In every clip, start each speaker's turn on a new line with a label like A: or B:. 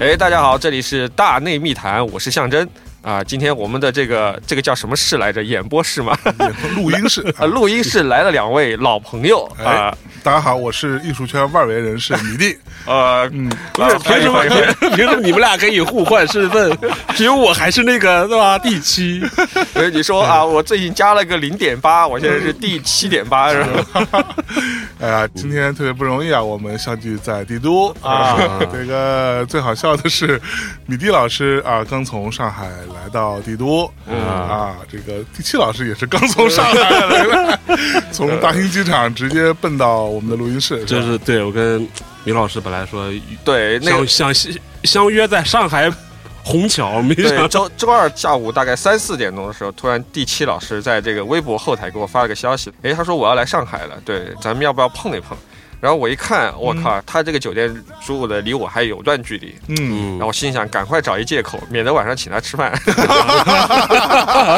A: 哎大家好，这里是大内密谈，我是象征啊、今天我们的这个这个叫什么室来着？演播室吗？
B: 录音室
A: 啊，录音室来了两位老朋友啊
B: 哎，大家好，我是艺术圈外围人士米 粒。
A: 呃，
C: 不是 凭什么？凭什么你们俩可以互换身份？ 只有我还是那个对吧？第七，
A: 所以你说啊，我最近加了个零点八，我现在是第七点八，是吧？
B: 哎呀，今天特别不容易啊，我们相聚在帝都啊。这个最好笑的是，米蒂老师啊，刚从上海来到帝都
A: 嗯
B: 啊。这个第七老师也是刚从上海来 的，从大兴机场直接奔到我们的录音室。
C: 就是
B: 吧
C: 是对我跟米老师本来说
A: 对，那
C: 想
A: 个
C: 想相约在上海虹桥，没
A: 对
C: 想到
A: 周周二下午大概三四点钟的时候，突然第七老师在这个微博后台给我发了个消息，诶，他说我要来上海了，对，咱们要不要碰一碰？然后我一看，我靠，他这个酒店住的离我还有段距离，
B: 嗯，
A: 然后我心想，赶快找一借口，免得晚上请他 吃饭。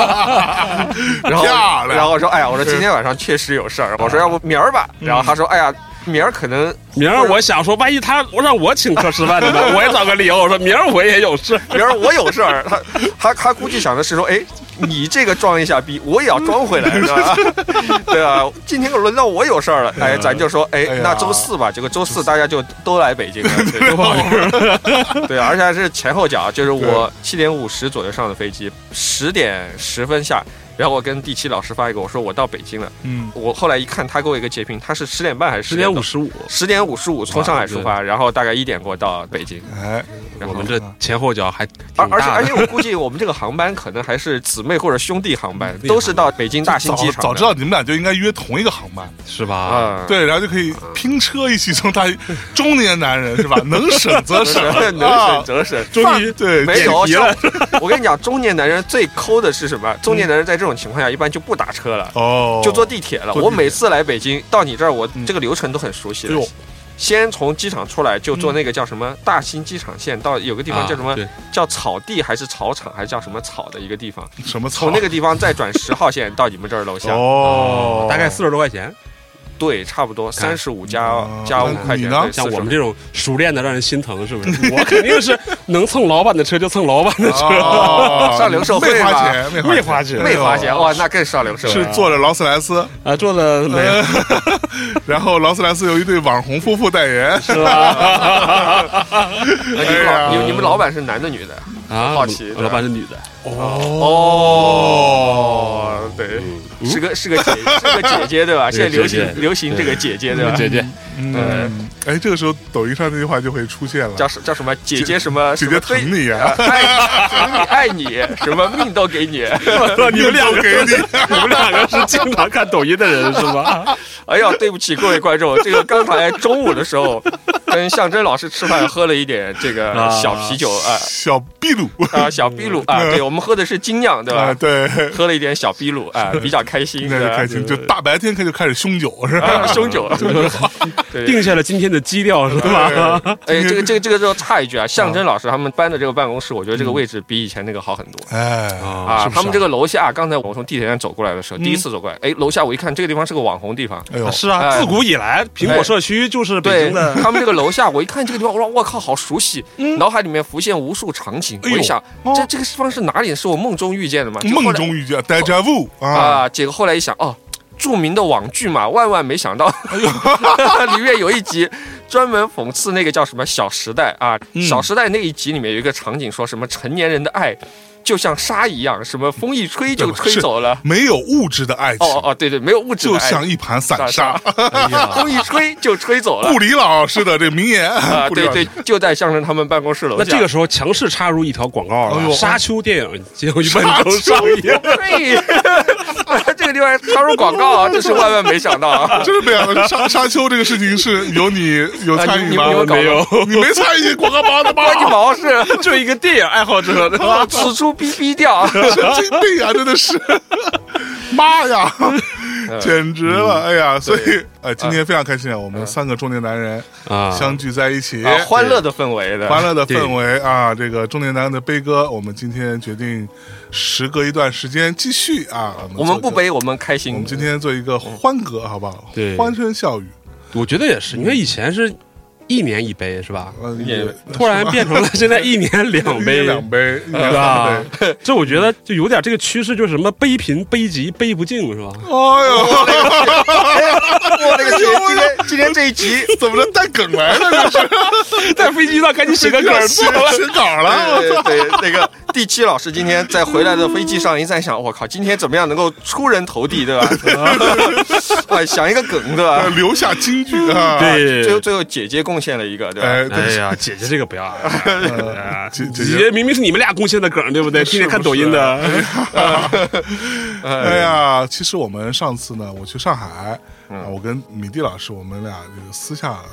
A: 然后，
B: 漂亮嗯
A: 然后我说，哎呀，我说今天晚上确实有事儿，我说要不明儿吧。然后他说，哎呀，明儿可能
C: 明儿我想说，万一他让我请客吃饭 的呢？我也找个理由，我说明儿我也有事。
A: 明儿我有事儿。他他他估计想的是说，哎，你这个装一下逼，我也要装回来，是吧？ 对啊，今天轮到我有事儿了，哎，咱就说，哎
B: 哎呀，
A: 那周四吧。结果周四大家就都来北京了，对 对啊，而且还是前后脚，就是我七点五十左右上的飞机，十点十分下。然后我跟第七老师发一个，我说我到北京了。
B: 嗯，
A: 我后来一看，他给我一个截屏，他是十点半还是
C: 十
A: 10
C: 点
A: 到
C: 五？十五，
A: 十点五十五从上海出发，然后大概一点给我到北京。
B: 哎，
A: 然
C: 我
A: 后
C: 们这前后脚还挺
A: 而而且
C: 大
A: 而
C: 的
A: 且，。我估计我们这个航班可能还是姊妹或者兄弟航班，
C: 嗯
A: 都是到北京大兴
B: 早
A: 机场的。
B: 早知道你们俩就应该约同一个航班。
C: 是吧？
A: 啊，
B: 对，然后就可以拼车一起从大兴，中年男人 是吧？能省则省，
A: 能
B: 啊
A: 省则省。
C: 终于
B: 对，
A: 没有，
C: 点题了
A: 像我跟你讲，中年男人最抠的是什么？中年男人在这种情况下一般就不打车了，
B: 哦，
A: 就坐地铁了。
B: 坐地铁
A: 我每次来北京到你这儿，我
B: 嗯
A: 这个流程都很熟悉
B: 哎
A: 的
B: 呦。嗯
A: 先从机场出来就坐那个叫什么大兴机场线，到有个地方叫什
C: 啊
A: 么
C: 对
A: 叫草地还是草场还是叫什么草的一个地方，
B: 什么草
A: 从那个地方再转十号线到你们这儿楼下。
B: 哦，
C: 大 概四十多块钱，
A: 对，差不多三十五加
B: 嗯
A: 加
B: 那
A: 五块
B: 你
A: 钱，
B: 呢
A: 对
C: 像我们
A: 40
C: 这种熟练的让人心疼，是不是？ 啊我肯定是能蹭老板的车就蹭老板的车，
B: 哦
A: 上流社会
B: 没
A: 吧
B: 花钱，
C: 没
B: 没
C: 花
B: 花
C: 钱
A: 没花
B: 哎
A: 钱哇，那更上流社
B: 呦
A: 会
B: 是
A: 了
B: 坐着劳斯莱斯，
C: 啊，坐的没有
B: 然后劳斯莱斯由一对网红夫妇代言，
C: 是吧？
A: 那你们
B: 哎呀
A: 老你们你们老板是男的女的？
C: 啊，
A: 好奇
C: 我老板是女的，
A: 哦，对，
C: 嗯
A: 是个是个姐是个姐姐 对吧？现在流
C: 姐姐
A: 行流行这个姐姐对吧？
C: 姐姐，
B: 嗯，哎，这个时候抖音上那句话就会出现了
A: 叫，什叫什么姐姐什么
B: 姐
A: 什么
B: 姐疼
A: 对
B: 你啊 呀，
A: 爱你爱你，什么命都给你。
C: 我操，你们两
B: 都
C: 个，
B: 给 你，
C: 你们两个是经常看抖音的人是吧？
A: 哎呀，对不起各位观众，这个刚才中午的时候跟象征老师吃饭，喝了一点这个
C: 啊
A: 小啤酒啊
B: 小秘鲁
A: 啊小秘鲁啊， 对我们喝的是精酿对吧
B: 嗯啊，？对，
A: 喝了一点小啤鲁啊，比较开心，
B: 那就开
A: 对
B: 心，就大白天开始开始凶酒是
A: 吧啊
B: 吧？
A: 凶酒， 对。
C: 定下了今天的基调是吧？
A: 哎，这个这个这个就插一句
B: 嗯
A: 啊，象征老师他们搬的这个办公室，我觉得这个位置比以前那个好很多
B: 哎，
A: 啊
C: 啊。
A: 他们这个楼下，刚才我从地铁站走过来的时候，第一次走过来，哎，楼下我一看，这个地方是个网红地方。
B: 嗯哎呦，
C: 是
A: 哎
C: 啊，自古以来，苹果社区就是北
A: 对
C: 京 的。
A: 他们这个楼下，我一看这个地方，我说我靠，好熟悉，脑海里面浮现无数场景。我
B: 嗯哎呦
A: 一想，
B: 哦
A: 这这个地方是哪里？是我梦中遇见的吗？就后来
B: 梦中遇见 deja vu 啊，
A: 啊，结果后来一想，哦，著名的网剧嘛，万万没想到，
B: 哎
A: 里面有一集专门讽刺那个叫什么《小时代》啊，
B: 嗯
A: 小时代》那一集里面有一个场景，说什么成年人的爱就像沙一样，什么风一吹就吹走了。
B: 没有物质的爱情
A: 哦，哦哦，对对，没有物质的
B: 就
A: 爱，
B: 像一盘散沙。
C: 哎呀，
A: 风一吹就吹走了
B: 顾里老师的这名言
A: 啊！
B: 顾里
A: 对
B: 老师
A: 对，就在象征他们办公室楼
C: 那
A: 下。
C: 这个时候强势插入一条广告
B: 哎
C: 了，
B: 呦
C: 沙丘电影结果一本周上映，
A: 对， 这个地方插入广告啊，这是万万没想到啊！
B: 真的没 有沙沙丘这个事情是有你有
A: 啊
B: 参
A: 你
B: 与
A: 你
B: 吗
A: 们？有搞
C: 没有
A: 吗？
B: 你没参与广告帮的吧
A: 关？你毛事！
C: 就一个电影爱好者 对吧？
A: 此处逼逼掉。
B: 神经病啊，真的是， 妈呀，
A: 嗯
B: 简直了！哎呀，所以呃，今天非常开心啊，我们三个中年男人
C: 啊
B: 相聚在一起，
A: 啊，欢乐的氛围的，
B: 哎欢乐的
C: 对
B: 氛围啊，这个中年男人的悲歌，我们今天决定时隔一段时间继续啊，
A: 我们
B: 做
A: 不
B: 一个
A: 悲，我们开
B: 我
A: 心
B: 们。
A: 嗯
B: 今天做一个欢歌，好不好？
C: 对
B: 欢声笑语。
C: 我觉得也是，因为以前是一年一杯是吧？
B: 呃
A: 也
C: 突然变成了现在一年两杯，
B: 两杯， 一年三
C: 是吧
B: 杯。？
C: 这我觉得就有点这个趋势，就是什么悲贫、悲极、悲不敬，是吧？
B: 哎呦，哎
A: 我哎那个天，今天今天这一集
B: 怎么能带梗来了？这是
C: 在飞机上赶紧写个
B: 要
C: 梗，
B: 写
C: 错了。
B: 写稿了，我
A: 对
B: 操！
A: 对，那 个第七老师今天在回来的飞机上一直在想，我靠，今天怎么样能够出人头地，对吧？ 哎，想一个梗，对
B: 呃
A: 吧？
B: 留下金句 啊！
A: 最后
C: 对，
A: 最后姐姐贡献了一个，对吧？
B: 哎，
C: 哎
B: 对，
C: 呀，姐姐这个不要啊，哎呀
B: 姐姐
C: 姐姐明明是你们俩贡献的梗，对不对？天天看抖音的，
B: 哎呀，其实我们上次呢，我去上海，
A: 嗯
B: 啊我跟米蒂老师，我们俩这个私下啊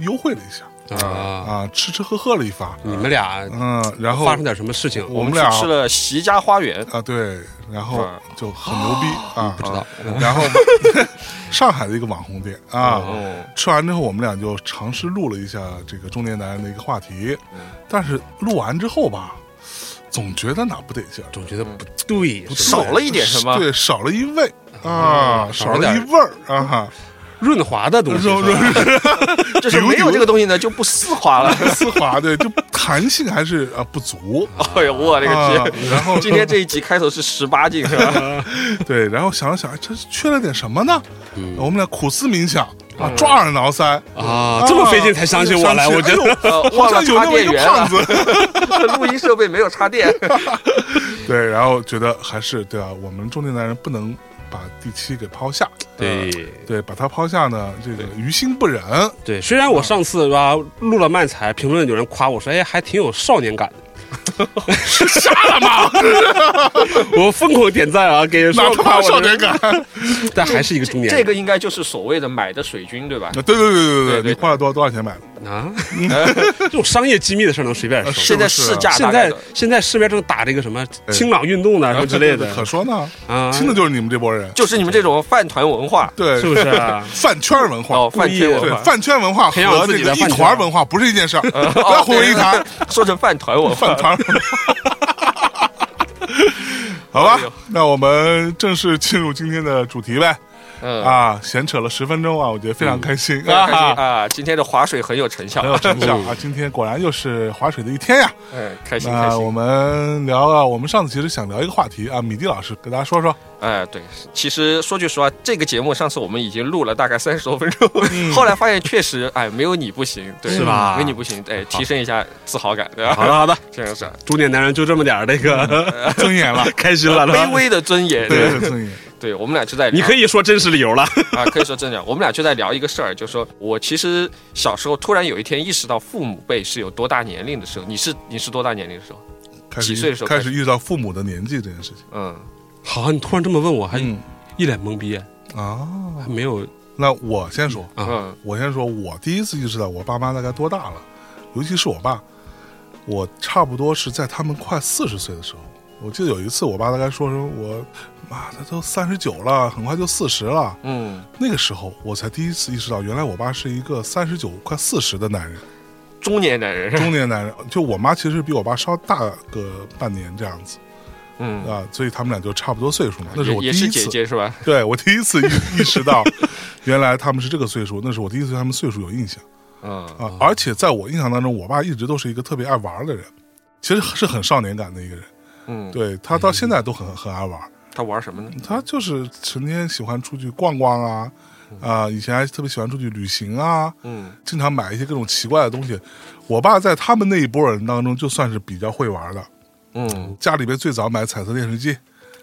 B: 幽会了一下，
C: 啊，
B: 啊，吃吃喝喝了一发，
C: 你们俩
B: 嗯，然后
C: 发生点什么事情？
B: 我
A: 我
B: 们
A: 们
B: 俩
A: 去吃了席家花园，
B: 啊，对，然后
A: 啊
B: 就很牛逼啊，
C: 哦不知道，
B: 然 后上海的一个网红店
C: 哦
B: 啊，
A: 嗯
B: 吃完之后我们俩就尝试录了一下这个中年男人的一个话题，
C: 嗯
B: 但是录完之后吧，总觉得哪不得劲儿，
C: 总觉得不对，是吧
A: 少了一点什么
B: 对，少了一味啊，
C: 嗯少
B: 少
C: 了
B: 了
C: 点
B: 一味儿啊，
C: 润滑的东西，
B: 润
C: 是吧
A: 就是没有这个东西呢，就不丝滑了。
B: 丝滑对，就弹性还是啊不足。
C: 哦
A: 哎呦，我勒
B: 啊
A: 个，天！
B: 然后
A: 今天这一集开头是十八禁是 吧？
B: 对，然后想了想，哎这是缺了点什么呢？我们俩苦思冥想啊，抓耳挠腮哎
C: 嗯啊，这么费劲才相信我来，我觉得。
A: 呃
B: 得好
A: 忘了
B: 像有
A: 插
B: 那么
A: 电
B: 一个
A: 源
B: 胖
A: 了，
B: 子，
A: 录音设备没有插 电。
B: 对，然后觉得还是对啊，我们中年男人不能把第七给抛下，
C: 对
B: 对，把他抛下呢，这个于心不忍，
C: 对，虽
B: 嗯
C: 然我上次是吧录了漫才，评论有人夸我说，哎，还挺有少年感 的。瞎了吗？我疯狂点赞啊，给人
B: 哪
C: 说
B: 他
C: 夸
B: 妈
C: 我
B: 少
C: 这
B: 年感？
C: 但还是一个中年
A: 这个应该就是所谓的买的水军，对吧？
B: 啊对对对对
A: 对对
B: 你花了多少多少钱买的？
C: 啊，这种商业机密的事儿能随便
B: 呃
C: 说？
A: 现在市价
C: 现
A: 大概
C: 在
A: 的
C: 现在市面正打这个什么清朗运动呢，什么之类的
B: 呃可说呢，
C: 啊，
B: 听的就是你们这波人，
A: 就是你们这种饭团文化
B: 对，
C: 是不是啊？
B: 饭圈文化？
A: 哦，饭圈
B: 对
A: 文化，
B: 饭圈文化
C: 培养
B: 和
C: 自
B: 这
C: 己
B: 个
C: 的
B: 一
C: 饭圈啊
B: 团文化不是一件事儿，不
A: 哦
B: 要混为一 谈。，
A: 对 说成饭团文化
B: 饭。堂。好吧
A: 哎呦，
B: 那我们正式进入今天的主题呗。
A: 嗯
B: 啊，闲扯了十分钟啊，我觉得非
C: 嗯
B: 常开 心
A: 非常开心
B: 啊，
A: 啊！今天的划水很有成效，
B: 真的 啊，今天果然又是划水的一天呀。
A: 嗯，开心开
B: 那我
A: 心。
B: 们聊啊，我们上次其实想聊一个话题啊，米蒂老师跟大家 说说。
A: 哎，对，其实说句实话，这个节目上次我们已经录了大概三十多分钟， 后来发现确实，哎，没有你不行，对，
C: 是吧
A: 没有你不行，哎，提升一下自豪感，对吧？
C: 好的， 好的，
A: 这样啊是
C: 中年男人就这么点儿那个
B: 尊严了，
C: 开心了，是吧
A: 卑微啊的尊严，
B: 对，
A: 对，
B: 是 尊严。
A: 对我们俩就在
C: 你
A: 聊
C: 可以说真实理由了，
A: 啊，可以说真的，我们俩就在聊一个事儿，就是说我其实小时候突然有一天意识到父母辈是有多大年龄的时候，你是你是多大年龄的时候？
B: 开始
A: 几岁的时候
B: 开始意识到父母的年纪这件事情。
A: 嗯，
C: 好，你突然这么问我，还
B: 嗯
C: 一脸懵逼，
B: 啊，
C: 还没有
B: 那我先说，
C: 啊
A: 嗯，
B: 我先说，我第一次意识到我爸妈大概多大了，尤其是我爸，我差不多是在他们快四十岁的时候。我记得有一次，我爸大概说说我妈，他都三十九了，很快就四十了。
A: 嗯，
B: 那个时候，我才第一次意识到，原来我爸是一个三十九快四十的男人，
A: 中年男人，
B: 中年男人。就我妈其实比我爸稍大个半年这样子
A: 嗯，
B: 啊，所以他们俩就差不多岁数嘛。那是
A: 也
B: 我第
A: 也
B: 一次，
A: 是姐姐是吧？
B: 对我第一次意 意识到，原来他们是这个岁数。那是我第一次对他们岁数有印象。
A: 嗯，
B: 啊，而且在我印象当中，我爸一直都是一个特别爱玩的人，其实是很少年感的一个人。
A: 嗯
B: 对他到现在都很很爱玩，
A: 他玩什么呢？
B: 他就是成天喜欢出去逛逛啊，啊、以前还特别喜欢出去旅行啊，
A: 嗯，
B: 经常买一些各种奇怪的东西。我爸在他们那一波人当中，就算是比较会玩的。
A: 嗯，
B: 家里边最早买彩色电视机，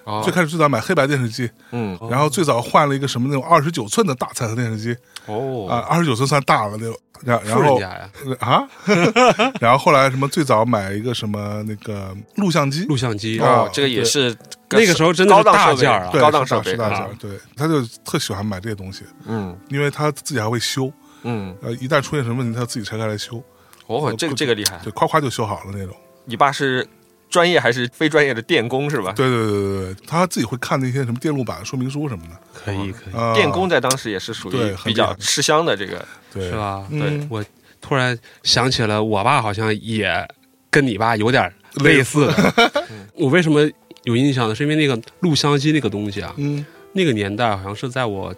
A: 哦
B: 最开始最早买黑白电视机，
A: 嗯，
B: 然后最早换了一个什么那种二十九寸的大彩色电视机啊，
A: 哦，
B: 二十九寸算大了那种。然然
C: 富人
B: 后
C: 家呀，
B: 啊， 然后后来什么最早买一个什么那个录像机，
C: 录像机
B: 啊
A: 哦，这个也是
C: 那个时候真的
A: 高
C: 是
A: 档
C: 大
A: 设备
C: 件儿啊
B: 对，
A: 高档
B: 是大
A: 设备
B: 是大件
A: 啊
B: 儿，对，他就特喜欢买这些东西，
A: 嗯
B: 因为他自己还会修，
A: 嗯，
B: 呃，一旦出现什么问题，他自己拆开来修，呃
A: 哦，这个这个厉害，
B: 对，夸夸就修好了那种。
A: 你爸是专业还是非专业的电工是吧？
B: 对对对对对，他自己会看那些什么电路板说明书什么的，
C: 可以可以，
B: 啊
A: 电工在当时也是属
B: 对
A: 于
B: 很
A: 比
B: 厉
A: 较
B: 害
A: 吃香的这个，
B: 对
C: 是？吧？
B: 嗯，
C: 我突然想起了，我爸好像也跟你爸有点类似。 我为什么有印象呢？是因为那个录像机那个东西啊，
B: 嗯
C: 那个年代好像是在我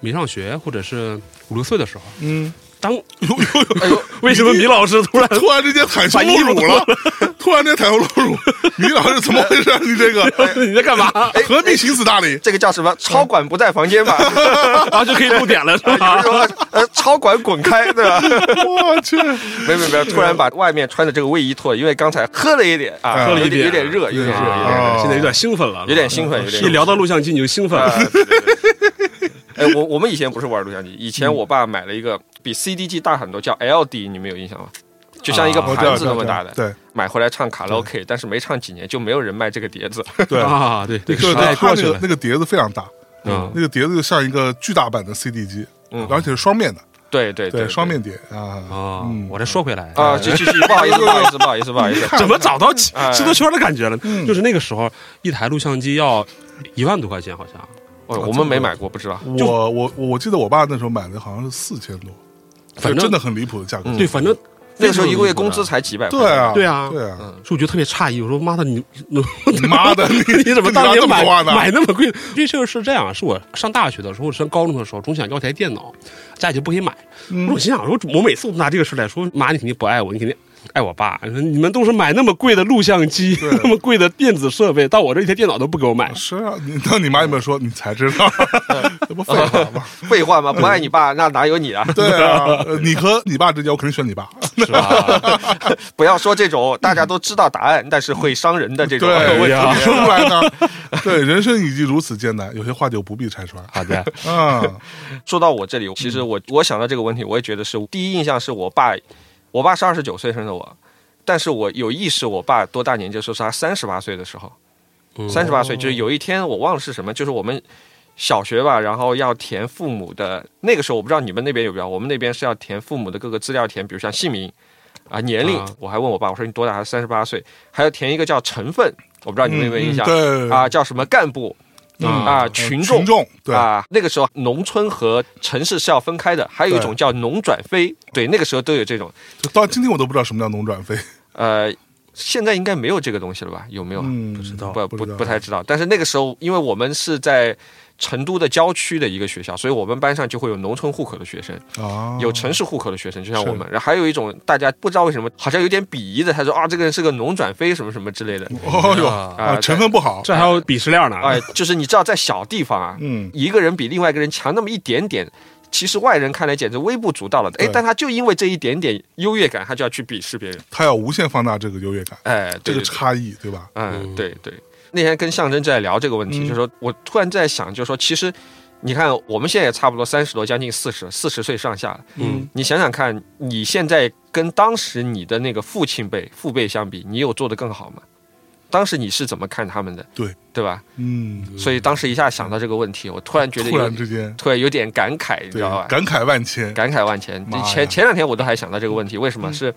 C: 没上学或者是五六岁的时候，
B: 嗯
C: 当
A: 哎呦，
C: 为什么米老师突然
B: 突然之间袒胸露乳了，突然间袒胸露乳，米老师怎么回事啊？你这个哎
C: 你在干嘛？
B: 何必行此大礼？
A: 这个叫什么？超管不在房间 吧？
C: 然后啊就可以露点了，是 吧？
A: 说呃，超管滚开，对吧？
B: 我去，
A: 没有没有没有，突然把外面穿的这个卫衣脱了，因为刚才喝了一点啊，
C: 喝了一
A: 有点
C: 点
A: 有点热，有点热，有点热
B: 啊
C: 现在有点兴奋了，啊
A: 有点兴奋，有点
C: 一
A: 热。
C: 聊到录像机你就兴奋
A: 啊
C: 了，
A: 对对对哎，我我们以前不是玩录像机，以前我爸买了一个比 CD 机大很多，叫 LD，你们有印象吗？就像一个
C: 啊
B: 我知道
A: 盘子那么大的，
B: 对
A: 买回来唱卡拉 OK，但是没唱几年就没有人卖这个碟子。
B: 对，
C: 啊，对，那个
B: 就是
C: 时代
B: 它
C: 过
B: 那
C: 去
B: 个
C: 了，
B: 那个碟子非常大，
A: 嗯，
B: 那个碟子就像一个巨大版的 CD 机，而且是双面的，
A: 对对
B: 对，双面碟啊。
C: 啊
B: 嗯，
C: 我再说回来
A: 啊，继续继续，不好意思不好意思不好意思不好意 思，
C: 怎么找到基
A: 哎
C: 基督圈的感觉了？就是那个时候，一台录像机要一万多块钱，好像
A: 我我们没买过，不知道。
C: 就
B: 我我我记得我爸那时候买的好像是四千多，
C: 反正
B: 哎
C: 嗯
B: 就真的很离谱的价格。
C: 对，反正
A: 那个时候一个月工资才几百块。
B: 对啊，
C: 对啊
B: 对啊，
C: 所以我觉得特别诧异，我说妈的，你你
B: 你妈的，你
C: 你怎么当
B: 拿这
C: 年
B: 么
C: 买
B: 多啊呢？
C: 买那么贵？这事儿是这样，是我上大学的时候，上高中的时候，总想要台电脑，家里就不给买。我心想，我我每次都拿这个事来说，妈，你肯定不爱我，你肯定。爱我爸，你说你们都是买那么贵的录像机，那么贵的电子设备，到我这一台电脑都不给我买，
B: 是啊，你当你妈有没有说你才知 道？这不废话吗？
A: 废话嘛，不爱你爸，那哪有你啊？
B: 对 啊，呃你和你爸之间，我肯定选你爸。
C: 是吧？
A: 不要说这种大家都知道答案，但是会伤人的这种。啊
B: 对，我
C: 呀
B: 怎么说出来呢？对，人生已经如此艰难，有些话就不必拆穿。
C: 好的，
B: 嗯，
A: 说到我这里，其实我我想到这个问题，我也觉得是第一印象是我爸，我爸是二十九岁生的我，但是我有意识我爸多大年纪的时候是他三十八岁的时候，三十八岁就是有一天我忘了是什么，就是我们小学吧，然后要填父母的那个时候，我不知道你们那边有没有，我们那边是要填父母的各个资料填，比如像姓名啊、年龄
C: 啊，
A: 我还问我爸，我说你多大？他三十八岁，还要填一个叫成分，我不知道你们有没有印象
B: 嗯对呃
A: 啊，叫什么干部啊、群众
B: 群。众对
A: 啊，那个时候农村和城市是要分开的，还有一种叫农转非，对，那个时候都有这种，
B: 就到今天我都不知道什么叫农转非，
A: 呃，现在应该没有这个东西了吧？有没有啊？
B: 嗯，不
C: 知道
A: 不
B: 不
A: 不
B: 知道
A: 不太知道。但是那个时候，因为我们是在成都的郊区的一个学校，所以我们班上就会有农村户口的学生，
B: 啊，
A: 有城市户口的学生，就像
B: 是
A: 我们。然后还有一种大家不知道为什么好像有点鄙夷的，他说啊，这个人是个农转非什么什么之类的。
B: 哦哟
C: 啊
B: 啊，成分不好，
C: 这还有鄙视链呢。
A: 哎，就是你知道，在小地方啊，
B: 嗯
A: 一个人比另外一个人强那么一点点，其实外人看来简直微不足道了。哎
B: 对，
A: 但他就因为这一点点优越感，他就要去鄙视别人。
B: 他要无限放大这个优越感，
A: 哎，对
B: 这个
A: 对对
B: 差异，对吧？
A: 嗯，对对。那天跟象征在聊这个
B: 嗯
A: 问题，就是说我突然在想，就是说其实你看我们现在也差不多三十多，将近四十，四十岁上下了。
C: 嗯，
A: 你想想看，你现在跟当时你的那个父亲辈、父辈相比，你有做得更好吗？当时你是怎么看他们的？
B: 对
A: 对吧？
B: 嗯，
A: 所以当时一下想到这个问题，我突然觉得
B: 突
A: 有
B: 然之间，
A: 突然有点感慨，你知
B: 对
A: 道吧，？
B: 感慨万千，
A: 感慨万千
B: 妈。呀嗯
A: 前前两天我都还想到这个问题，为什么？是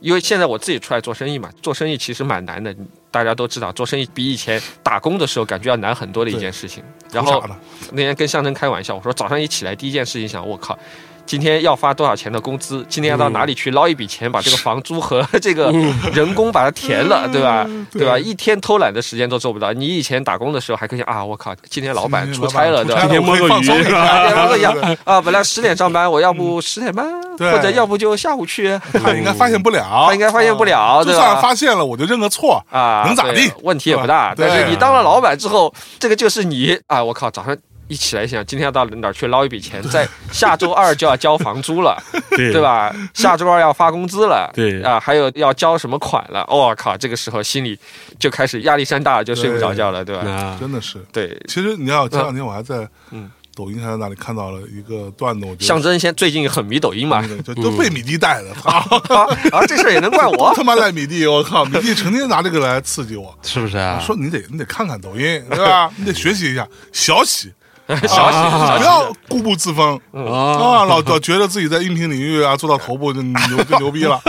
A: 因为现在我自己出来做生意嘛，做生意其实蛮难的，大家都知道，做生意比以前打工的时候感觉要难很多的一件事情。然
B: 图
A: 后
B: 啥呢
A: 那天跟象征开玩笑，我说早上一起来第一件事情想，我靠。今天要发多少钱的工资？今天要到哪里去捞一笔钱，把这个房租和 这个
B: 嗯
A: 人工把它填了，对吧？对吧？一天偷懒的时间都做不到。你以前打工的时候还可以啊，我靠，今天老板
B: 今天
A: 出差了，
B: 嗯
A: 对
B: 老板出
A: 吧
B: 差？
C: 今天摸个
B: 我可以放松
C: 鱼
B: 一下
C: 是吧
A: 啊，然后要
B: 对对嗯
A: 啊，本来十点上班，我要不十点半，
B: 对
A: 或者要不就下午去，
B: 他应该发现不了，啊
A: 他应 该发现不了，
B: 就
A: 对
B: 算
A: 吧？
B: 发现了，我就认个错
A: 啊，
B: 能咋
A: 对
B: 地？
A: 问题也不大。
B: 对
A: 但
B: 吧
A: 是
B: 对
A: 你当了老板之后，这个就是你啊！我靠，早上一起来想，今天要到哪儿去捞一笔 钱，在下周二就要交房租了，
C: 对
A: 对？吧？下周二要发工资 了，
C: 对
A: 啊，还有要交什么款了？我靠，这个时候心里就开始压力山大，就睡不着觉了，对吧？
C: 啊，
B: 真的是。
A: 对，
B: 其实你要前两天我还在
A: 嗯
B: 抖音还是哪里看到了一个段子，我觉
A: 象
B: 得
A: 征先最近很迷抖音嘛，
B: 就都被米蒂带的，操
A: 啊啊，这事儿也能怪我
B: 都他妈赖米蒂，我靠，米蒂成天拿这个来刺激我，
C: 是不是啊？
B: 说你得你得看看抖音，对吧？你得学习一下，小喜，
A: 小喜
B: 啊
A: 小
B: 不
A: 喜。
B: 要固步自封
C: 啊，
B: 啊！老老觉得自己在音频领域啊做到头部就牛就牛逼了，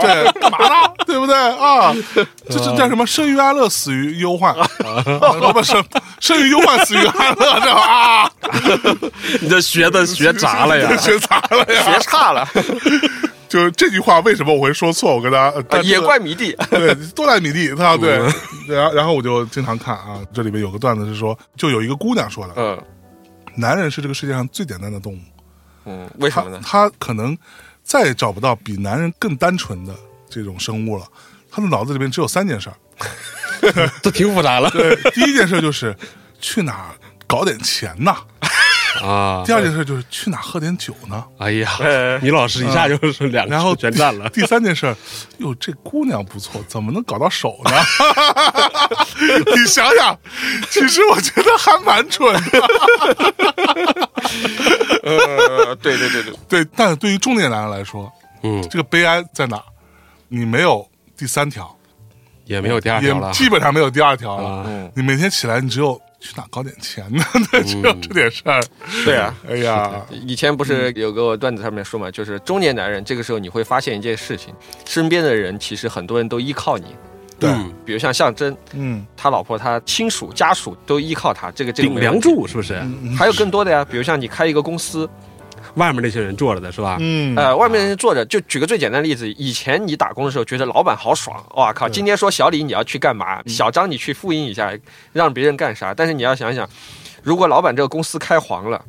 B: 对，干嘛呢？对不对啊？这这叫什么？生于安乐，死于忧患，啊不不生生于忧患，死于安乐，这啊，？
C: 你这学的学杂了 呀
B: 学砸了呀！
A: 学差了，
B: 就是这句话为什么我会说错？我跟大家呃
A: 啊
B: 但
A: 也
B: 这个
A: 怪迷弟。
B: 对，多赖米蒂，他对，然后然后我就经常看啊，这里面有个段子是说，就有一个姑娘说的，
A: 嗯，
B: 男人是这个世界上最简单的动物，
A: 嗯，为什
B: 他
A: 么呢？
B: 他可能再也找不到比男人更单纯的这种生物了。他的脑子里面只有三件事儿，
C: 这挺复杂了
B: 第一件事就是去哪儿搞点钱呐，
C: 啊
B: 第！二件事就是去哪儿喝点酒呢，
C: 哎呀
A: 呃，
C: 倪老师一下就是两
B: 然后。
C: 个全占 了
B: 第三件事儿，哟，这姑娘不错，怎么能搞到手呢？ 你想想，其实我觉得还蛮蠢的。
A: 呃，对对对对，
B: 对，但是对于中年男人来说，
C: 嗯，
B: 这个悲哀在哪儿？你没有第三条，
C: 也没有第二条了
B: 也。基本上没有第二条了。
C: 啊
A: 嗯，
B: 你每天起来，你只有去哪搞点钱呢？ 对，只
C: 嗯
B: 有这点事儿。
A: 对啊。
B: 哎呀，
A: 以前不是有个段子上面说嘛，就是中年男人这个时候你会发现一件事情，身边的人其实很多人都依靠你，
B: 对，
C: 嗯
A: 比如像象征，
B: 嗯，
A: 他老婆、他亲属、家属都依靠他，这个这个
C: 顶
A: 没
C: 梁
A: 问题。嗯
C: 柱是不是？
A: 还有更多的呀，比如像你开一个公司，
C: 外面那些人坐着的是吧？
B: 嗯，
A: 呃，外面人坐着，就举个最简单的例子，以前你打工的时候觉得老板好爽，哇
B: 嗯
A: 靠！今天说小李你要去干嘛，小张你去复印一下，让别人干啥？但是你要想想，如果老板这个公司开黄了，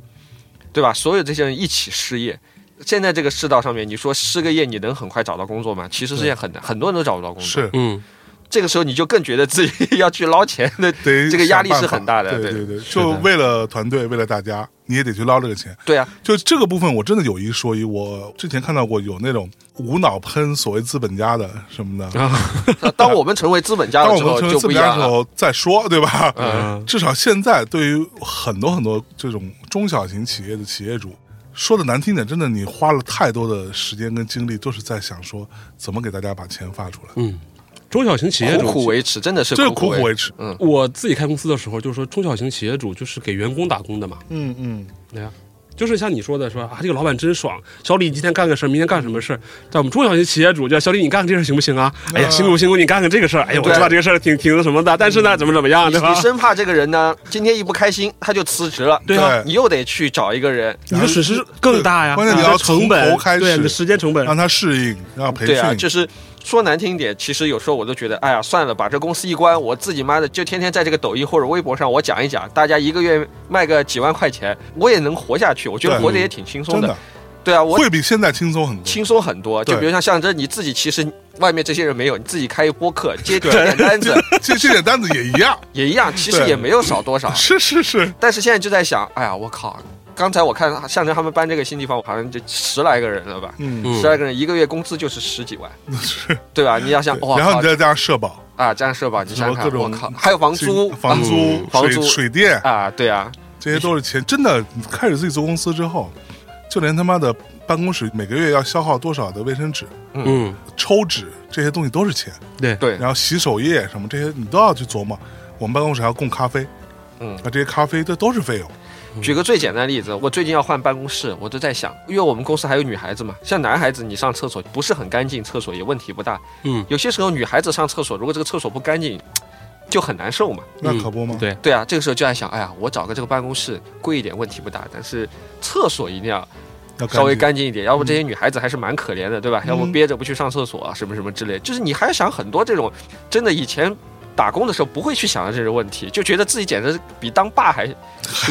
A: 对吧？所有这些人一起失业。现在这个世道上面，你说失个业，你能很快找到工作吗？其实是件很难， 很多人都找不到工作。
B: 是
C: 嗯，
A: 这个时候你就更觉得自己要去捞钱的，
B: 得
A: 这个压力
B: 想
A: 是
B: 办法
A: 很大的对
B: 对对对，就为了团队，为了大家，你也得去捞这个钱。
A: 对啊，
B: 就这个部分，我真的有一说一，我之前看到过有那种无脑喷所谓资本家的什 么的，
A: 当我们成为资本家
B: 当
A: 了之后
B: 我们成为
A: 就
B: 资
A: 不一
B: 本家
A: 样
B: 的时
A: 了。
B: 候再说，对吧？
A: 嗯
B: 至少现在对于很多很多这种中小型企业的企业主，说的难听点，真的你花了太多的时间跟精力，都是在想说怎么给大家把钱发出来，
C: 中小型企业主
A: 苦苦维持，真的是
B: 这个
A: 苦
B: 苦苦维持。
A: 嗯
C: 我自己开公司的时候，就是说中小型企业主就是给员工打工的嘛，
B: 嗯嗯，
C: 对呀、就是像你说的说啊，这个老板真爽，小李你今天干个事儿，明天干什么事儿？但我们中小型企业主就小李你干个这事儿行不行啊？哎呀，辛苦辛苦，你干个这个事儿，哎呀，我
A: 对
C: 知道这个事儿挺挺那什么的，但是呢，怎么怎么样，对吧
A: 你？生怕这个人呢，今天一不开心他就辞职了，
C: 对啊
A: 你又得去找一个人，
C: 你的损失更大呀，
B: 关键你要
C: 的成
B: 从头
C: 本，
B: 开始
C: 对，你的时间成本，
B: 让他适应，让他培
A: 对啊，
B: 训，
A: 就是说难听一点，其实有时候我都觉得，哎呀，算了，把这公司一关，我自己妈的就天天在这个抖音或者微博上我讲一讲，大家一个月卖个几万块钱，我也能活下去，我觉得
B: 对
A: 活着也挺轻松
B: 真
A: 的，
B: 的
A: 对啊，我
B: 会比现在轻松很多。
A: 轻松很多。就
B: 对
A: 比如像象征，你自己其实外面这些人没有，你自己开一播客 接接点单子
B: 这这点单子也一 样，
A: 也一样，其实
B: 对
A: 也没有少多少，
B: 是是是，
A: 但是现在就在想，哎呀，我靠！刚才我看象征他们搬这个新地方，好像就十来个人了吧？
B: 嗯，
C: 嗯
A: 十来个人一个月工资就是十 几万，
B: 是。
A: 对吧？你要想，哇
B: 然后
A: 靠
B: 你再加上社保、
A: 啊，这样社保，你想想
B: 什么各
A: 看，
B: 种
A: 我靠，还有房租，嗯
B: 房租、
A: 房
B: 水
A: 租
B: 水电，
A: 啊，对啊，
B: 这些都是钱。真的，你开始自己做公司之后，就连他妈的办公室每个月要消耗多少的卫生纸、
C: 嗯，
B: 抽纸这些东西都是钱，
C: 对，
A: 对
B: 然后洗手液什么这些你都要去琢磨。我们办公室还要供咖啡，
A: 嗯
B: 那这些咖啡这都是费用。
A: 举个最简单的例子，我最近要换办公室，我都在想，因为我们公司还有女孩子嘛，像男孩子你上厕所不是很干净，厕所也问题不大。
C: 嗯，
A: 有些时候女孩子上厕所，如果这个厕所不干净，就很难受嘛。
B: 那可不吗？
C: 对，
A: 对啊，这个时候就在想，哎呀，我找个这个办公室贵一点问题不大，但是厕所一定要
B: 要
A: 稍微
B: 干
A: 干
B: 嗯
A: 净一点，要不这些女孩子还是蛮可怜的，对吧？要不憋着不去上厕所啊，什么什么之类，就是你还想很多这种，真的以前。打工的时候不会去想到这些问题，就觉得自己简直比当爸 还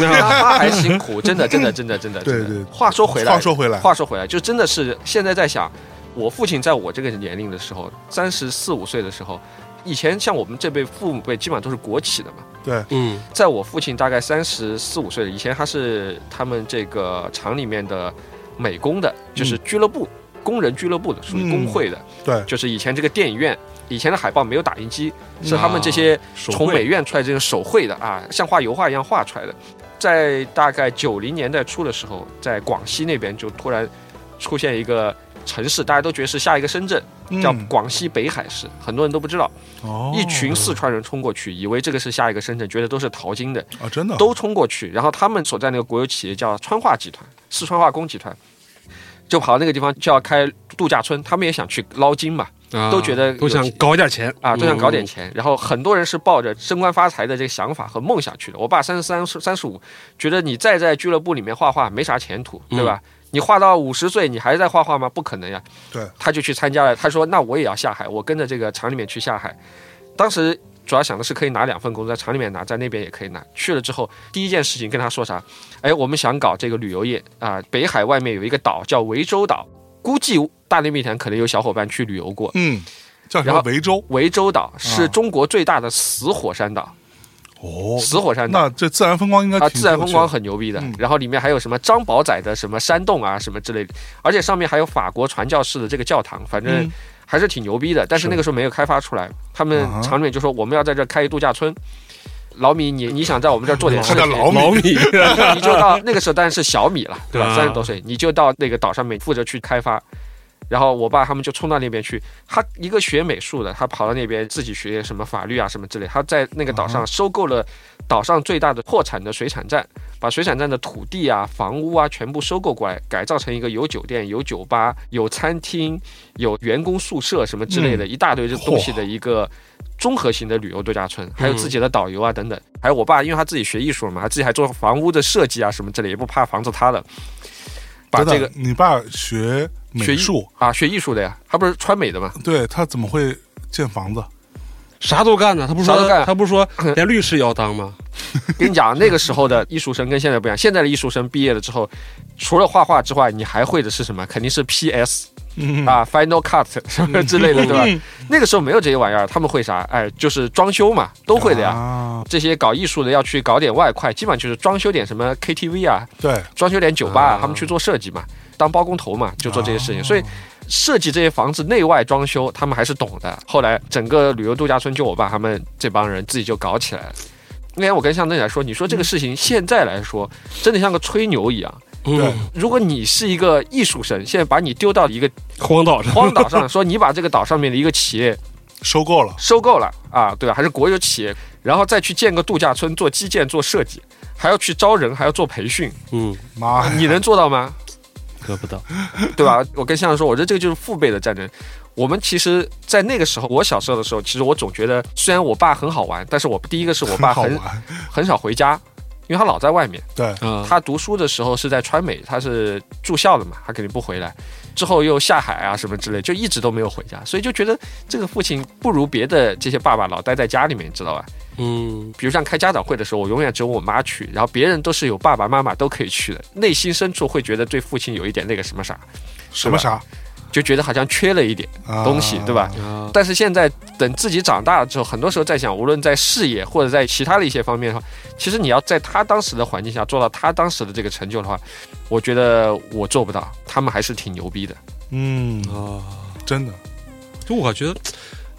A: 当爸还辛苦，真的，真的，真的，真的。
B: 对
A: 真的
B: 对
A: 话说回
B: 净。
A: 来，
B: 话说回来，
A: 话说回来，就真的是现在在想，我父亲在我这个年龄的时候，三十四五岁的时候，以前像我们这辈父母辈基本上都是国企的嘛，
B: 对，
C: 嗯
A: 在我父亲大概三十四五岁以前，他是他们这个厂里面的美工的，就是俱乐部、工人俱乐部的，属于工会的。
B: 嗯对啊
A: 就是以前这个电影院，以前的海报没有打印机，是他们这些
C: 手
A: 从
C: 绘
A: 美院出来这个手绘的啊，像画油画一样画出来的。在大概九零年代初的时候，在广西那边就突然出现一个城市，大家都觉得是下一个深圳，叫
B: 嗯
A: 广西北海市，很多人都不知道。
B: 哦
A: 一群四川人冲过去，以为这个是下一个深圳，觉得都是淘金的，
B: 啊，真的
A: 都冲过去。然后他们所在那个国有企业叫川化集团，四川化工集团，就跑到那个地方就要开度假村，他们也想去捞金嘛，
C: 啊
A: 都觉得有
C: 都想搞点钱
A: 啊，都想搞点
C: 嗯
A: 钱。然后很多人是抱着升官发财的这个想法和梦想去的。我爸三十三、三十五，觉得你再在俱乐部里面画画没啥前途，对吧？你画到五十岁，你还在画画吗？不可能呀。
B: 对，
A: 他就去参加了。他说：“那我也要下海，我跟着这个厂里面去下海。”当时主要想的是可以拿两份工作，在厂里面拿，在那边也可以拿。去了之后，第一件事情跟他说啥？哎，我们想搞这个旅游业啊、北海外面有一个岛叫涠洲岛，估计大内密谈可能有小伙伴去旅游过。
B: 嗯，叫什
A: 然
B: 么
A: 后
B: 维州？
A: 涠洲岛是中国最大的死火山岛，
B: 啊哦，
A: 死火山岛。
B: 那这自然风光应该
A: 啊，
B: 挺
A: 自然
B: 多
A: 风光
B: 去
A: 很牛逼的
B: 嗯。
A: 然后里面还有什么张宝仔的什么山洞啊，什么之类的，而且上面还有法国传教士的这个教堂，反正
B: 嗯
A: 还是挺牛逼的。但是那个时候没有开发出来，他们
B: 啊哈
A: 厂里面就说我们要在这儿开一度假村。老米，你你想在我们这儿做点事
B: 他叫
A: 情，
B: 嗯老米
C: 老米，
A: 你就到那个时候当然是小米了，对吧？
C: 啊
A: 三十多岁，你就到那个岛上面负责去开发。然后我爸他们就冲到那边去，他一个学美术的，他跑到那边自己学什么法律啊什么之类。他在那个岛上收购了岛上最大的破产的水产站，把水产站的土地啊、房屋啊全部收购过来，改造成一个有酒店、有酒吧、有餐厅、有员工宿舍什么之类的、一大堆这东西的一个综合型的旅游度假
B: 嗯
A: 村，还有自己的导游啊等等，还有我爸，因为他自己学艺术嘛，他自己还做房屋的设计啊什么之类，也不怕房子塌了，把
B: 等
A: 这
B: 等
A: 个
B: 你爸学美
A: 学艺
B: 术，
A: 啊学艺术的呀，他不是川美 的嘛，
B: 对他怎么会建房子？
C: 啥都干呢。他不说
A: 啥都干
C: 他不 说连律师也要当吗？
A: 跟你讲，那个时候的艺术生跟现在不一样，现在的艺术生毕业了之后，除了画画之外，你还会的是什么？肯定是 PS
B: 嗯，
A: 啊、Final Cut 什么之类的，对吧？那个时候没有这些玩意儿，他们会啥？哎，就是装修嘛，都会的呀。
B: 啊，
A: 这些搞艺术的要去搞点外快，基本上就是装修点什么 KTV 啊，
B: 对，
A: 装修点酒吧啊
C: 啊，
A: 他们去做设计嘛，当包工头嘛，就做这些事情。
B: 哦
A: 所以设计这些房子内外装修，他们还是懂的。后来整个旅游度假村就我爸他们这帮人自己就搞起来了。那天我跟向正来说，你说这个事情现在来说，真的像个吹牛一样。
B: 对
C: 嗯，
A: 如果你是一个艺术生，现在把你丢到一个
C: 荒岛上，
A: 荒岛上，说你把这个岛上面的一个企业
B: 收购了，
A: 收购了啊，对吧？还是国有企业，然后再去建个度假村做基建、做设计，还要去招人，还要做培训，
C: 嗯，
B: 妈呀，
A: 你能做到吗？
C: 得不到。
A: 对吧？我跟向阳说，我觉得这个就是父辈的战争。我们其实，在那个时候，我小时候的时候，其实我总觉得，虽然我爸很好玩，但是我第一个是我爸
B: 好
A: 很
B: 玩，
A: 很少回家，因为他老在外面。
B: 对，
C: 啊，
A: 他读书的时候是在川美，他是住校的嘛，他肯定不回来。之后又下海啊什么之类，就一直都没有回家，所以就觉得这个父亲不如别的这些爸爸老待在家里面，你知道吧？
C: 嗯，
A: 比如像开家长会的时候，我永远只有我妈去，然后别人都是有爸爸妈妈都可以去的，内心深处会觉得对父亲有一点那个什么啥，
B: 什么啥
A: 就觉得好像缺了一点。东西对吧？
C: 啊，
A: 但是现在等自己长大了之后，很多时候在想，无论在事业或者在其他的一些方面的话，其实你要在他当时的环境下做到他当时的这个成就的话，我觉得我做不到，他们还是挺牛逼的。
B: 嗯，
C: 啊，
B: 真的，
C: 就我觉得。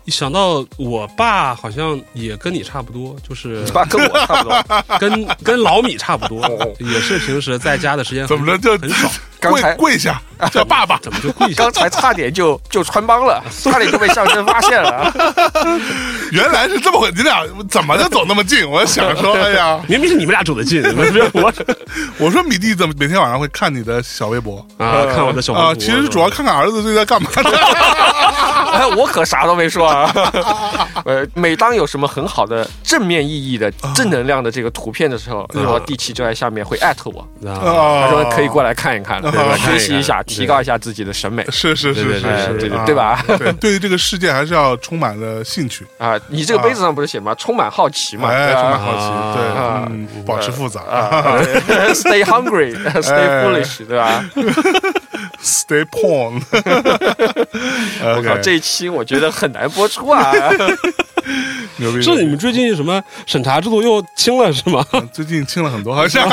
C: 一想到我爸好像也跟你差不多，就是
A: 你爸跟我差不多，
C: 跟跟老米差不多
A: 哦，
C: 也是平时在家的时间
B: 怎么着就
C: 很少，
A: 刚
B: 跪
A: 才
B: 跪下叫爸爸，
C: 怎么就跪下？
A: 刚才差点就就穿帮 了，差点就被相声发现了啊。
B: 原来是这么回，你俩怎么就走那么近？我想说，哎呀，
C: 明明是你们俩走得近，你们别我
B: 我说米弟怎么每天晚上会看你的小微博
C: 啊，看我的小
B: 啊？
C: 红书
B: 其实主要看看儿子最近在干嘛。 啊
A: 哎，我可啥都没说啊。 呃，每当有什么很好的正面意义的正能量的这个图片的时候，然后地奇就在下面会艾特我，
C: 啊，
B: 他
A: 他说可以过来看一看，对
B: 啊
A: 吧？
C: 看
A: 学
C: 一
A: 习一下，
C: 看
A: 提高一下自己的审美。
B: 是是是是
A: 哎
B: 是，
A: 对
B: 啊
A: 对对吧？
B: 对，对于这个世界还是要充满了 兴趣，
A: 啊，你这个杯子上不是写吗？充满好奇嘛，
B: 哎，
A: 对
B: 充满
A: 吧？
B: 好
C: 啊
B: 奇，对，
A: 啊
B: 嗯，保持复杂
A: 啊，Stay hungry, stay
B: 哎
A: foolish，对吧？
B: ，Stay porn。
A: 我靠，
B: OK，
A: 这一期我觉得很难播出 啊！
B: 牛逼！
C: 是你们最近什么审查制度又轻了是吗？
A: 哦
B: 最近轻了很多，好像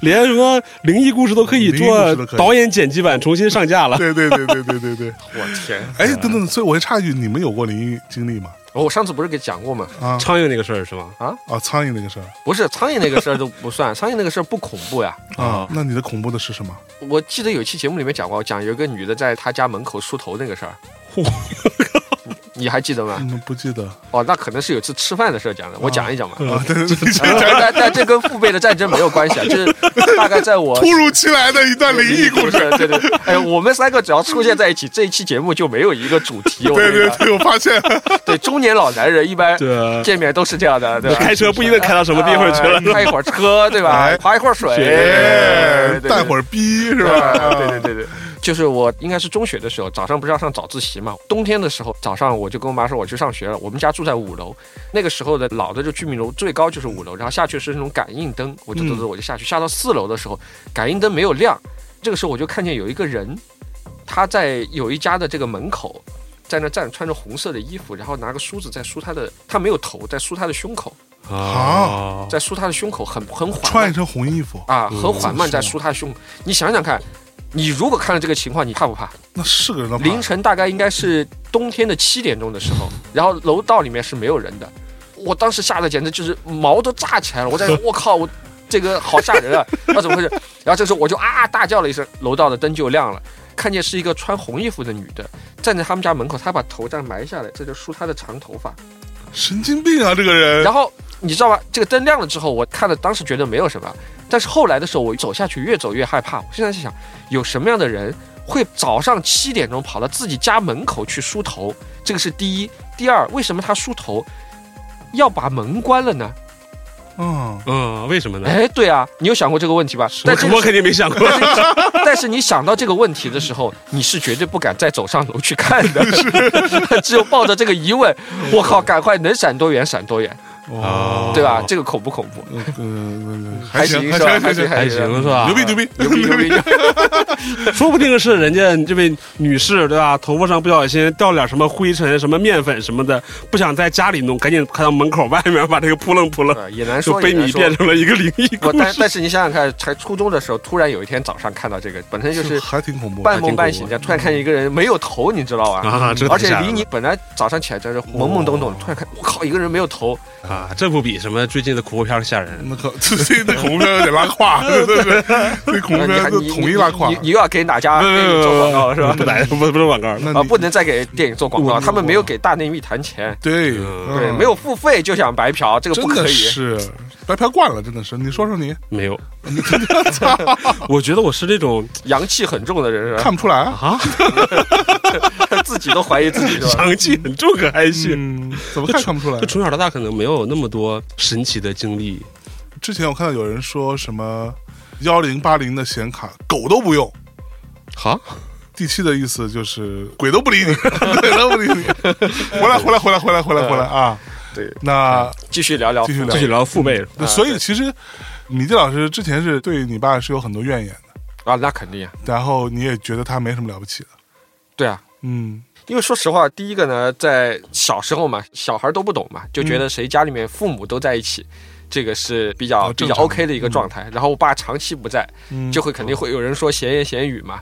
C: 连什么灵异故事都可以
B: 灵异故事
C: 做
B: 都可以
C: 导演剪辑版重新上架了。
B: 对对对对对 对对。
A: 我天，啊
B: 哎，等等，所以我插一句，你们有过灵异经历吗？
A: 我上次不是给讲过吗？
B: 啊
C: 苍蝇那个事儿是吗？
B: 啊，苍蝇那个事儿
A: 不是苍蝇那个事儿都不算， 苍蝇那个事儿不恐怖呀。
B: 啊，那你的恐怖的是什么？
A: 我记得有一期节目里面讲过，讲有一个女的在她家门口梳头那个事 儿
C: 我。
A: 你还记得吗？
B: 嗯，不 记得啊。
A: 哦，那可能是有一次吃饭的事儿讲的，我讲一讲吧。
B: 对对对，
A: 呃 但但这跟父辈的战争没有关系啊，就是大概在我
B: 突如其来的一段灵异 故
A: 故
B: 事。
A: 事，对对。哎，我们三个只要出现在一起，这一期节目就没有一个主题。我
B: 对
A: 跟你
B: 对
A: 讲，
B: 对，我发现
A: 对中年老男人一般
C: 对，
A: 见面都是这样的，对吧？哎
C: 开车不一定开到什么地方去了。
A: 开一会儿 车，对吧
B: 哎？
A: 划一会儿水，
B: 哎
A: 对
B: 带会儿逼是
A: 对
B: 吧？啊
A: 对对对对。就是我应该是中学的时候，早上不是要上早自习嘛？冬天的时候早上我就跟我妈说我去上学了。我们家住在五楼，那个时候的老的就居民楼最高就是五楼，然后下去是那种感应灯，我就走走我就下去，下到四楼的时候感应灯没有亮，这个时候我就看见有一个人，他在有一家的这个门口。在那站，穿着红色的衣服，然后拿个梳子在梳他的，他没有头，在梳他的胸口，
B: 啊
A: 在梳他的胸口，很很缓
B: 穿一
A: 慢
B: 身红衣服，
A: 啊，很缓慢
B: 嗯
A: 在梳他的胸口。你想想看，你如果看到这个情况，你怕不怕？
B: 那是个人的话
A: 凌晨大概应该是冬天的七点钟的时候，然后楼道里面是没有人的，我当时吓得简直就是毛都炸起来了，我在 我靠我。这个好吓人啊！那怎么回事？然后这时候我就啊大叫了一声，楼道的灯就亮了，看见是一个穿红衣服的女的站在他们家门口，她把头这样埋下来，这就梳她的长头发。
B: 神经病啊，这个人
A: 然后你知道吧？这个灯亮了之后，我看了，当时觉得没有什么，但是后来的时候，我走下去越走越害怕。我现在在想，有什么样的人会早上七点钟跑到自己家门口去梳头？这个是第一。第二，为什么他梳头要把门关了呢？
B: 嗯，
C: 嗯，为什么呢？
A: 哎，对啊，你有想过这个问题吧？但是
C: 我我肯定没想过，
A: 但是你想到这个问题的时候，你是绝对不敢再走上楼去看的， 只有抱着这个疑问，我靠，赶快能闪多远闪多远，
C: 啊
B: 哇，
A: 对吧？这个恐不恐怖？
B: 嗯嗯，
A: 还
B: 行，
A: 行是吧
B: 行，还
A: 还行
C: 还行是吧？
B: 牛逼牛逼
A: 牛逼牛逼！牛逼
C: 说不定是人家这位女士对吧？头发上不小心掉了点什么灰尘、什么面粉什么的，不想在家里弄，赶紧看到门口外面把这个扑棱扑棱，
A: 呃也难
C: 就
A: 说，
C: 被
A: 也难
C: 你
A: 说
C: 变成了一个灵异
A: 我
C: 故
A: 但
C: 事。
A: 但是你想想看，才初中的时候，突然有一天早上看到这个，本身就是
B: 还挺恐怖的，
A: 半梦半醒的，突然看见一个人没有头，你知道吧？
C: 啊，这
A: 而且
C: 太吓人
A: 离你本来早上起来就是懵懵懂懂，突然看，我靠，一个人没有头，
C: 了啊，这不比什么最近的恐怖片儿 吓人。
B: 那可这那恐怖片有点拉胯，对对对， 这恐怖
A: 呃你
B: 片
A: 还
B: 就
A: 你
B: 统一
A: 你
B: 拉胯
A: 你。你又要给哪家电影做广告是吧？
C: 呃不来不不是广告了，
B: 那
A: 啊，
B: 你
A: 不能再给电影做广告，
B: 我
A: 他们没有给大内密谈钱，
B: 对
A: 对，
B: 对
A: 没有付费就想白嫖，这个不
B: 嗯真
A: 可
B: 的
A: 以。啊
B: 是白嫖惯了，真的是。你说说你
C: 没有。 我觉得我是那种
A: 阳气很重的人是
B: 看不出来啊？
C: 啊，
A: 吧？ 自己都怀疑自己 是吧？
C: 阳气很重，可还行。
B: 嗯，怎么看看不出来
C: 就？从小到大可能没有那么多神奇的经历，
B: 啊之前我看到有人说什么幺零八零的显卡狗都不用，
C: 哈，
B: 第七的意思就是鬼都不理你， 鬼都不理你，回来回来回来回来回来回来啊！
A: 嗯对，嗯
B: 那
A: 继续聊聊啊
B: 继续
A: 付费
B: 聊
C: 继续聊父辈了。
B: 那所以其实米蒂老师之前是对你爸是有很多怨言的，
A: 啊，那肯定啊，
B: 然后你也觉得他没什么了不起的，
A: 对啊，
B: 嗯
A: 因为说实话，第一个呢，在小时候嘛，小孩都不懂嘛，就觉
B: 嗯
A: 得谁家里面父母都在一起，这个是比较
B: 啊
A: 比
B: 正
A: 较
B: 常
A: OK 的一个状态。然后我爸长期不在，
B: 嗯，
A: 就会肯定会有人说闲言闲语嘛，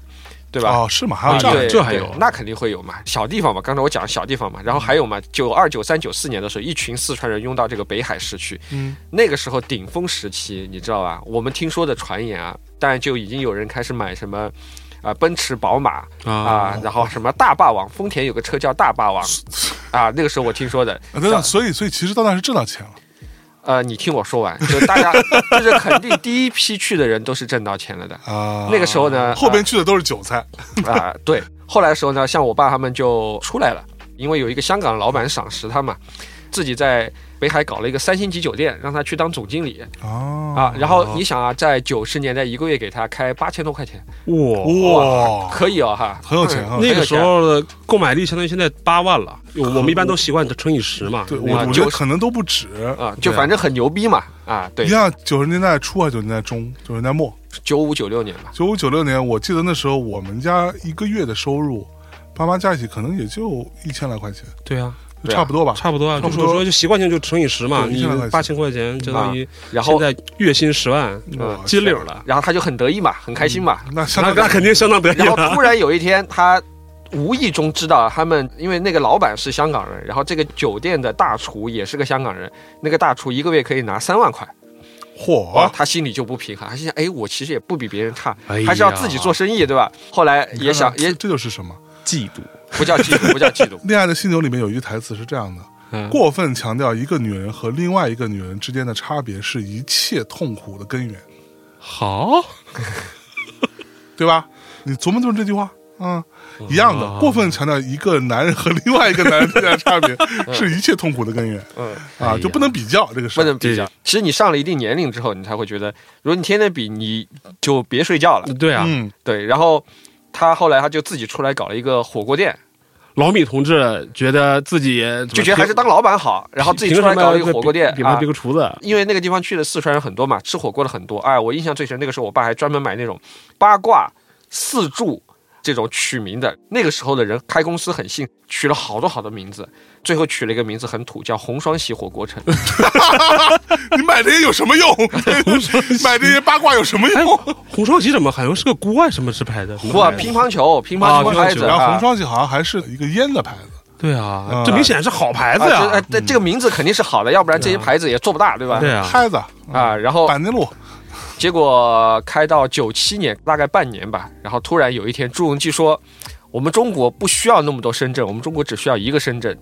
A: 对吧？嗯
B: 哦是吗？还有
C: 啊
B: 这样
C: 对
A: 对，
C: 这还
A: 对
C: 有
A: 那肯定会有嘛，小地方嘛。刚才我讲小地方嘛，然后还有嘛，九二、九三、九四年的时候，一群四川人拥到这个北海市区，
B: 嗯
A: 那个时候顶峰时期，你知道吧？我们听说的传言啊，当然就已经有人开始买什么，啊、奔驰、宝马，啊，然后什么大霸王，丰田有个车叫大霸王，啊，那个时候我听说的。
B: 啊等等，所以所以其实到那是挣到钱了，
A: 呃，你听我说完，就是大 家就是肯定第一批去的人都是挣到钱了的。
B: 啊，
A: 那个时候呢，
B: 后边去的都是韭菜，
A: 啊、啊对，后来的时候呢，像我爸他们就出来了，因为有一个香港老板赏识他嘛，自己在北海搞了一个三星级酒店，让他去当总经理
B: 哦
A: 啊。然后你想啊，在九十年代一个月给他开八千多块钱，
C: 哇，
B: 哇，
A: 可以哦哈。
B: 很有钱啊，
C: 那个时候的购买力相当于现在八万了，我们一般都习惯乘以十嘛。
B: 对我
A: 那个
B: 我觉
A: 就
B: 得可能都不止
A: 啊、就反正很牛逼嘛！啊，对
B: 你，像九十年代初啊，九十年代中，九十年代末，
A: 九五九六年吧，
B: 九五九六年，我记得那时候我们家一个月的收入，爸妈加一起可能也就一千来块钱，
C: 对啊，
A: 对啊
B: 差不多吧。
C: 差不多啊，
B: 差
C: 就
B: 不
C: 说
B: 多
C: 说就习惯性就乘以十嘛，
B: 对
C: 你
B: 1000块
C: 八
B: 钱
C: 千块钱相当于
A: 然
C: 现
A: 后
C: 在月薪十万啊
A: 嗯
B: 哇啊
C: 金领了，
A: 然后他就很得意嘛，很开心嘛。
B: 那相
C: 那
B: 当
C: 那肯定相当得意
A: 然后
C: 了。
A: 突然有一天，他无意中知道他们，因为那个老板是香港人，然后这个酒店的大厨也是个香港人，那个大厨一个月可以拿三万块，哦
B: 嚯，
A: 他心里就不平衡，他心想，哎，我其实也不比别人差
C: 哎呀，
A: 还是要自己做生意，对吧？后来
B: 你看
A: 也想
B: 看，
A: 也
B: 这这就是什么？
C: 嫉妒，
A: 不叫嫉妒，不叫嫉妒
B: 《恋爱的犀牛》里面有一句台词是这样的：
C: 嗯
B: 过分强调一个女人和另外一个女人之间的差别是一切痛苦的根源，
C: 好
B: 对吧？你琢磨琢磨这句话。啊，
C: 嗯
B: 一样的，过分强调一个男人和另外一个男人之间的差别 是一切痛苦的根源，
A: 嗯，
C: 哎
B: 啊，就不能比较这个事
A: 不
B: 儿。
A: 能比较。其实你上了一定年龄之后，你才会觉得，如果你天天比，你就别睡觉了，
C: 对啊，
B: 嗯，
A: 对，然后。他后来他就自己出来搞了一个火锅店，
B: 嗯
C: 老米同志觉得自己
A: 就觉得还是当老板好，然后自己出来搞了一个火锅店
C: 比
A: 啊
C: 他。个厨子，
A: 因为那个地方去的四川人很多嘛，吃火锅的很多。哎，我印象最深，那个时候我爸还专门买那种八卦、四柱这种取名的。那个时候的人开公司很信，取了好多好多名字，最后取了一个名字很土，叫红双喜火锅 城。
B: 你买这些有什么 用？买这些八卦有什么
C: 哎
B: 用？，
C: 红烧鸡怎么好像是个锅啊？什么是牌的？
A: 哇，乒乓球，乒乓球
C: 啊乒乓
A: 拍
C: 球
A: 子，
B: 然后红
A: 啊
B: 双喜好像还是一个烟的牌子，
C: 对啊
B: 嗯，
C: 这明显是好牌子
A: 啊，这哎
C: 呀。
A: 这这个名字肯定是好的，要不然这些牌子也做不大，对吧？
C: 对啊，哦
B: 拍子
A: 啊，然后
B: 板内路
A: 结果开到九七年，大概半年吧，然后突然有一天，朱镕基说，我们中国不需要那么多深圳，我们中国只需要一个深圳，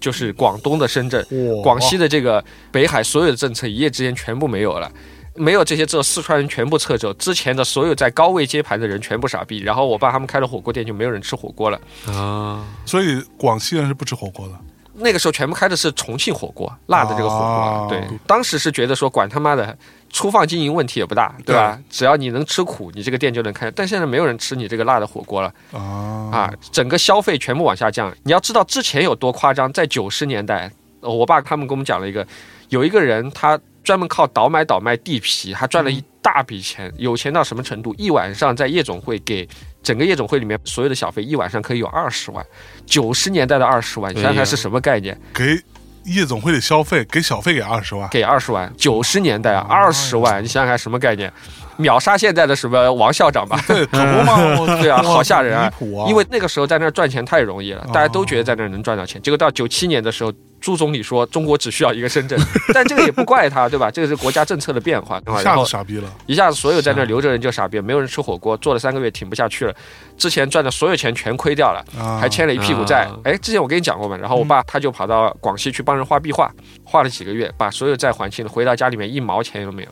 A: 就是广东的深圳。
B: 哇
A: 广西的这个北海所有的政策一夜之间全部没有了。没有这些之后，四川人全部撤走，之前的所有在高位接盘的人全部傻逼。然后我爸他们开了火锅店，就没有人吃火锅了。
C: 啊，
B: 所以广西人是不吃火锅的。
A: 那个时候全部开的是重庆火锅，辣的这个火锅。
B: 哦
A: 对，当时是觉得说管他妈的，粗放经营问题也不大，对吧？只要你能吃苦，你这个店就能开。但现在没有人吃你这个辣的火锅了
B: 啊
A: 啊，整个消费全部往下降。你要知道之前有多夸张，在九十年代，呃我爸他们跟我们讲了一个，有一个人他专门靠倒买倒卖地皮，他赚了一大笔钱，有钱到什么程度？一晚上在夜总会给。整个夜总会里面所有的小费，一晚上可以有二十万，九十年代的二十万，你想想看是什么概念？
B: 给夜总会里消费，给小费给二十万，？
A: 给二十万，九十年代啊，二十万，你想想看什么概念？秒杀现在的什么王校长吧
B: 对，可不嘛，我
A: 嗯对啊
B: 哇
A: 好吓人啊
B: 离谱啊！
A: 因为那个时候在那儿赚钱太容易了
B: 哦，
A: 大家都觉得在那儿能赚到钱。结果到九七年的时候，朱总理说中国只需要一个 深圳，但这个也不怪他，对吧？这个是国家政策的变化，
B: 一
A: 然
B: 下
A: 后
B: 子傻逼了，
A: 一下子所有在那儿留着人就傻逼，没有人吃火锅，做了三个月挺不下去了，之前赚的所有钱全亏掉了。
B: 啊
A: 还欠了一屁股债
C: 啊。
A: 哎，之前我跟你讲过嘛，然后我爸他就跑到广西去帮人画壁画，画了几个月，把所有债还清了，回到家里面一毛钱都没有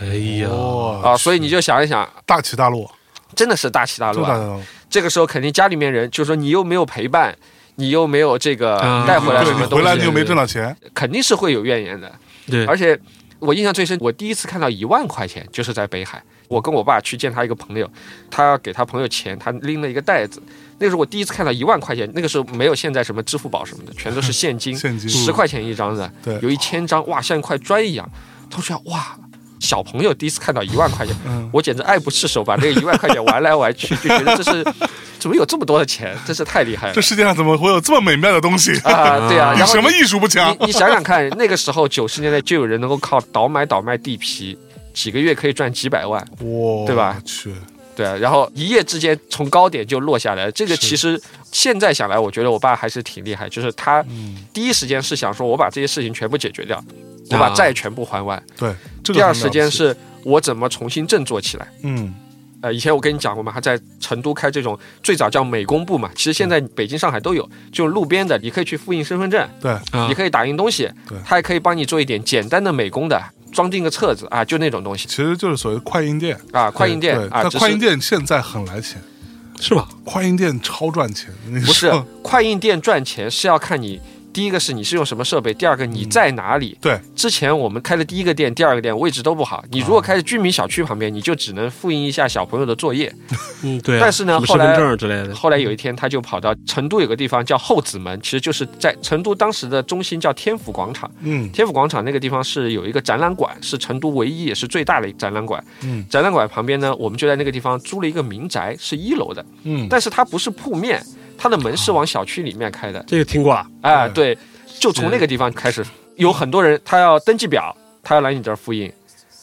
C: 哎呀，
B: 哇
A: 啊。所以你就想一想，
B: 大起大落，
A: 真的是大起大
B: 就
A: 落
B: 大
A: 啊。
B: 起大落，
A: 这个时候肯定家里面人就说你又没有陪伴。你又没有这个
C: 啊
A: 带回来
B: 对
A: 什
B: 你
A: 么
B: 回
A: 东
B: 来
A: 西
B: 你，又没挣到钱，
A: 肯定是会有怨言的。
C: 对，
A: 而且我印象最深，我第一次看到一万块钱就是在北海，我跟我爸去见他一个朋友，他要给他朋友钱，他拎了一个袋子，那个时候我第一次看到一万块钱，那个时候没有现在什么支付宝什么的，全都 是现金，
B: 现金
A: 十块钱一张的，
B: 对
A: 有一千张，哇，像一块砖一样，同学哇。小朋友第一次看到一万块钱，
B: 嗯，
A: 我简直爱不释手，把那个一万块钱玩来玩去，就觉得这是怎么有这么多的钱，真是太厉害了
B: 这世界上怎么会有这么美妙的东西？
A: 啊！对啊，
B: 你
A: 然后
B: 什么艺术不强？
A: 你你想想看，那个时候九十年代就有人能够靠倒买倒卖地皮，几个月可以赚几百万，
B: 哇，
A: 对吧？
B: 去，
A: 对啊，然后一夜之间从高点就落下来。这个
B: 是
A: 其实现在想来，我觉得我爸还是挺厉害，就是他
B: 嗯，
A: 第一时间是想说，我把这些事情全部解决掉，我把债全部还完。
B: 对，啊这个
A: 第二
B: 很了
A: 时
B: 不
A: 间
B: 起，
A: 是我怎么重新振作起来。
B: 嗯，
A: 呃，以前我跟你讲过嘛，他在成都开这种最早叫美工部嘛，其实
B: 嗯
A: 现在北京、上海都有，就是路边的，你可以去复印身份证，
B: 对，
C: 啊
A: 你可以打印东西
B: 对，
A: 它还可以帮你做一点简单的美工的，装进个册子啊，就那种东西
B: 其实就是所谓的快印店，
A: 啊，快印店
B: 对，
A: 啊，
B: 但
A: 只
B: 快印
A: 是
B: 店现在很来钱，
C: 是吧？
B: 快印店超赚钱，你
A: 不是
B: 说
A: 快印店赚钱是要看你。第一个是你是用什么设备，第二个你在哪里。
B: 嗯对，
A: 之前我们开的第一个店、第二个店位置都不好。你如
B: 啊
A: 果开在居民小区旁边，你就只能复印一下小朋友的作业。
C: 嗯，对啊。
A: 但是呢
C: 什么身
A: 后来
C: 份证之类的，
A: 后来有一天，他就跑到成都有个地方叫后子门，其实就是在成都当时的中心叫天府广场。
B: 嗯
A: 天府广场那个地方是有一个展览馆，是成都唯一也是最大的展览馆。
B: 嗯
A: 展览馆旁边呢，我们就在那个地方租了一个民宅，是一楼的，
B: 嗯，
A: 但是它不是铺面，它的门是往小区里面开的。
C: 这个听过啊。
A: 哎、对，就从那个地方开始，有很多人他要登记表，他要来你这儿复印。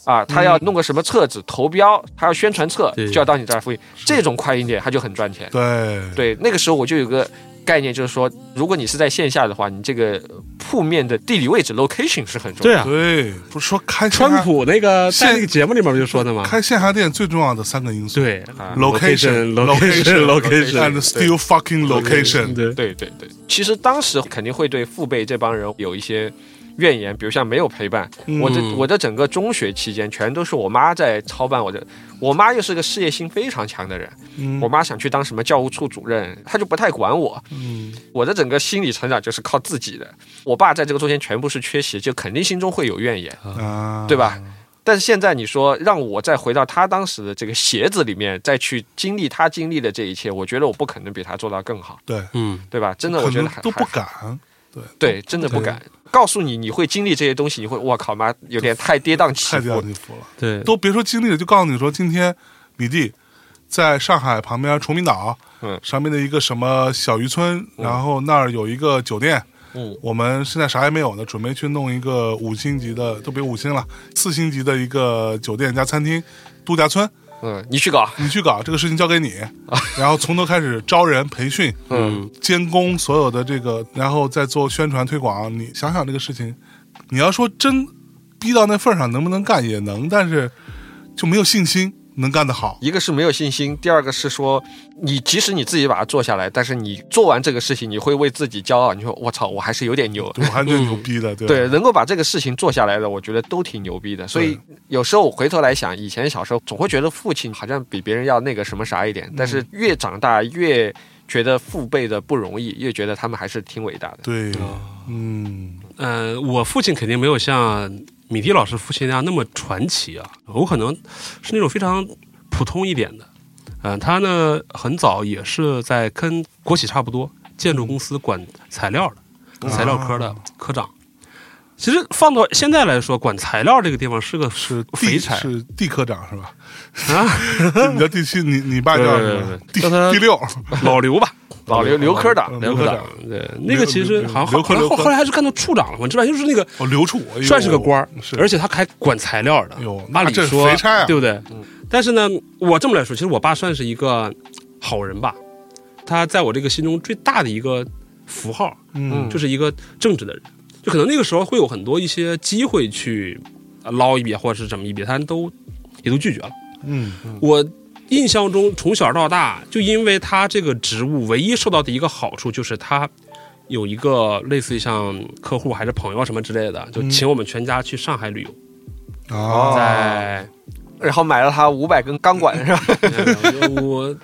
A: 啊，他要弄个什么册子、投标，他要宣传册，
C: 对
A: 就要到你这儿复印。这种快印店，他就很赚钱。
B: 对
A: 对，那个时候我就有个概念，就是说，如果你是在线下的话，你这个铺面的地理位置 location 是很重要的。
C: 对啊，
B: 对，不是说开啊线下
C: 川普那个
B: 现
C: 在那个节目里面不就说的吗？
B: 开线下店最重要的三个因素，
C: 啊对
A: 啊
B: Location, 呃
C: location
A: location
B: ，and still fucking location，
C: 对
A: 对对对，其实当时肯定会对父辈这帮人有一些怨言，比如像没有陪伴。
B: 嗯
A: 我的我的整个中学期间，全都是我妈在操办我的。我妈又是个事业心非常强的人，
B: 嗯
A: 我妈想去当什么教务处主任，她就不太管我。
B: 嗯，
A: 我的整个心理成长就是靠自己的。我爸在这个中间全部是缺席，就肯定心中会有怨言，
B: 啊，
A: 对吧？但是现在你说让我再回到他当时的这个鞋子里面，再去经历他经历的这一切，我觉得我不可能比他做到更好，
B: 对，
C: 嗯，
A: 对吧？真的，
B: 可
A: 我觉
B: 能
A: 得还
B: 都不
A: 还
B: 敢。对，
A: 对，真的不敢。告诉你你会经历这些东西，你会我靠妈有点太跌宕起
B: 太掉
A: 伏。
B: 你服了。
C: 对，
B: 都别说经历了，就告诉你说，今天米蒂在上海旁边崇明岛，
A: 嗯
B: 上面的一个什么小渔村，然后那儿有一个酒店，
A: 嗯
B: 我们现在啥也没有呢，准备去弄一个五星级的，都别五星了，四星级的一个酒店加餐厅，度假村，
A: 嗯，你去搞。
B: 你去搞这个事情交给你，
C: 啊
B: 然后从头开始招人培训，
A: 嗯，
B: 监工所有的这个，然后再做宣传推广。你想想这个事情，你要说真逼到那份儿上，能不能干也能，但是就没有信心能干得好。
A: 一个是没有信心，第二个是说你即使你自己把它做下来，但是你做完这个事情，你会为自己骄傲。你说我操，我还是有点牛。
B: 我还真
C: 嗯
B: 牛逼的，对吧
A: 对，能够把这个事情做下来的，我觉得都挺牛逼的。所以有时候我回头来想，以前小时候总会觉得父亲好像比别人要那个什么啥一
B: 嗯
A: 点，但是越长大越觉得父辈的不容易，越觉得他们还是挺伟大的。
B: 对，
C: 啊
B: 嗯，
C: 呃，我父亲肯定没有像米蒂老师父亲那样那么传奇啊，我可能是那种非常普通一点的。嗯、他呢很早也是在跟国企差不多，建筑公司管材料的，材料
B: 啊
C: 科的科长。其实放到现在来说，管材料这个地方是个
B: 是
C: 肥
B: 地
C: 差
B: 是地科长是吧？
C: 啊，
B: 你的地区，你你爸叫什么？
C: 对对对
B: 第
C: 叫他
B: 第六，
C: 老刘吧，
A: 老刘刘科长，
B: 刘
C: 科
B: 科
C: 长
B: 长，
C: 对，那个其实
B: 刘
C: 好像
B: 刘
C: 后
B: 科
C: 后
B: 刘科
C: 后来还是干到处长了嘛，这玩意儿就是那个
B: 哦，刘处，哎呦
C: 算是个官儿，
B: 是，
C: 而且他还管材料的
B: 哎呦，
C: 按理
B: 那这是
C: 说
B: 肥差啊
C: 对不对？但是呢，我这么来说，其实我爸算是一个好人吧，他在我这个心中最大的一个符号
B: 嗯，
C: 就是一个正直的人，就可能那个时候会有很多一些机会去呃捞一笔或者是怎么一笔，他都也都拒绝了。啊
B: 嗯，
C: 我印象中从小到大，就因为他这个职务，唯一受到的一个好处就是他有一个类似于像客户还是朋友什么之类的，就请我们全家去上海旅游，
B: 啊，
C: 在
A: 然后买了他五百根钢管， 是吧？
C: 嗯我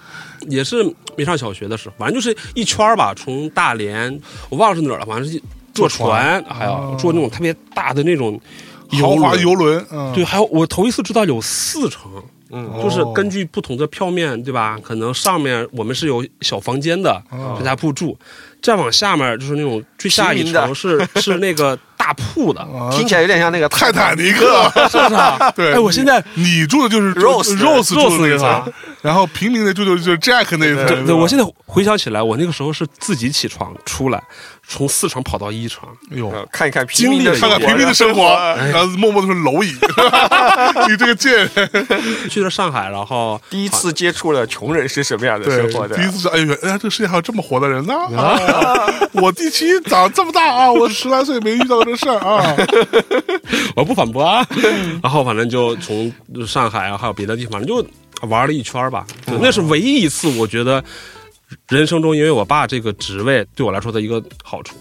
C: 也是没上小学的时候，反正就是一圈儿吧，从大连我忘了是哪儿了，反正是坐船，还有坐那种特别大的那种
B: 豪华
C: 轮
B: 游轮，嗯，
C: 对，还有我头一次知道有四层，
A: 嗯
C: 就是
B: 哦
C: 根据不同的票面，对吧？可能上面我们是有小房间的，
B: 哦
C: 全家铺住，再往下面就是那种最下一
A: 平民的
C: 层是是那个大铺的，
B: 啊，
A: 听起来有点像那个
B: 泰坦尼 克，
C: 是不是 啊？
B: 对
C: 哎，我现在。
B: 你住的就是
A: Rose- 啊
B: Rose 住
C: Rose
B: 的那
C: 那
B: 一层
C: 层，
B: 然后平民的住的就是 Jack 那一层。
C: 对
B: 吧
C: 对，我现在回想起来，我那个时候是自己起床出来，从四层跑到一层，
B: 哎呦，
A: 看一看平
C: 经历
A: 民的
C: 了
A: 生
B: 看
A: 活啊
B: 看平民的生活，然后默默的是 蝼蚁，你这个贱人。
C: 去了上海，然后
A: 第一次接触了穷人是什么样的
B: 对
A: 生活，的
B: 第。一次说，哎呦，哎呀，这个世界还有这么活的人呢！啊我第七长这么大啊，我十来岁没遇到过这事儿 啊。
C: 我不反驳啊。
B: 嗯
C: 然后反正就从上海啊，还有别的地方，就玩了一圈儿吧。
B: 嗯
C: 对那是唯一一次，我觉得人生中因为我爸这个职位对我来说的一个好处，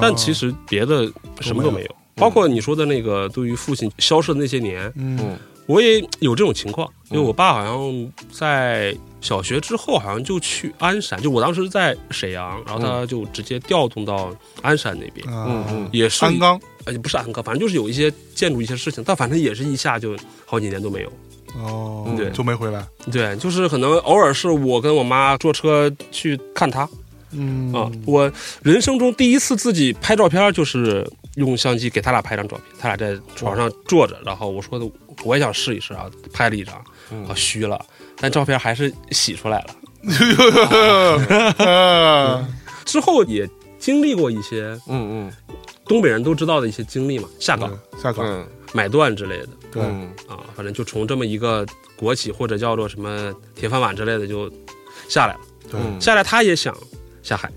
C: 但其实别的哦什么都没有。嗯包括你说的那个对于父亲消失的那些年，
B: 嗯，
C: 我也有这种情况，因为我爸好像在小学之后，好像就去鞍山，就我当时在沈阳，然后他就直接调动到鞍山那边，
A: 嗯嗯
B: 啊，
C: 也是
B: 鞍钢
C: 呃，不是安哥，反正就是有一些建筑一些事情，但反正也是一下就好几年都没有。
A: 嗯
B: 哦
C: 对，
B: 就没回来。
C: 对，就是可能偶尔是我跟我妈坐车去看他
B: 嗯
A: 哦
C: 啊。我人生中第一次自己拍照片，就是用相机给他俩拍张照片，他俩在床上坐着，然后我说的我也想试一试啊，拍了一张，
A: 嗯
C: 啊虚了，但照片还是洗出来了。
B: 啊
C: 之后也经历过一些
A: 嗯嗯
C: 东北人都知道的一些经历嘛，下岗、
B: 对下岗，
A: 嗯
C: 买断之类的。
B: 对，
A: 嗯
C: 啊，反正就从这么一个国企或者叫做什么铁饭碗之类的就下来了。
B: 对
A: 嗯
C: 下来他也想下海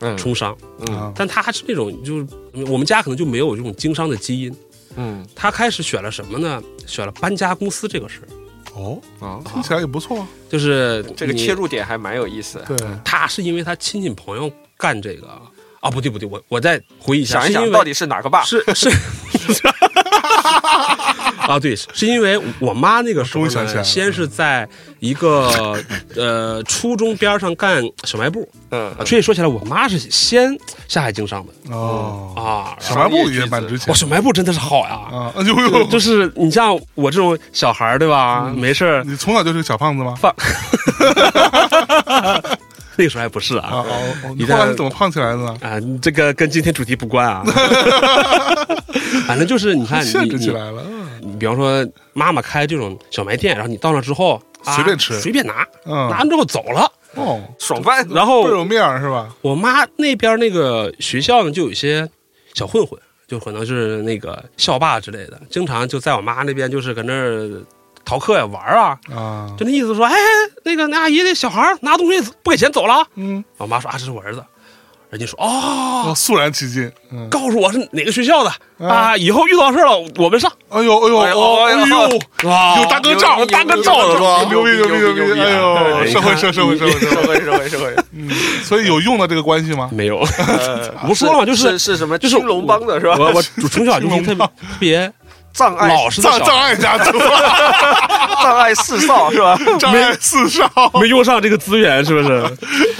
A: 嗯
C: 从商，
A: 嗯
B: 啊，
C: 但他还是那种就是我们家可能就没有这种经商的基因。
A: 嗯
C: 他开始选了什么呢？选了搬家公司这个事儿，
B: 哦，
A: 啊，
B: 听起来也不错啊。
C: 就是
A: 这个
C: 你
A: 切入点还蛮有意思。
B: 对，
C: 他是因为他亲戚朋友干这个啊，不对不对，我我再回忆一下，
A: 想一
C: 是因
A: 想
C: 为
A: 到底是哪个爸？
C: 是是。啊，对，是因为我妈那个时
B: 终
C: 候
B: 于想起来
C: 呢，
B: 了
C: 先是在一个呃初中边上干小卖部
A: 嗯
C: 啊。，确实说起来，我妈是先下海经商的
B: 哦，
C: 啊。然
B: 小
C: 后
B: 卖部也蛮值钱
C: 哇，哦小卖部真的是好 呀，
B: 啊！哎呦呦，
C: 就是你像我这种小孩儿对吧？没事儿
B: 你从小就是个小胖子吗？
C: 放， 那个时候还不是
B: 啊
C: 啊。
B: 哦哦，你
C: 一
B: 后
C: 旦
B: 来是怎么胖起来的呢？
C: 啊，这个跟今天主题不关啊，反正就是你看，
B: 限
C: 你
B: 制
C: 你
B: 起来了，嗯
C: 你比方说妈妈开这种小卖店，然后你到那之后、啊
B: 随便吃
C: 随便拿，
B: 嗯
C: 拿完之后走了。
B: 哦，
A: 爽翻，
C: 然
B: 倍儿
C: 后
B: 有面儿是吧？
C: 我妈那边那个学校呢，就有一些小混混，就可能是那个校霸之类的，经常就在我妈那边就是搁那儿逃课呀玩啊，
B: 啊，
C: 就那意思说，哎，那个那阿姨那小孩儿拿东西不给钱走了啊。
B: 嗯，
C: 我妈说啊，这是我儿子。人家说哦
B: 哦，，肃然起敬，嗯，
C: 告诉我是哪个学校的啊，以后遇到事儿了我们上。
B: 哎呦哎呦
A: 哎呦
B: 哦哎
A: 哎呦
B: 呦，
C: 哇
B: 有大哥罩，
A: 有
B: 大哥
A: 有
B: 罩
A: 有
B: 了吧？牛
A: 有
B: 逼
A: 有
B: 牛逼
A: 有有
B: 牛逼！
A: 有
B: 哎
A: 有
B: 呦，
C: 对
B: 社会
C: 你
B: 社
C: 看
B: 社会社会社
A: 社
B: 会，
A: 会社会社会，
B: 所以有用到这个关系吗？
C: 没有。
A: 呃
C: 我说了嘛，就是
A: 是是什么
C: 就是
A: 青龙帮的是吧？
C: 我我从小就
B: 青龙
C: 是特别
B: 帮
C: 特别
A: 障碍
C: 老实的
B: 障
C: 小
B: 障
C: 孩，
B: 碍家族，啊
A: 障碍四 少是吧？
C: 啊
B: 障碍四少，
C: 没用上这个资源，是 不是？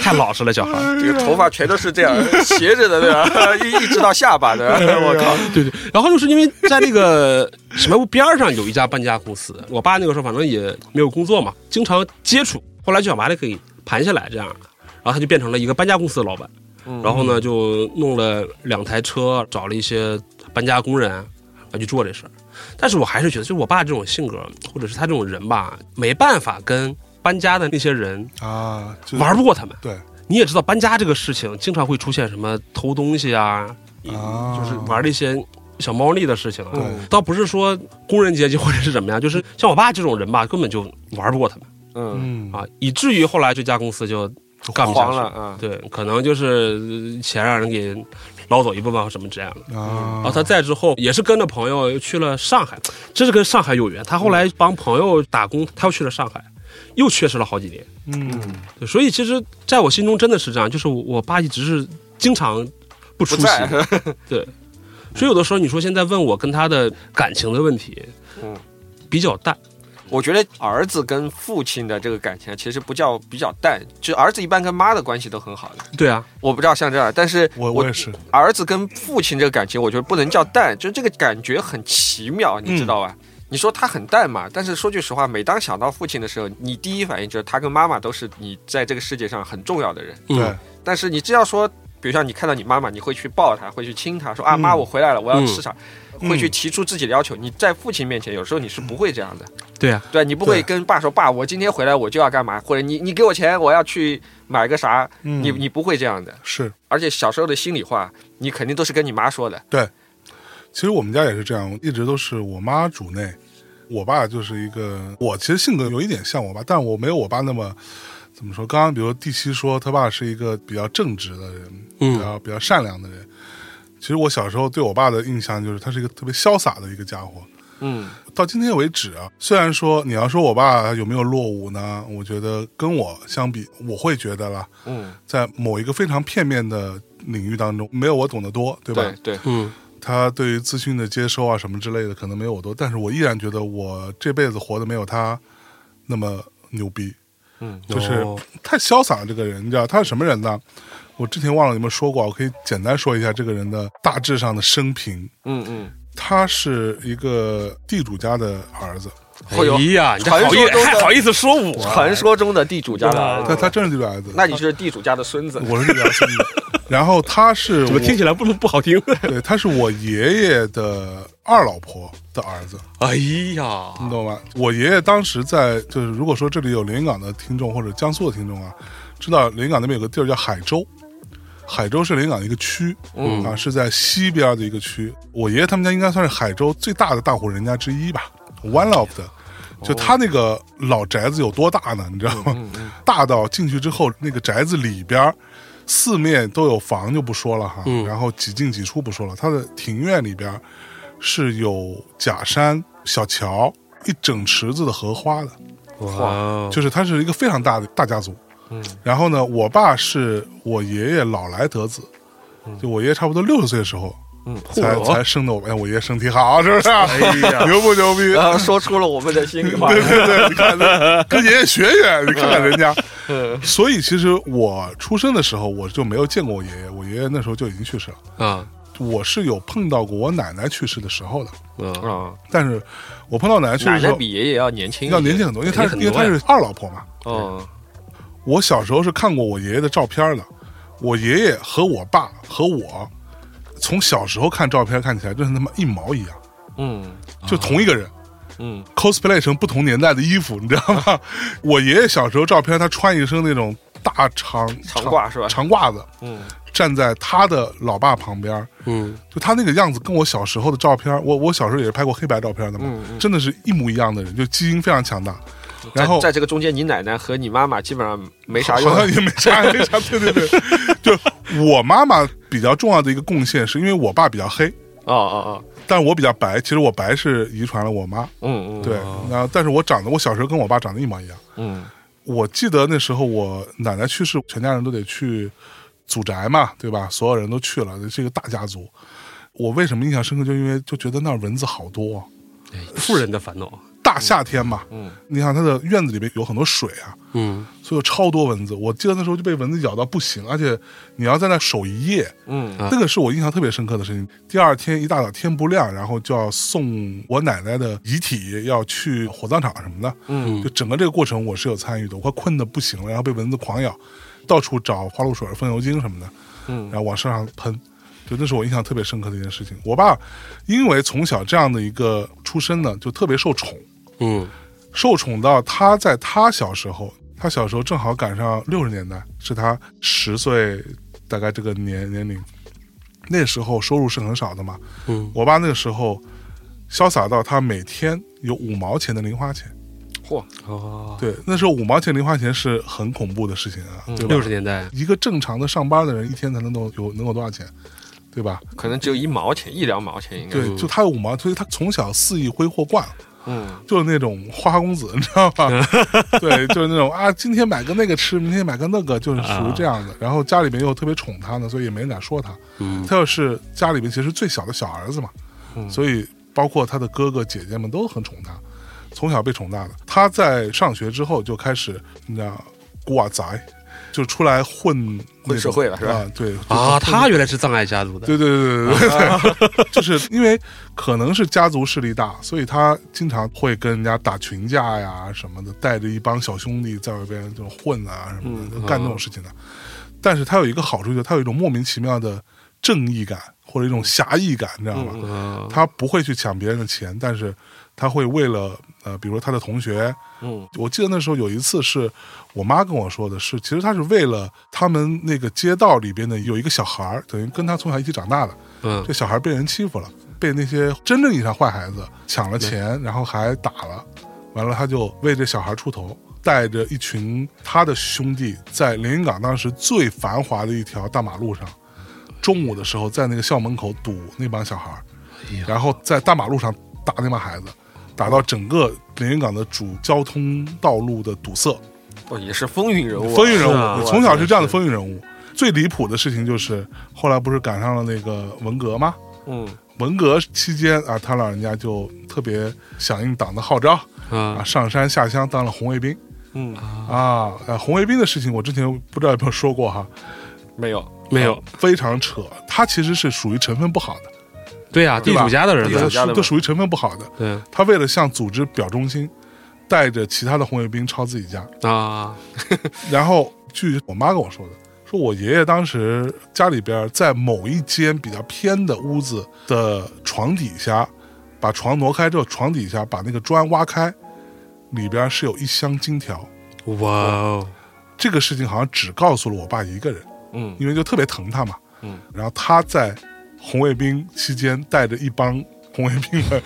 C: 太老实了，小孩。
A: 这个头发全都是这样斜着的，对吧？ 一一直到下巴的，我靠！
C: 对啊对，然后就是因为在那个小卖部边儿上有一家搬家公司，我爸那个时候反正也没有工作嘛，经常接触，后来就想把它给盘下来这样的，然后他就变成了一个搬家公司的老板，然后呢就弄了两台车，找了一些搬家工人来去做这事儿，但是我还是觉得，就我爸这种性格，或者是他这种人吧，没办法跟搬家的那些人
B: 啊，就
C: 玩不过他们。
B: 对
C: 你也知道搬家这个事情，经常会出现什么偷东西啊，
B: 啊，
C: 就是玩了一些小猫腻的事情啊
B: 对，
C: 倒不是说工人阶级或者是怎么样，就是像我爸这种人吧，根本就玩不过他们
A: 嗯，
B: 嗯
C: 啊，以至于后来这家公司就干不下
A: 黄
C: 去
A: 了啊！
C: 对，可能就是呃钱让人给捞走一部分或什么这样的。
B: 啊
C: 然后他再之后也是跟着朋友去了上海，这是跟上海有缘。他后来帮朋友打工，他又去了上海，又缺失了好几年。
B: 嗯
C: 对，所以其实在我心中真的是这样，就是我我爸一直是经常
A: 不
C: 不出席，
A: 在，
C: 所以有的时候你说现在问我跟他的感情的问题，
A: 嗯，
C: 比较淡，
A: 我觉得儿子跟父亲的这个感情其实不叫比较淡，就儿子一般跟妈的关系都很好的。
C: 对啊，
A: 我不知道像这样，但是
B: 我我也是，
A: 儿子跟父亲这个感情，我觉得不能叫淡，就这个感觉很奇妙，你
B: 嗯
A: 知道吧？你说他很淡嘛，但是说句实话，每当想到父亲的时候，你第一反应就是他跟妈妈都是你在这个世界上很重要的人。
C: 嗯
B: 对，
A: 但是你这样说，比如像你看到你妈妈，你会去抱她，会去亲她，说啊妈，我回来了，我要吃啥，
B: 嗯
A: 会去提出自己的要求。你在父亲面前，有时候你是不会这样的，
C: 对啊，
A: 对，你不会跟爸说爸，我今天回来我就要干嘛，或者你你给我钱，我要去买个啥，
B: 嗯
A: 你你不会这样的。
B: 是
A: 而且小时候的心里话，你肯定都是跟你妈说的。
B: 其实我们家也是这样，一直都是我妈主内，我爸就是一个我其实性格有一点像我爸，但我没有我爸那么怎么说。刚刚比如第七说他爸是一个比较正直的人，比
C: 嗯
B: 较比较善良的人。其实我小时候对我爸的印象就是他是一个特别潇洒的一个家伙。
A: 嗯
B: 到今天为止啊，虽然说你要说我爸有没有落伍呢，我觉得跟我相比，我会觉得啦，
A: 嗯，
B: 在某一个非常片面的领域当中，没有我懂得多，对吧？
A: 对对，
C: 嗯，
B: 他对于资讯的接收啊什么之类的，可能没有我多，但是我依然觉得我这辈子活得没有他那么牛逼，
A: 嗯
B: 就是
C: 哦
B: 太潇洒了。这个人，你知道他是什么人呢？我之前忘了有没有说过，我可以简单说一下这个人的大致上的生平。
A: 嗯嗯，
B: 他是一个地主家的儿子，
A: 会有
C: 哎呀，你这
A: 传
C: 好
A: 说
C: 意
A: 中的
C: 还好意思说 我
A: 传说中的地主家的
C: 嗯
A: 儿
B: 他
A: 子，
B: 他真是地主家的儿子。
A: 那你就是地主家的孙子。
B: 我是地主家的孙 子，然后他是
C: 怎么听
B: 我
C: 起来不能不好听？
B: 对，他是我爷爷的二老婆的儿子。
C: 哎呀，
B: 你懂吗？我爷爷当时在，就是如果说这里有连云港的听众或者江苏的听众啊，知道连云港那边有个地儿叫海州，海州是连云港的一个区，
A: 嗯
B: 啊，是在西边的一个区。我爷爷他们家应该算是海州最大的大户人家之一吧，one of the。就他那个老宅子有多大呢？你知道吗？大到进去之后，那个宅子里边儿四面都有房就不说了哈，然后几进几出不说了，它的庭院里边儿是有假山、小桥、一整池子的荷花的，
C: 哇，哦
B: 就是他是一个非常大的大家族。嗯，然后呢，我爸是我爷爷老来得子，就我爷爷差不多六十岁的时候
A: 嗯，
B: 才
C: 嚯
B: 才生的我，哎，我爷生体好，是不是？ 牛不牛逼？
A: 然后说出了我们的心里话。
B: 对 对对，你看，跟爷爷学学，你看看人家。所以其实我出生的时候，我就没有见过我爷爷，我爷爷那时候就已经去世了。
C: 啊
B: 我是有碰到过我奶奶去世的时候的，
C: 啊
A: 啊，
B: 但是我碰到奶奶去世的
A: 奶
B: 时
A: 奶
B: 候，
A: 比爷爷要年轻一点，
B: 要年轻很多，因为她
C: 肯
B: 因为
C: 定
B: 她
C: 很多呀
B: 是二老婆嘛。
A: 哦，
B: 我小时候是看过我爷爷的照片的，我爷爷和我爸和我，从小时候看照片看起来真是他妈一毛一样，
A: 嗯
B: 就同一个人。
A: 嗯
B: cosplay 成不同年代的衣服，你知道吗？我爷爷小时候照片，他穿一身那种大长
A: 长褂是吧
B: 长褂子，
A: 嗯，
B: 站在他的老爸旁边，
C: 嗯
B: 就他那个样子跟我小时候的照片，我我小时候也是拍过黑白照片的嘛，真的是一模一样的人，就基因非常强大。然后
A: 在在这个中间，你奶奶和你妈妈基本上没啥用
B: 哦 好。像也没啥，没啥，对对对， 就我妈妈比较重要的一个贡献，是因为我爸比较黑，
A: 哦哦哦，
B: 但是我比较白，其实我白是遗传了我妈，
A: 嗯嗯，
B: 对，然后但是我长得，我小时候跟我爸长得一模一样。
A: 嗯
B: 我记得那时候我奶奶去世，全家人都得去祖宅嘛，对吧？所有人都去了，这个大家族。我为什么印象深刻？就因为就觉得那儿蚊子好多，
C: 哎富人的烦恼，
B: 大夏天嘛，
A: 嗯，
B: 你看它的院子里面有很多水啊，
C: 嗯
B: 所以有超多蚊子。我记得那时候就被蚊子咬到不行，而且你要在那守一夜，
A: 嗯
C: 啊
B: 那个是我印象特别深刻的事情。第二天一大早天不亮，然后就要送我奶奶的遗体要去火葬场什么的，
A: 嗯
B: 就整个这个过程我是有参与的。我快困得不行了，然后被蚊子狂咬，到处找花露水、风油精什么的，
A: 嗯
B: 然后往身上喷。就那是我印象特别深刻的一件事情。我爸因为从小这样的一个出身呢，就特别受宠，
C: 嗯
B: 受宠到他在他小时候，他小时候正好赶上六十年代，是他十岁大概这个年年龄，那时候收入是很少的嘛。
C: 嗯，
B: 我爸那个时候潇洒到他每天有五毛钱的零花钱，
A: 嚯，
C: 哦，
B: 对，那时候五毛钱零花钱是很恐怖的事情啊，对吧？
C: 六十年代，
B: 一个正常的上班的人一天才能够有能有多少钱，对吧？
A: 可能只有一毛钱，一两毛钱应该。
B: 对，就他有五毛，所以他从小肆意挥霍惯了。
A: 嗯
B: 就是那种花花公子，你知道吧？ 对，就是那种啊，今天买个那个吃，明天买个那个，就是
A: 啊
B: 属于这样的。然后家里面又特别宠他呢，所以也没人敢说他。
C: 嗯
B: 他又是家里面其实最小的小儿子嘛，
A: 嗯
B: 所以包括他的哥哥姐姐们都很宠他，从小被宠大的。他在上学之后就开始，你知道，瓜仔，就出来混那
A: 混
B: 种
A: 社会了是吧
B: 啊对
C: 啊，他原来是葬爱家族的，
B: 对对对对对对 对，就是因为可能是家族势力大，所以他经常会跟人家打群架呀什么的，带着一帮小兄弟在外边就混啊什么的，就干这种事情的。但是他有一个好处，就是他有一种莫名其妙的正义感或者一种侠义感，你知道吗？
C: 嗯
B: 他不会去抢别人的钱，但是他会为了呃，比如他的同学，
A: 嗯，
B: 我记得那时候有一次是我妈跟我说的是，其实他是为了他们那个街道里边的有一个小孩儿，等于跟他从小一起长大的，
C: 嗯
B: 这小孩被人欺负了，被那些真正意义上坏孩子抢了钱，然后还打了，完了他就为这小孩出头，带着一群他的兄弟在连云港当时最繁华的一条大马路上，中午的时候在那个校门口堵那帮小孩儿
C: 哎呀，
B: 然后在大马路上打那帮孩子，打到整个连云港的主交通道路的堵塞。
A: 哦，也是风云人物啊，
B: 风云人
C: 是啊
B: 物，从小是这样的风云人物。最离谱的事情就是后来不是赶上了那个文革吗？
A: 嗯
B: 文革期间啊，他老人家就特别响应党的号召啊，
C: 啊
B: 上山下乡当了红卫兵
A: 嗯，
B: 啊。呃，红卫兵的事情我之前不知道有没有说过哈，
A: 没有，
C: 没有，
B: 非常扯。他其实是属于成分不好的，
C: 对呀，地
B: 对吧
C: 主家的儿
A: 地主
B: 这
C: 子，
A: 家的
B: 这属于成分不好的。
C: 对
B: 他为了向组织表忠心，带着其他的红卫兵抄自己家，
C: 啊，
B: 然后据我妈跟我说的，说我爷爷当时家里边在某一间比较偏的屋子的床底下，把床挪开之后，床底下把那个砖挖开，里边是有一箱金条。
C: 哇 哦，
B: 这个事情好像只告诉了我爸一个人，
A: 嗯
B: 因为就特别疼他嘛。
A: 嗯，
B: 然后他在红卫兵期间带着一帮红卫兵们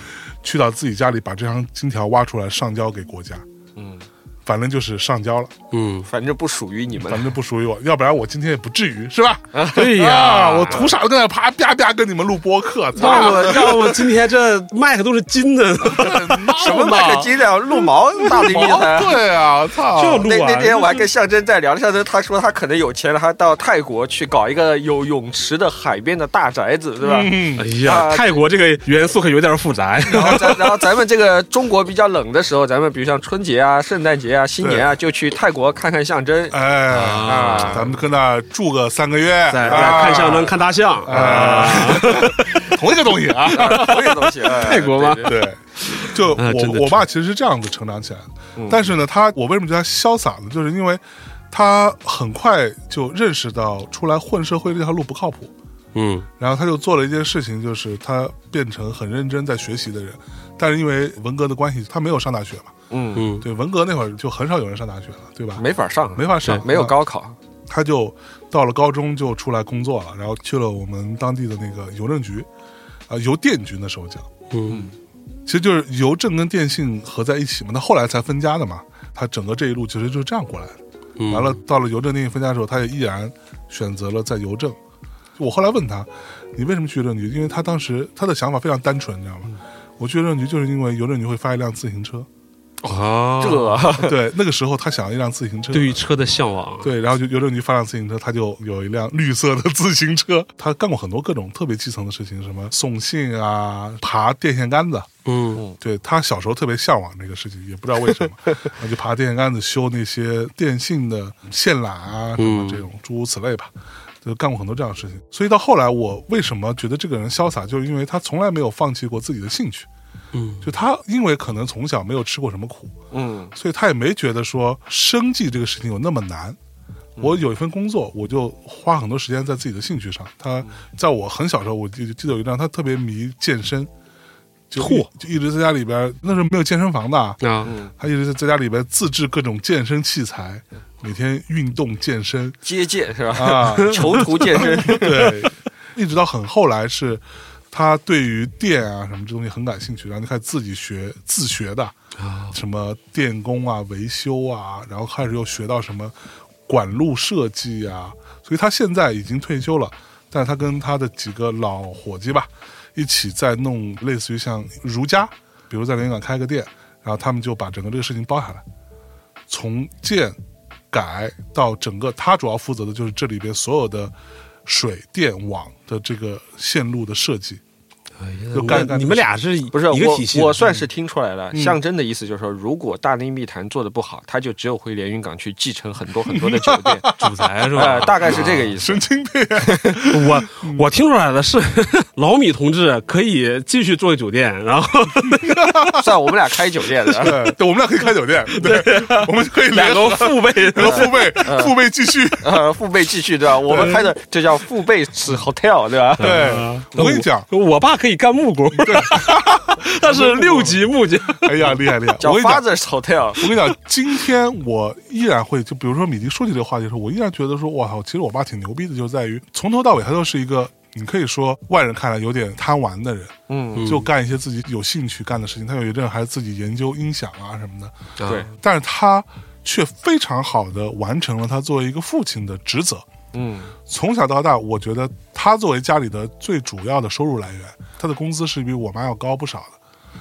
B: 去到自己家里，把这箱金条挖出来上交给国家。
A: 嗯，
B: 反正就是上交了，
C: 嗯，
A: 反正不属于你 们
B: 反。正不属于我，要不然我今天也不至于是吧？
C: 对
B: 啊，我图啥在那啪啪啪跟你们录播客？操
C: 要我要我今天这麦克都是金 的，
A: 什么麦克鸡的鹿啊 毛大力厉害。
B: 对啊，操！
C: 就录
A: 那
C: 完
A: 那天我还跟象征在聊，象征他说他可能有钱了，他到泰国去搞一个有泳池的海边的大宅子，对吧？
B: 嗯
C: 哎呀，
A: 啊
C: 泰国这个元素可有点复 杂呀。
A: 然后咱然后咱们这个中国比较冷的时候，咱们比如像春节啊、圣诞节啊、新年啊，就去泰国看看象 征。
B: 哎啊，咱们跟那住个三个月，
C: 在在
B: 啊
C: 哎看象征、看大象
B: 啊，同一个东西 啊。
A: 所有东西，泰
C: 泰国吗
B: 对，就
C: 啊真的嗯
B: 我我爸其实是这样子成长起来的，但是呢，他我为什么叫他潇洒呢？就是因为他很快就认识到出来混社会这条路不靠谱，
C: 嗯，
B: 然后他就做了一件事情，就是他变成很认真在学习的人。但是因为文革的关系，他没有上大学嘛，
A: 嗯，
C: 嗯
B: 对，文革那会儿就很少有人上大学了，对吧？
A: 没法上，
B: 没法上，
A: 没有高考。
B: 他就到了高中就出来工作了，然后去了我们当地的那个邮政局，啊、邮电局那时候讲，
C: 嗯，
B: 其实就是邮政跟电信合在一起嘛，那后来才分家的嘛。他整个这一路其实就是这样过来的。
C: 嗯
B: 完了，到了邮政电信分家的时候，他也毅然选择了在邮政。我后来问他，你为什么去邮政局？因为他当时他的想法非常单纯，你知道吗？我去邮政局就是因为邮政局会发一辆自行 车，
C: 啊，
A: 这
B: 对，那个时候他想要一辆自行车，
C: 对于车的向往，
B: 对，然后就邮政局发辆自行车，他就有一辆绿色的自行车。他干过很多各种特别基层的事情，什么送信啊、爬电线杆子。
C: 嗯
B: 对他小时候特别向往这个事情，也不知道为什么， 然后就爬电线杆子修那些电信的线缆啊，什么
C: 嗯
B: 这种诸如此类吧。就干过很多这样的事情，所以到后来，我为什么觉得这个人潇洒，就是因为他从来没有放弃过自己的兴趣。
C: 嗯，
B: 就他，因为可能从小没有吃过什么苦，
A: 嗯
B: 所以他也没觉得说生计这个事情有那么难。我有一份工作，我就花很多时间在自己的兴趣上。他在我很小时候，我记记得有一张他特别迷健身，就一
C: 嚯
B: 就一直在家里边，那时候没有健身房的啊，
C: 啊，
A: 嗯
B: 他一直在家里边自制各种健身器材，每天运动健身
A: 接见是吧？
B: 啊，
A: 囚徒健身，
B: 对，一直到很后来是，他对于电啊什么这东西很感兴趣，然后就开始自己学自学的，什么电工啊、维修啊，然后开始又学到什么管路设计啊，所以他现在已经退休了，但是他跟他的几个老伙计吧，一起在弄类似于像如家，比如在连云港开个店，然后他们就把整个这个事情包下来，从建。改到整个，他主要负责的就是这里边所有的水电网的这个线路的设计。
C: 哎呀
B: 就干干
C: 你们俩是
A: 不是
C: 一个
A: 我
C: 体系的，
A: 我算 是听出来了。
B: 嗯
A: 象征的意思就是说，如果大内密谈做的不好，他就只有回连云港去继承很多很多的酒 店，
C: 主裁是吧嗯
A: 呃，？大概是这个意思。
B: 神经病！
C: 我我听出来了，是 老米同志可以继续做酒店，然后
A: 算我们俩开酒 店的。
B: 对，啊对我们俩可以开酒店，对，我们可以联
C: 两
B: 合
C: 个父辈，
B: 两个父辈，父辈继续。
A: 呃，父辈继续对吧？我们开的这叫父辈是 hotel 对吧？
B: 对，我跟你讲，
C: 我爸可以干木工， 他是六级木匠，
B: 哎呀，厉害厉害！
A: 叫
B: 我跟你讲，
A: father's hotel。
B: 我跟你讲，今天我依然会，就比如说米迪说起这个话题的时候，我依然觉得说，哇靠，其实我爸挺牛逼的，就在于从头到尾他都是一个，你可以说外人看来有点贪玩的人，
A: 嗯，
B: 就干一些自己有兴趣干的事情。他有一阵还自己研究音响啊什么的，
A: 对，
B: 但是他却非常好的完成了他作为一个父亲的职责。
A: 嗯
B: 从小到大，我觉得他作为家里的最主要的收入来源，他的工资是比我妈要高不少的。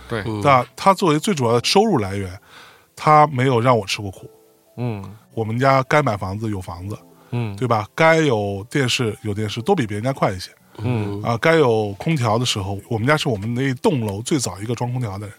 A: 对，
B: 那他作为最主要的收入来源，他没有让我吃过苦。
A: 嗯
B: 我们家该买房子有房子，
A: 嗯
B: 对吧？该有电视有电视，都比别人家快一些
A: 嗯
B: 啊、该有空调的时候，我们家是我们那一栋楼最早一个装空调的人。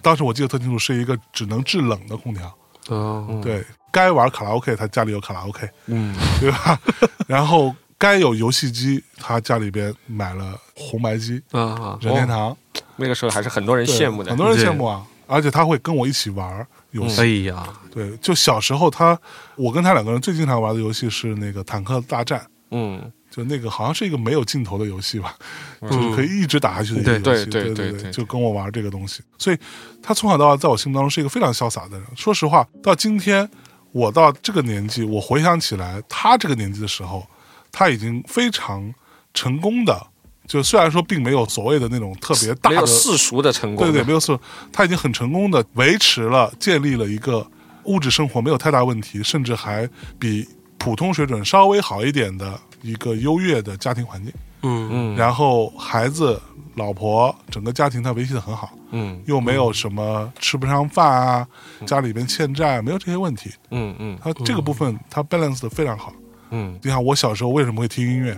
B: 当时我记得特清楚，是一个只能制冷的空调。
A: 哦
C: 嗯，
B: 对，该玩卡拉 OK，他家里有卡拉 OK。
A: 嗯，
B: 对吧？ 然后该有游戏机，他家里边买了红白机、
C: 啊，
B: 任天堂，
A: 那个时候还是很多人
B: 对
A: 羡慕的嗯
B: 很。多人羡慕啊。而且他会跟我一起玩儿游戏，
C: 哎呀，
B: 对，就小时候他，我跟他两个人最经常玩的游戏是那个坦克大战，
A: 嗯，
B: 就那个好像是一个没有尽头的游戏吧，就是可以一直打下去的一个
C: 对
B: 游戏，
A: 对
B: 对
A: 对对
B: 对，
A: 对
B: 就跟我玩这个东西。所以他从小到大在我心目当中是一个非常潇洒的人。说实话，到今天我到这个年纪，我回想起来他这个年纪的时候，他已经非常成功的，就虽然说并没有所谓的那种特别大
A: 没
B: 的
A: 有世俗的成功
B: 对
A: 的。
B: 对，没有错，他已经很成功的维持了、建立了一个物质生活没有太大问题，甚至还比普通水准稍微好一点的一个优越的家庭环境。
C: 嗯
A: 嗯
B: 然后孩子、老婆、整个家庭他维系的很好，
A: 嗯
B: 又没有什么吃不上饭啊，家里边欠债，没有这些问题。
A: 嗯嗯
B: 他这个部分他 balance 的非常好。
A: 嗯
B: 你看我小时候为什么会听音乐，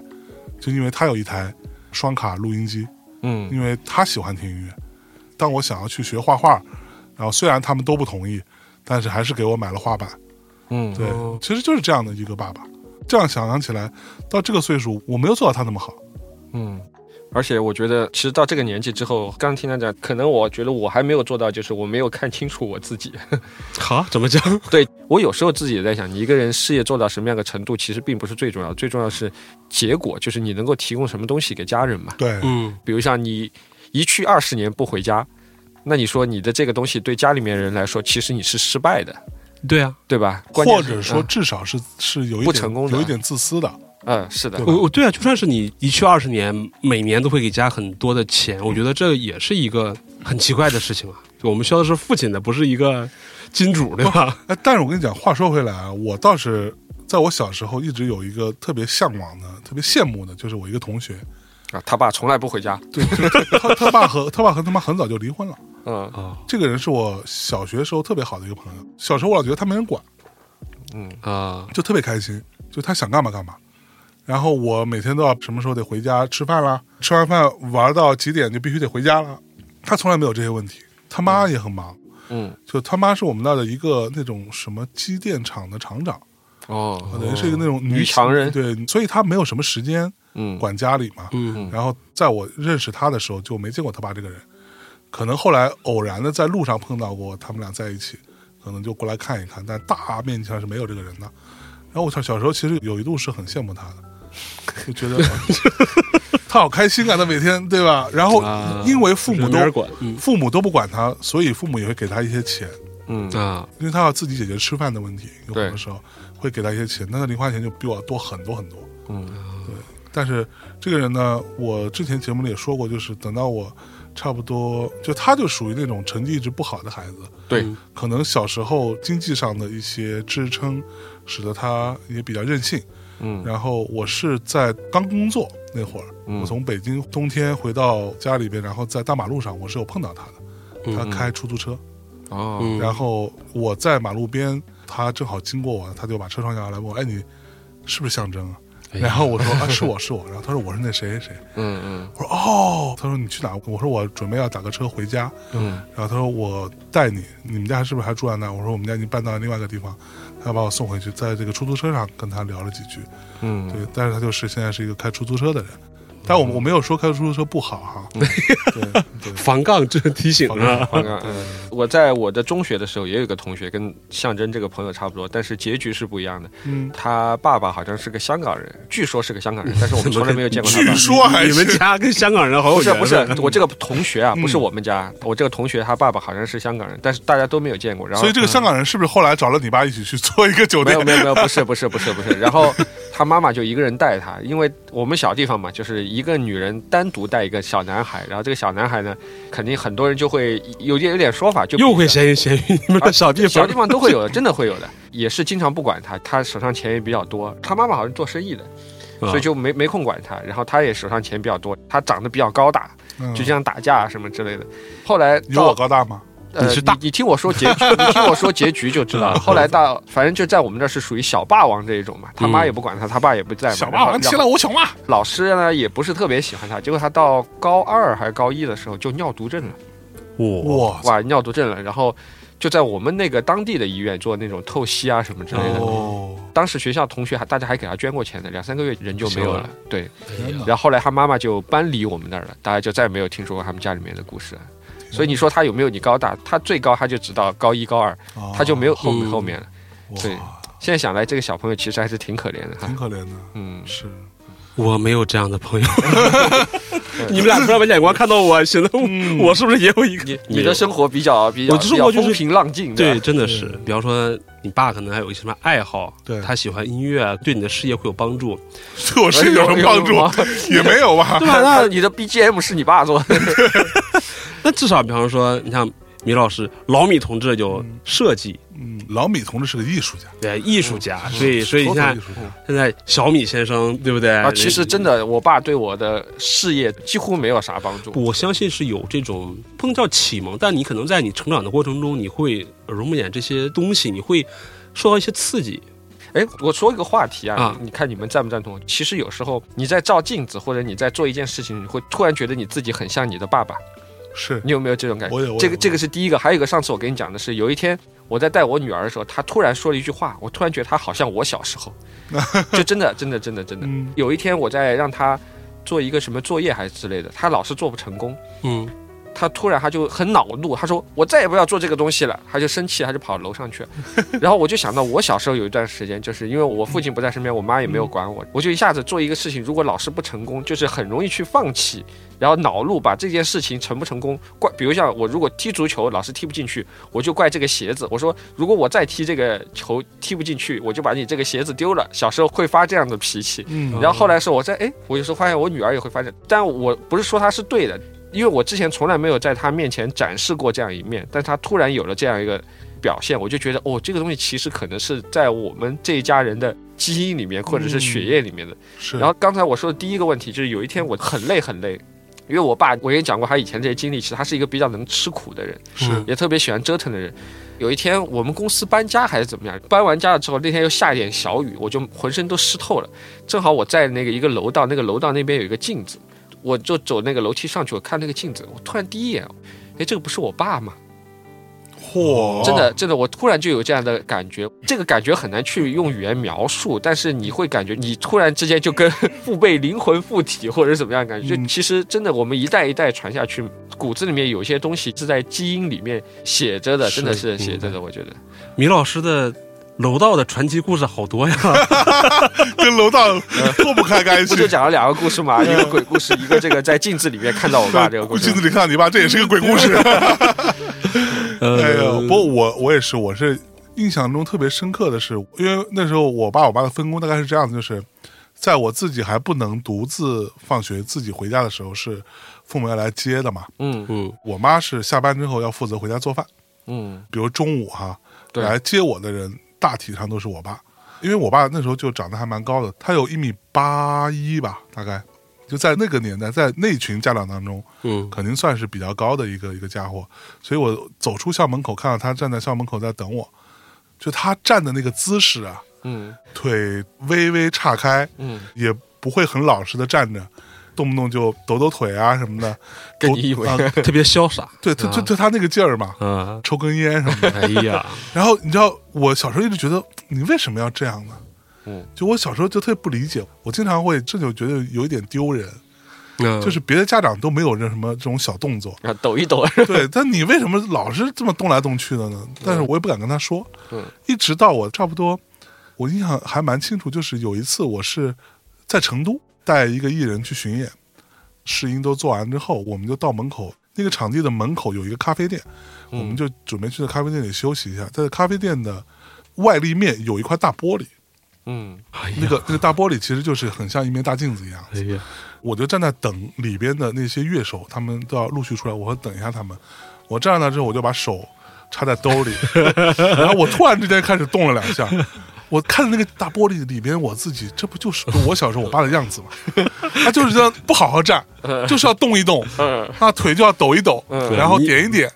B: 就因为他有一台双卡录音机，
A: 嗯
B: 因为他喜欢听音乐。当我想要去学画画，然后虽然他们都不同意，但是还是给我买了画板。
A: 嗯，
B: 对，
C: 哦
B: 其实就是这样的一个爸爸。这样想想起来，到这个岁数，我没有做到他那么好。
A: 嗯，而且我觉得，其实到这个年纪之后，刚刚听他讲，可能我觉得我还没有做到，就是我没有看清楚我自己。
C: 好，怎么讲？
A: 对我有时候自己也在想，你一个人事业做到什么样的程度，其实并不是最重要的，最重要的是结果，就是你能够提供什么东西给家人嘛。
B: 对，
C: 嗯
A: 比如像你一去二十年不回家，那你说你的这个东西对家里面人来说，其实你是失败的，
C: 对啊，
A: 对吧？关键
B: 或
A: 是嗯
B: 者说，至少是是有一点
A: 不成功的
B: 有一点自私的。
A: 嗯，嗯，是的
B: 对，吧
C: 我我对啊，就算是你一去二十年，每年都会给家很多的钱，我觉得这也是一个很奇怪的事情啊。就我们需要的是父亲的，不是一个金主，对吧？
B: 哎，但是我跟你讲，话说回来啊，我倒是在我小时候一直有一个特别向往的、特别羡慕的，就是我一个同学，
A: 啊，他爸从来不回家，
B: 对，就是他他爸和他爸和他妈很早就离婚了。
A: 嗯
C: 啊
B: 这个人是我小学时候特别好的一个朋友。小时候我老觉得他没人管，
C: 啊
B: 就特别开心，就他想干嘛干嘛。然后我每天都要什么时候得回家吃饭啦，吃完饭玩到几点就必须得回家啦。他从来没有这些问题，他妈也很忙，
A: 嗯，
B: 就他妈是我们那儿的一个那种什么机电厂的厂长，
C: 啊
A: 哦，
B: 等于是一个那种
A: 女强人
B: 对，所以他没有什么时间
A: 嗯
B: 管家里嘛。
C: 嗯
B: 然后在我认识他的时候就没见过他爸这个人，可能后来偶然的在路上碰到过，他们俩在一起，可能就过来看一看，但大面积上是没有这个人的。然后我小小时候其实有一度是很羡慕他的，就觉得他好开心啊，他每天对吧？然后
C: 啊
B: 因为父母
C: 没
B: 都
C: 人管，嗯
B: 父母都不管他，所以父母也会给他一些钱，
A: 嗯
C: 啊
B: 因为他要自己解决吃饭的问题，有很
A: 对
B: 多时候会给他一些钱，但他零花钱就比我多很多很多。
A: 嗯
B: 但是这个人呢，我之前节目里也说过，就是等到我差不多，就他就属于那种成绩一直不好的孩子，
A: 对，
C: 嗯
B: 可能小时候经济上的一些支撑，使得他也比较任性。
A: 嗯
B: 然后我是在刚工作那会儿，
A: 嗯
B: 我从北京冬天回到家里边，然后在大马路上我是有碰到他的，
A: 嗯
B: 他开出租车，
A: 哦，
C: 嗯，
B: 然后我在马路边，他正好经过我，他就把车窗摇下来问我，哎，你是不是象征啊？
C: 哎呀
B: 然后我说啊，是我是我。然后他说我是那谁谁谁。
A: 嗯
B: 我说哦，他说你去哪？我说我准备要打个车回家。
A: 嗯嗯
B: 然后他说我带你，你们家是不是还住在那？我说我们家已经搬到另外一个地方。他把我送回去，在这个出租车上跟他聊了几句。
A: 嗯，
B: 对，但是他就是现在是一个开出租车的人。但我我没有说开出租车不好哈。对对，
C: 嗯防杠这提醒啊，
A: 刚刚嗯，我在我的中学的时候也有一个同学跟象征这个朋友差不多，但是结局是不一样的。
B: 嗯，
A: 他爸爸好像是个香港人，据说是个香港人，但是我们从来没有见过他爸
B: 据。说还
C: 你们
B: 是
C: 家跟香港人好有
A: 不是
C: 缘啊
A: 不是
C: 分，
A: 我这个同学啊，不是我们
B: 嗯
A: 家，我这个同学他爸爸好像是香港人，但是大家都没有见过。然后嗯
B: 所以这个香港人是不是后来找了你爸一起去做一个酒
A: 没
B: 店
A: 有？没有没有，不是不是不是不是。然后他妈妈就一个人带他，因为我们小地方嘛，就是一个女人单独带一个小男孩，然后这个小男孩呢，肯定很多人就会有点有点说法，就啊
C: 又会咸鱼咸鱼，你们的小啊地
A: 小
C: 方
A: 地方都会有的，真的会有的，也是经常不管他，他手上钱也比较多，他妈妈好像做生意的，
C: 嗯
A: 所以就没没空管他，然后他也手上钱比较多，他长得比较高大，
B: 嗯
A: 就这样打架什么之类的。后来
B: 有我
A: 到
B: 高大吗？
A: 呃，
C: 你是大
A: 你听我说结局，你听我说结局就知道了。后来到反正就在我们这儿是属于小霸王这一种嘛，他妈
C: 嗯
A: 也不管他，他爸也不在嘛。
B: 小霸王
A: 然后
B: 其乐无穷啊！
A: 老师呢也不是特别喜欢他，结果他到高二还是高一的时候就尿毒症了，
C: 我
B: 哇
A: 哇，尿毒症了，然后。就在我们那个当地的医院做那种透析啊什么之类的，
B: 哦，
A: 当时学校同学还大家还给他捐过钱的，两三个月人就没有
C: 行
A: 了
C: 了。
A: 对，
C: 啊
B: 天哪
A: 然后后来他妈妈就搬离我们那儿了，大家就再也没有听说过他们家里面的故事了。
C: 嗯
A: 所以你说他有没有你高大？他最高他就只到高一高二，他就没有后面
C: 嗯
A: 后面了。
B: 哦哇
A: 对现在想来，这个小朋友其实还是挺可怜的哈
B: 挺。可怜的，
A: 嗯，
B: 是
C: 我没有这样的朋 友，你们俩突然把眼光看到我，显得我我是不是也有一个
A: 嗯你？你的生啊活比较比较
C: 我就生活
A: 比较
C: 就
A: 风
C: 是
A: 平浪静，
C: 对，
A: 吧
C: 真的是，
A: 嗯
C: 比方说你爸可能还有一些什么爱好，
B: 对
C: 他喜欢音乐，啊对你的事业会有帮助，
B: 对我是有什么帮助
A: 有有
B: 也没有吧？
C: 对吧？那
A: 你的 BGM 是你爸做的，
C: 那至少比方说，你像米老师老米同志有设计，
B: 嗯，老米同志是个艺术家，
C: 对，艺术
A: 嗯
C: 家，所以所以你
B: 头头
C: 看
B: 艺术家
C: 现在小米先生，对不哎对？
A: 啊，其实真的，我爸对我的事业几乎没有啥帮助。
C: 我相信是有这种不能叫启蒙，但你可能在你成长的过程中，你会耳濡目染这些东西，你会受到一些刺激。
A: 哎，我说一个话题啊，
C: 啊
A: 你看你们赞不赞同？其实有时候你在照镜子，或者你在做一件事情，你会突然觉得你自己很像你的爸爸。
B: 是
A: 你有没有这种感觉？
B: 我有我有
A: 这个
B: 我有
A: 这个是第一个，还有一个，上次我跟你讲的是，有一天我在带我女儿的时候，她突然说了一句话，我突然觉得她好像我小时候，就真的真的真的真的。
B: 嗯
A: 有一天我在让她做一个什么作业还是之类的，她老是做不成功，
C: 嗯，
A: 她突然她就很恼怒，她说我再也不要做这个东西了，她就生气，她就跑楼上去了。 然后我就想到我小时候有一段时间，就是因为我父亲不在身边，我妈也没有管我，我就一下子做一个事情，如果老是不成功，就是很容易去放弃，然后恼怒把这件事情成不成功怪，比如像我如果踢足球老是踢不进去，我就怪这个鞋子。我说如果我再踢这个球踢不进去，我就把你这个鞋子丢了。小时候会发这样的脾气，
B: 嗯
A: 然后后来是我在哎，我有时候发现我女儿也会发现，但我不是说她是对的，因为我之前从来没有在她面前展示过这样一面，但她突然有了这样一个表现，我就觉得哦，这个东西其实可能是在我们这一家人的基因里面或者是血液里面的。
B: 是，
A: 然后刚才我说的第一个问题就是有一天我很累很累。因为我爸，我跟你讲过他以前这些经历，其实他是一个比较能吃苦的人，
B: 是
A: 也特别喜欢折腾的人。有一天我们公司搬家还是怎么样，搬完家了之后，那天又下一点小雨，我就浑身都湿透了。正好我在那个一个楼道，那个楼道那边有一个镜子，我就走那个楼梯上去，我看那个镜子，我突然第一眼，哎，这个不是我爸吗？
B: 嚯，
A: 真的，真的，我突然就有这样的感觉，这个感觉很难去用语言描述，但是你会感觉你突然之间就跟父辈灵魂附体，或者是怎么样的感觉。就
B: 嗯
A: 其实真的，我们一代一代传下去，骨子里面有些东西是在基因里面写着的，
C: 是
A: 真的是
C: 嗯
A: 写着的。我觉得
C: 米老师的楼道的传奇故事好多呀。
B: 跟楼道脱不开干
A: 嗯
B: 系
A: 不。就讲了两个故事嘛，一个鬼故事，一个这个在镜子里面看到我爸这个故事
B: 镜。子里看到你爸，这也是个鬼故事。哎呦，
C: 呃
B: 不，过我我也是，我是印象中特别深刻的是，因为那时候我爸我妈的分工大概是这样子，就是在我自己还不能独自放学自己回家的时候，是父母要来接的嘛。
A: 嗯
C: 嗯
B: 我妈是下班之后要负责回家做饭，
A: 嗯，
B: 比如中午哈、
A: 对
B: 来接我的人大体上都是我爸，因为我爸那时候就长得还蛮高的，他有一米八一吧，大概就在那个年代，在那群家长当中，
C: 嗯，
B: 肯定算是比较高的一个一个家伙，所以我走出校门口，看到他站在校门口在等我，就他站的那个姿势啊，
A: 嗯
B: 腿微微岔开，
A: 嗯，
B: 也不会很老实的站着，动不动就抖抖腿啊什么的，
A: 跟你以为
B: 啊
C: 特别潇洒。
B: 对，他就就他那个劲儿嘛，
C: 啊，
B: 抽根烟什么 的。
C: 哎呀，
B: 然后你知道，我小时候一直觉得你为什么要这样呢？
A: 嗯，
B: 就我小时候就特别不理解，我经常会这就觉得有一点丢人，
D: 嗯
C: 就
B: 就是别的家长都没有这什么这种小动作，
A: 啊，抖一抖，
B: 对，但你为什么老是这么动来动去的呢？但是我也不敢跟他说。
A: 嗯
B: 一直到我差不多，我印象还蛮清楚，就是有一次我是在成都带一个艺人去巡演，试音都做完之后，我们就到门口那个场地的门口有一个咖啡店，我们就准备去那咖啡店里休息一下。在咖啡店的外立面有一块大玻璃，
A: 嗯
C: 哎
B: 那
C: 呀，
B: 个那个大玻璃其实就是很像一面大镜子一样。
C: 哎呀，
B: 我就站在等里边的那些乐手，他们都要陆续出来，我说等一下他们。我站在那之后，我就把手插在兜里，然后我突然之间开始动了两下。我看着那个大玻璃里边，我自己，这不就是我小时候我爸的样子吗？他就是这样不好好站，就是要动一动，
A: 嗯
B: 那腿就要抖一抖，然后点一点，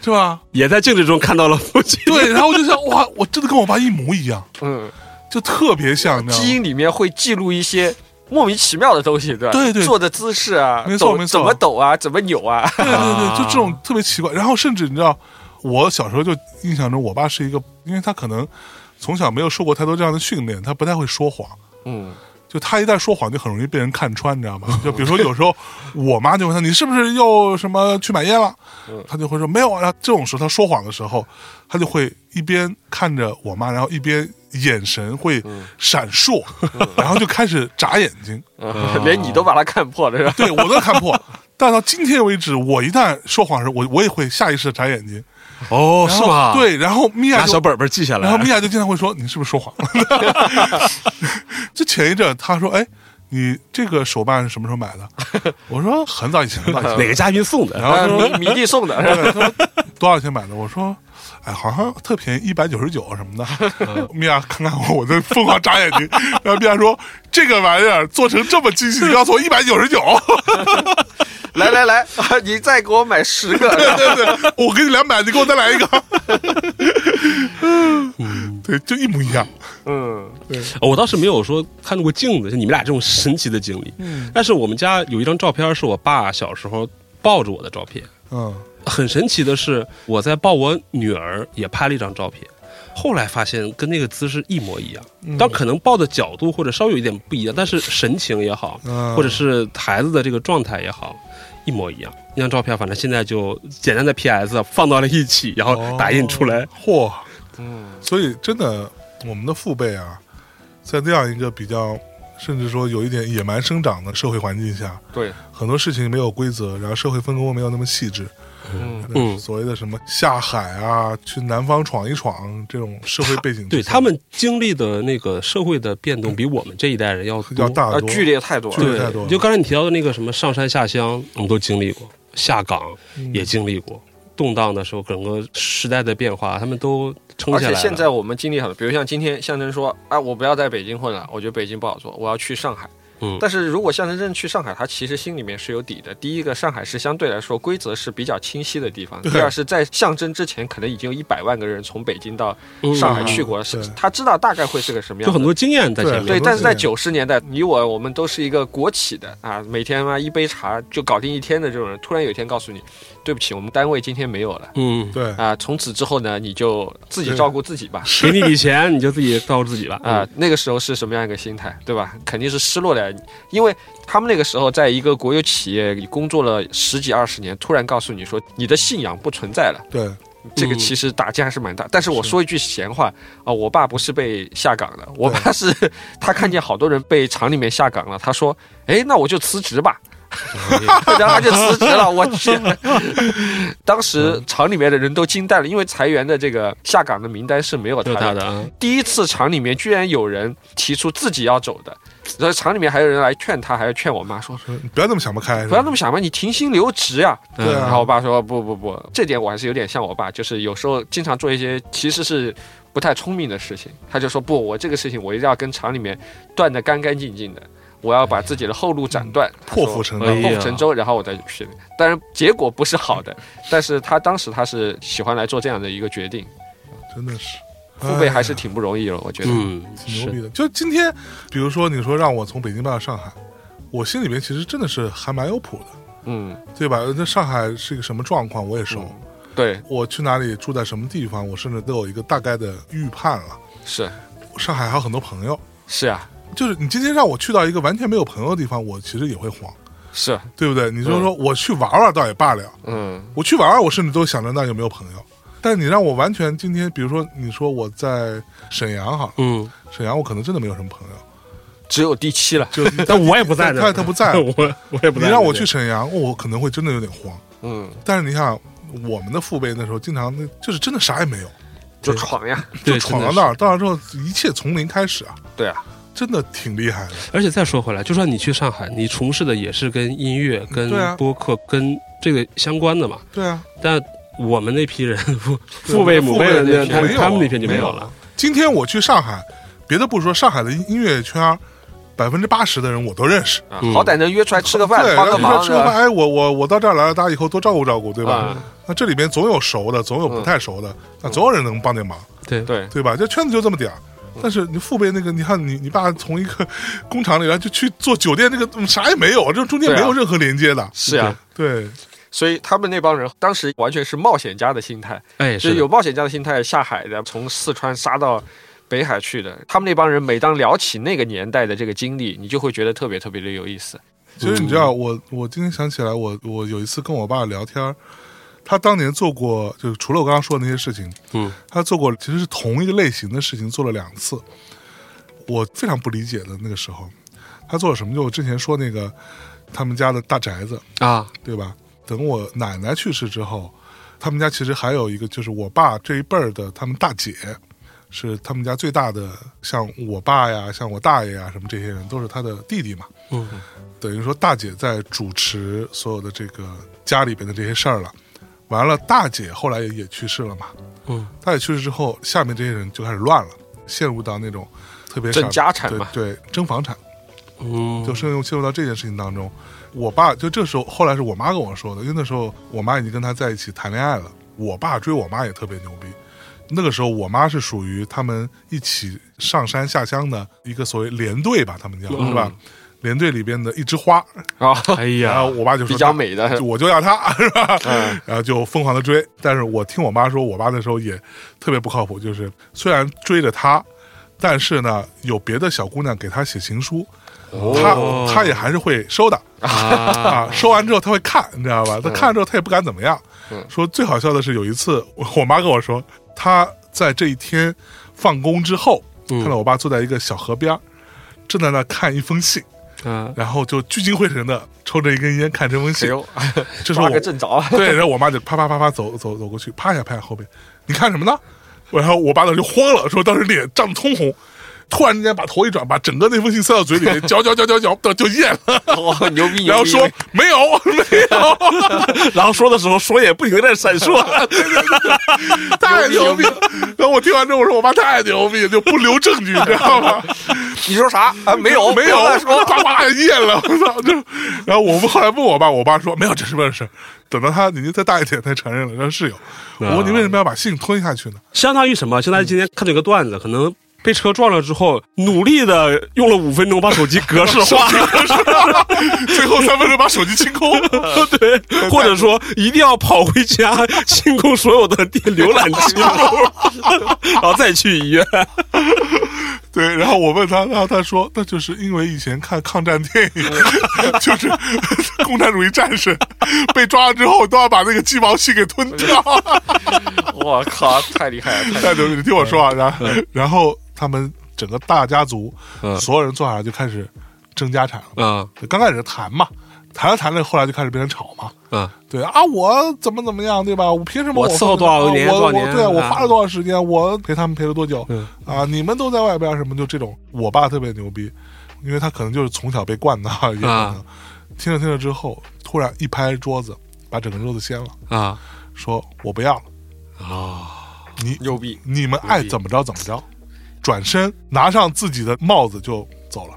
B: 是吧？
C: 也在镜子中看到了父亲。
B: 对，然后我就想，哇，我真的跟我爸一模一样，
A: 嗯。
B: 就特别像，你知道吗
A: 基因里面会记录一些莫名其妙的东西，对吧？
B: 对对
A: 做的姿势啊，
B: 没错
A: 抖
B: 没错
A: 怎么抖啊，怎么扭啊，
B: 对对
C: 啊
B: 对，就这种特别奇怪。然后甚至你知道，我小时候就印象中，我爸是一个，因为他可能从小没有受过太多这样的训练，他不太会说谎。
A: 嗯，
B: 就他一旦说谎，就很容易被人看穿，你知道吗？就比如说有时候我妈就问他，你是不是又什么去买烟了？他就会说没有啊。然后这种时候他说谎的时候，他就会一边看着我妈，然后一边眼神会闪烁，然后就开始眨眼睛。
A: 连你都把它看破了，是吧？
B: 对我都看破。但到今天为止，我一旦说谎时，我我也会下意识的眨眼睛，
C: 哦，
B: 然
C: 是
B: 后
C: 吗？，
B: 对，然后米娅
C: 拿
B: 就
C: 小本本记下来。
B: 然后米娅就经常会说：“你是不是说谎了？”就前一阵她说：“哎，你这个手办是什么时候买的？我说很早以前，很 早以前。
C: 哪个嘉宾送的？
B: 然后他说
A: 嗯
B: 嗯
A: 呃迷迷弟送的，
B: 对，他说多少钱买的？我说，哎，好像特便宜，一百九十九什么
C: 嗯
B: 的。米娅看看我，我在疯狂眨眼睛。然后米娅说：“这个玩意儿做成这么精细，你告诉我一百九十九？
A: 来来来，啊你再给我买十 个，
B: 对对对，我给你两百，你给我再来一个。”对，就一模一样。
A: 嗯，
C: 我倒是没有说看到过镜子，像你们俩这种神奇的经历。嗯，但是我们家有一张照片是我爸小时候抱着我的照片，
B: 嗯
C: 很神奇的是，我在抱我女儿也拍了一张照片，后来发现跟那个姿势一模一样，
B: 嗯
C: 但可能抱的角度或者稍微有一点不一样，但是神情也好，
B: 嗯，
C: 或者是孩子的这个状态也好，一模一样。那张照片反正现在就简单的 PS 放到了一起，然
B: 哦
C: 后打印出来。
B: 嚯，嗯，所以真的，我们的父辈啊，在那样一个比较，甚至说有一点野蛮生长的社会环境下，
A: 对，
B: 很多事情没有规则，然后社会分工没有那么细致。
A: 嗯
C: 嗯
B: 所谓的什么下海啊，去南方闯一闯这种社会背景之
C: 对
B: 下，
C: 他们经历的那个社会的变动，比我们这一代人要多
B: 要大
A: 啊
B: 得，多。
A: 剧烈太多
B: 剧
A: 了，
B: 烈太多
C: 对，
B: 了
C: 就刚才你提到的那个什么上山下乡，我们都经历过，下岗
B: 嗯
C: 也经历过，动荡的时候，整个时代的变化，他们都撑
A: 而
C: 下来
A: 且
C: 了。
A: 现在我们经历很多，比如像今天象征说，啊，我不要在北京混了，我觉得北京不好做，我要去上海。
C: 嗯
A: 但是如果象征真的去上海，他其实心里面是有底的。第一个，上海是相对来说规则是比较清晰的地方；第二是在象征之前，可能已经有一百万个人从北京到上海去过了，
B: 嗯对
A: 他知道大概会是个什么样
C: 就
A: 的。
C: 很多经验在前面。
A: 对，
B: 很多
A: 但是在
B: 经验
A: 九十年代，你我我们都是一个国企的啊，每天嘛一杯茶就搞定一天的这种人，突然有一天告诉你，对不起，我们单位今天没有了
C: 嗯，
B: 对，
A: 啊，从此之后呢，你就自己
B: 对
A: 照顾自己吧。
C: 给你笔钱，你就自己照顾自己吧。
A: 啊、那个时候是什么样一个心态，对吧？肯定是失落的呀，因为他们那个时候在一个国有企业你工作了十几二十年，突然告诉你说你的信仰不存在了，
B: 对，
A: 这个
C: 嗯
A: 其实打击还是蛮大。但是我
B: 是
A: 说一句闲话啊、我爸不是被下岗的，我爸是他看见好多人被厂里面下岗了，他说，哎，那我就辞职吧。 然后他就辞职了，我去！当时厂里面的人都惊呆了，因为裁员的这个下岗的名单是没有他
C: 就
A: 的，
C: 他的啊，
A: 第一次厂里面居然有人提出自己要走的，然后厂里面还有人来劝他，还要劝我妈说
B: 说你不要那么想不开，
A: 不要那
B: 么
A: 么想嘛，你停薪留职呀、
C: 嗯
B: 对啊
A: 然后我爸说不不不，这点我还是有点像我爸，就是有时候经常做一些其实是不太聪明的事情，他就说不，我这个事情我一定要跟厂里面断得干干净净的。我要把自己的后路斩断，他说
B: 嗯破釜沉
C: 哎
B: 舟。
A: 破釜沉舟，然后我再去。当然结果不是好的，但是他当时他是喜欢来做这样的一个决定，
B: 真的是
A: 父辈还
B: 哎
A: 是挺不容易了，我觉得。
C: 嗯，
B: 挺牛
C: 是
B: 逼的。就今天，比如说你说让我从北京搬到上海，我心里面其实真的是还蛮有谱的，
A: 嗯，
B: 对吧？那上海是一个什么状况，我也熟。
A: 对，
B: 我去哪里住在什么地方，我甚至都有一个大概的预判了。
A: 是
B: 上海还有很多朋友，
A: 是啊，
B: 就是你今天让我去到一个完全没有朋友的地方，我其实也会慌，
A: 是，
B: 对不对？你就说我去玩玩倒也罢了，
A: 嗯
B: 我去玩玩，我甚至都想着那有没有朋友。但你让我完全今天，比如说你说我在沈阳哈，
C: 嗯，
B: 沈阳我可能真的没有什么朋友，，
A: 只有第七了，
B: 就
C: 但我也不在这
B: 他
C: 儿，
B: 他不在
C: 我我也不
B: 你
C: 在。
B: 让 我去，沈阳，我可能会真的有点慌。
A: 嗯，
B: 但是你看，我们的父辈那时候经常那就是真的啥也没有，
A: 就闯呀，
C: 对
B: 就闯到
C: 真的
B: 那儿，到那儿之后一切从零开始啊，
A: 对啊，
B: 真的挺厉害的。
C: 而且再说回来，就算你去上海，你从事的也是跟音乐、跟
B: 对啊
C: 播客、跟这个相关的嘛。
B: 对啊，
C: 但我们那批人， 父
B: 对
C: 父辈、母辈的
B: 父辈那
C: 那
B: 批
C: 他
B: 没有
C: 他们那批就
B: 没
C: 没
B: 有
C: 有了。
B: 今天我去上海，别的不说，上海的音乐圈百分之八十的人我都认识。
A: 啊
C: 嗯
A: 好歹能约出来吃个饭
B: 对，，
A: 帮个
B: 然后
A: 忙
B: 吃个饭，
A: 的，
B: 哎，我我我到这儿来了，大家以后多照顾照顾，对吧？
A: 啊，
B: 那这里面总有熟的，总有不太熟的，那总有人能帮点忙，
C: 对，
A: 对，
B: 对吧？这圈子就这么点儿。但是你父辈那个，你看你你爸从一个 工厂里来就去做酒店，这个嗯啥也没有，这中间
A: 对啊
B: 没有任何连接的。
A: 是啊，
B: 对，
A: 所以他们那帮人当时完全是冒险家的心态，
C: 哎，
A: 就是是
C: 的
A: 有冒险家的心态下海的，从四川杀到。北海去的，他们那帮人每当聊起那个年代的这个经历，你就会觉得特别特别的有意思。
B: 其实你知道，我我今天想起来，我我有一次跟我爸聊天儿，他当年做过，就是除了我刚刚说的那些事情，
C: 嗯，
B: 他做过其实是同一个类型的事情，做了两次。我非常不理解的那个时候，他做了什么？就我之前说那个他们家的大宅子，
C: 啊，
B: 对吧？等我奶奶去世之后，他们家其实还有一个，就是我爸这一辈儿的他们大姐，是他们家最大的，像我爸呀，像我大爷呀，什么这些人都是他的弟弟嘛。
C: 嗯，
B: 等于说大姐在主持所有的这个家里边的这些事儿了。完了，大姐后来也也去世了嘛。
C: 嗯，
B: 大姐去世之后，下面这些人就开始乱了，陷入到那种特别傻
A: 争家产嘛
B: 对对争房产，
C: 嗯，
B: 就深入陷入到这件事情当中。我爸就这时候，后来是我妈跟我说的，因为那时候我妈已经跟他在一起谈恋爱了，我爸追我妈也特别牛逼。那个时候，我妈是属于他们一起上山下乡的一个所谓连队吧，他们叫、
A: 嗯
B: 是吧？连队里边的一枝花，
A: 啊，
C: 哎
B: 然后
C: 呀，
B: 我爸就说
A: 比较
B: 他
A: 美 的哎
B: 我就要他，是吧？
A: 嗯
B: 然后就疯狂的追。但是我听我妈说，我爸那时候也特别不靠谱，就是虽然追着他，但是呢，有别的小姑娘给他写情书，
C: 哦
B: 他他也还是会收的 啊。收完之后他会看，你知道吧？他看了之后他也不敢怎么样。说最好笑的是有一次，我我妈跟我说，她在这一天放工之后，看到我爸坐在一个小河边儿，正在那看一封信，
C: 嗯，
B: 然后就聚精会神的抽着一根烟看这封
A: 哎
B: 信。
A: 呦，
B: 这时候
A: 抓
B: 我
A: 个正 着，
B: 对，然后我妈就啪啪啪啪走走走过去，啪一下拍下后背，你看什么呢？然后我爸当时就慌了，说当时脸涨得通红，突然之间把头一转，把整个那封信塞到嘴里， 嚼嚼嚼嚼嚼，等就咽了，
A: 哦，牛逼，牛逼
B: 然后说没 有没有，
C: 然后说的时候说也不停地在闪 烁，
B: 太牛逼了。 然后我听完之后，我说我爸太牛逼了，就不留证据，你知道吗？
A: 你说啥啊？没有，
B: 没
A: 不
B: 有，
A: 要
B: 我
A: 乱说
B: 呱呱咽了，我操！就然后我们后来问我爸，我爸说没有，这是没有事。等到他年纪再大一点，才承认了，他是有。我说你为什么要把信吞下去呢？
C: 相当于什么？相当于今天看到一个段子，可能被车撞了之后，努力的用了五分钟把手机格式 化，
B: 最后三分钟把手机清空。
C: 对，或者说一定要跑回家清空所有的电浏览记录，然后再去医院。
B: 对，然后我问他，然后他说，那就是因为以前看抗战电影， 就是 共产主义战士被抓了之后都要把那个鸡毛信给吞掉。
A: 我靠，太厉害了，太厉害了
B: 大牛，你听我说啊，然后
C: 嗯
B: 然后他们整个大家族，所有人坐下来就开始争家产了。
C: 嗯
B: 刚开始谈嘛，谈着谈着，后来就开始变成吵嘛。
C: 嗯，
B: 对啊，我怎么怎么样，对吧？我凭什么
C: 我伺候多少年
B: 我
C: 多少
B: 我
C: 年
B: 对我
C: 啊
B: 花了多少时间，我陪他们陪了多久
C: 嗯
B: 啊？你们都在外边儿什么就这种，我爸特别牛逼，因为他可能就是从小被惯的，也可能
C: 啊
B: 听着听着之后，突然一拍桌子，把整个桌子掀了，
C: 啊
B: 说我不要了，
C: 啊！
A: 牛逼，
B: 你们爱怎么着怎么着，转身拿上自己的帽子就走了，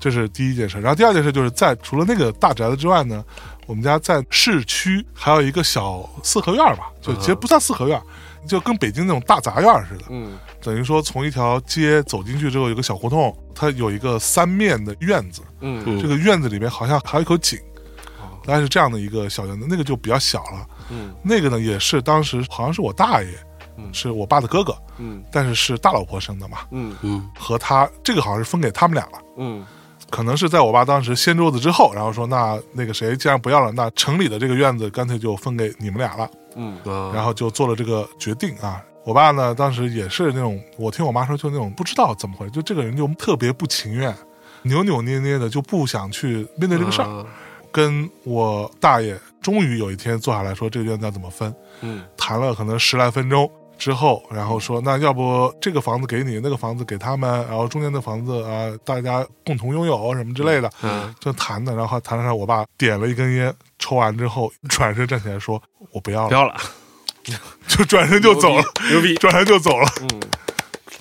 B: 这是第一件事。然后第二件事就是在除了那个大宅子之外呢，我们家在市区还有一个小四合院吧，就其实不算四合院，就跟北京那种大杂院似的。
A: 嗯，
B: 等于说从一条街走进去之后，有个小胡同，它有一个三面的院子，
A: 嗯
B: 这个院子里面好像还有一口井，大概是这样的一个小院子，那个就比较小了。
A: 嗯
B: 那个呢也是当时好像是我大爷，
A: 嗯
B: 是我爸的哥哥，
A: 嗯
B: 但是是大老婆生的嘛，
A: 嗯
C: 嗯
B: 和他这个好像是分给他们俩了。
A: 嗯
B: 可能是在我爸当时掀桌子之后，然后说那那个谁既然不要了，那城里的这个院子干脆就分给你们俩了，
A: 嗯
B: 然
C: 啊
B: 后就做了这个决定啊。我爸呢，当时也是那种，我听我妈说，就那种不知道怎么回事，就这个人就特别不情愿，扭扭捏捏的，就不想去面对这个事儿。
C: 啊
B: 跟我大爷终于有一天坐下来说，这个院子要怎么分，
A: 嗯
B: 谈了可能十来分钟之后，然后说那要不这个房子给你，那个房子给他们，然后中间的房子啊、大家共同拥有什么之类的，
C: 嗯
B: 就谈的，然后谈上我爸点了一根烟，抽完之后转身站起来说我不要了，
C: 不要了，
B: 就转身就走了，
C: 牛逼！
B: 转身就走了，
A: 嗯，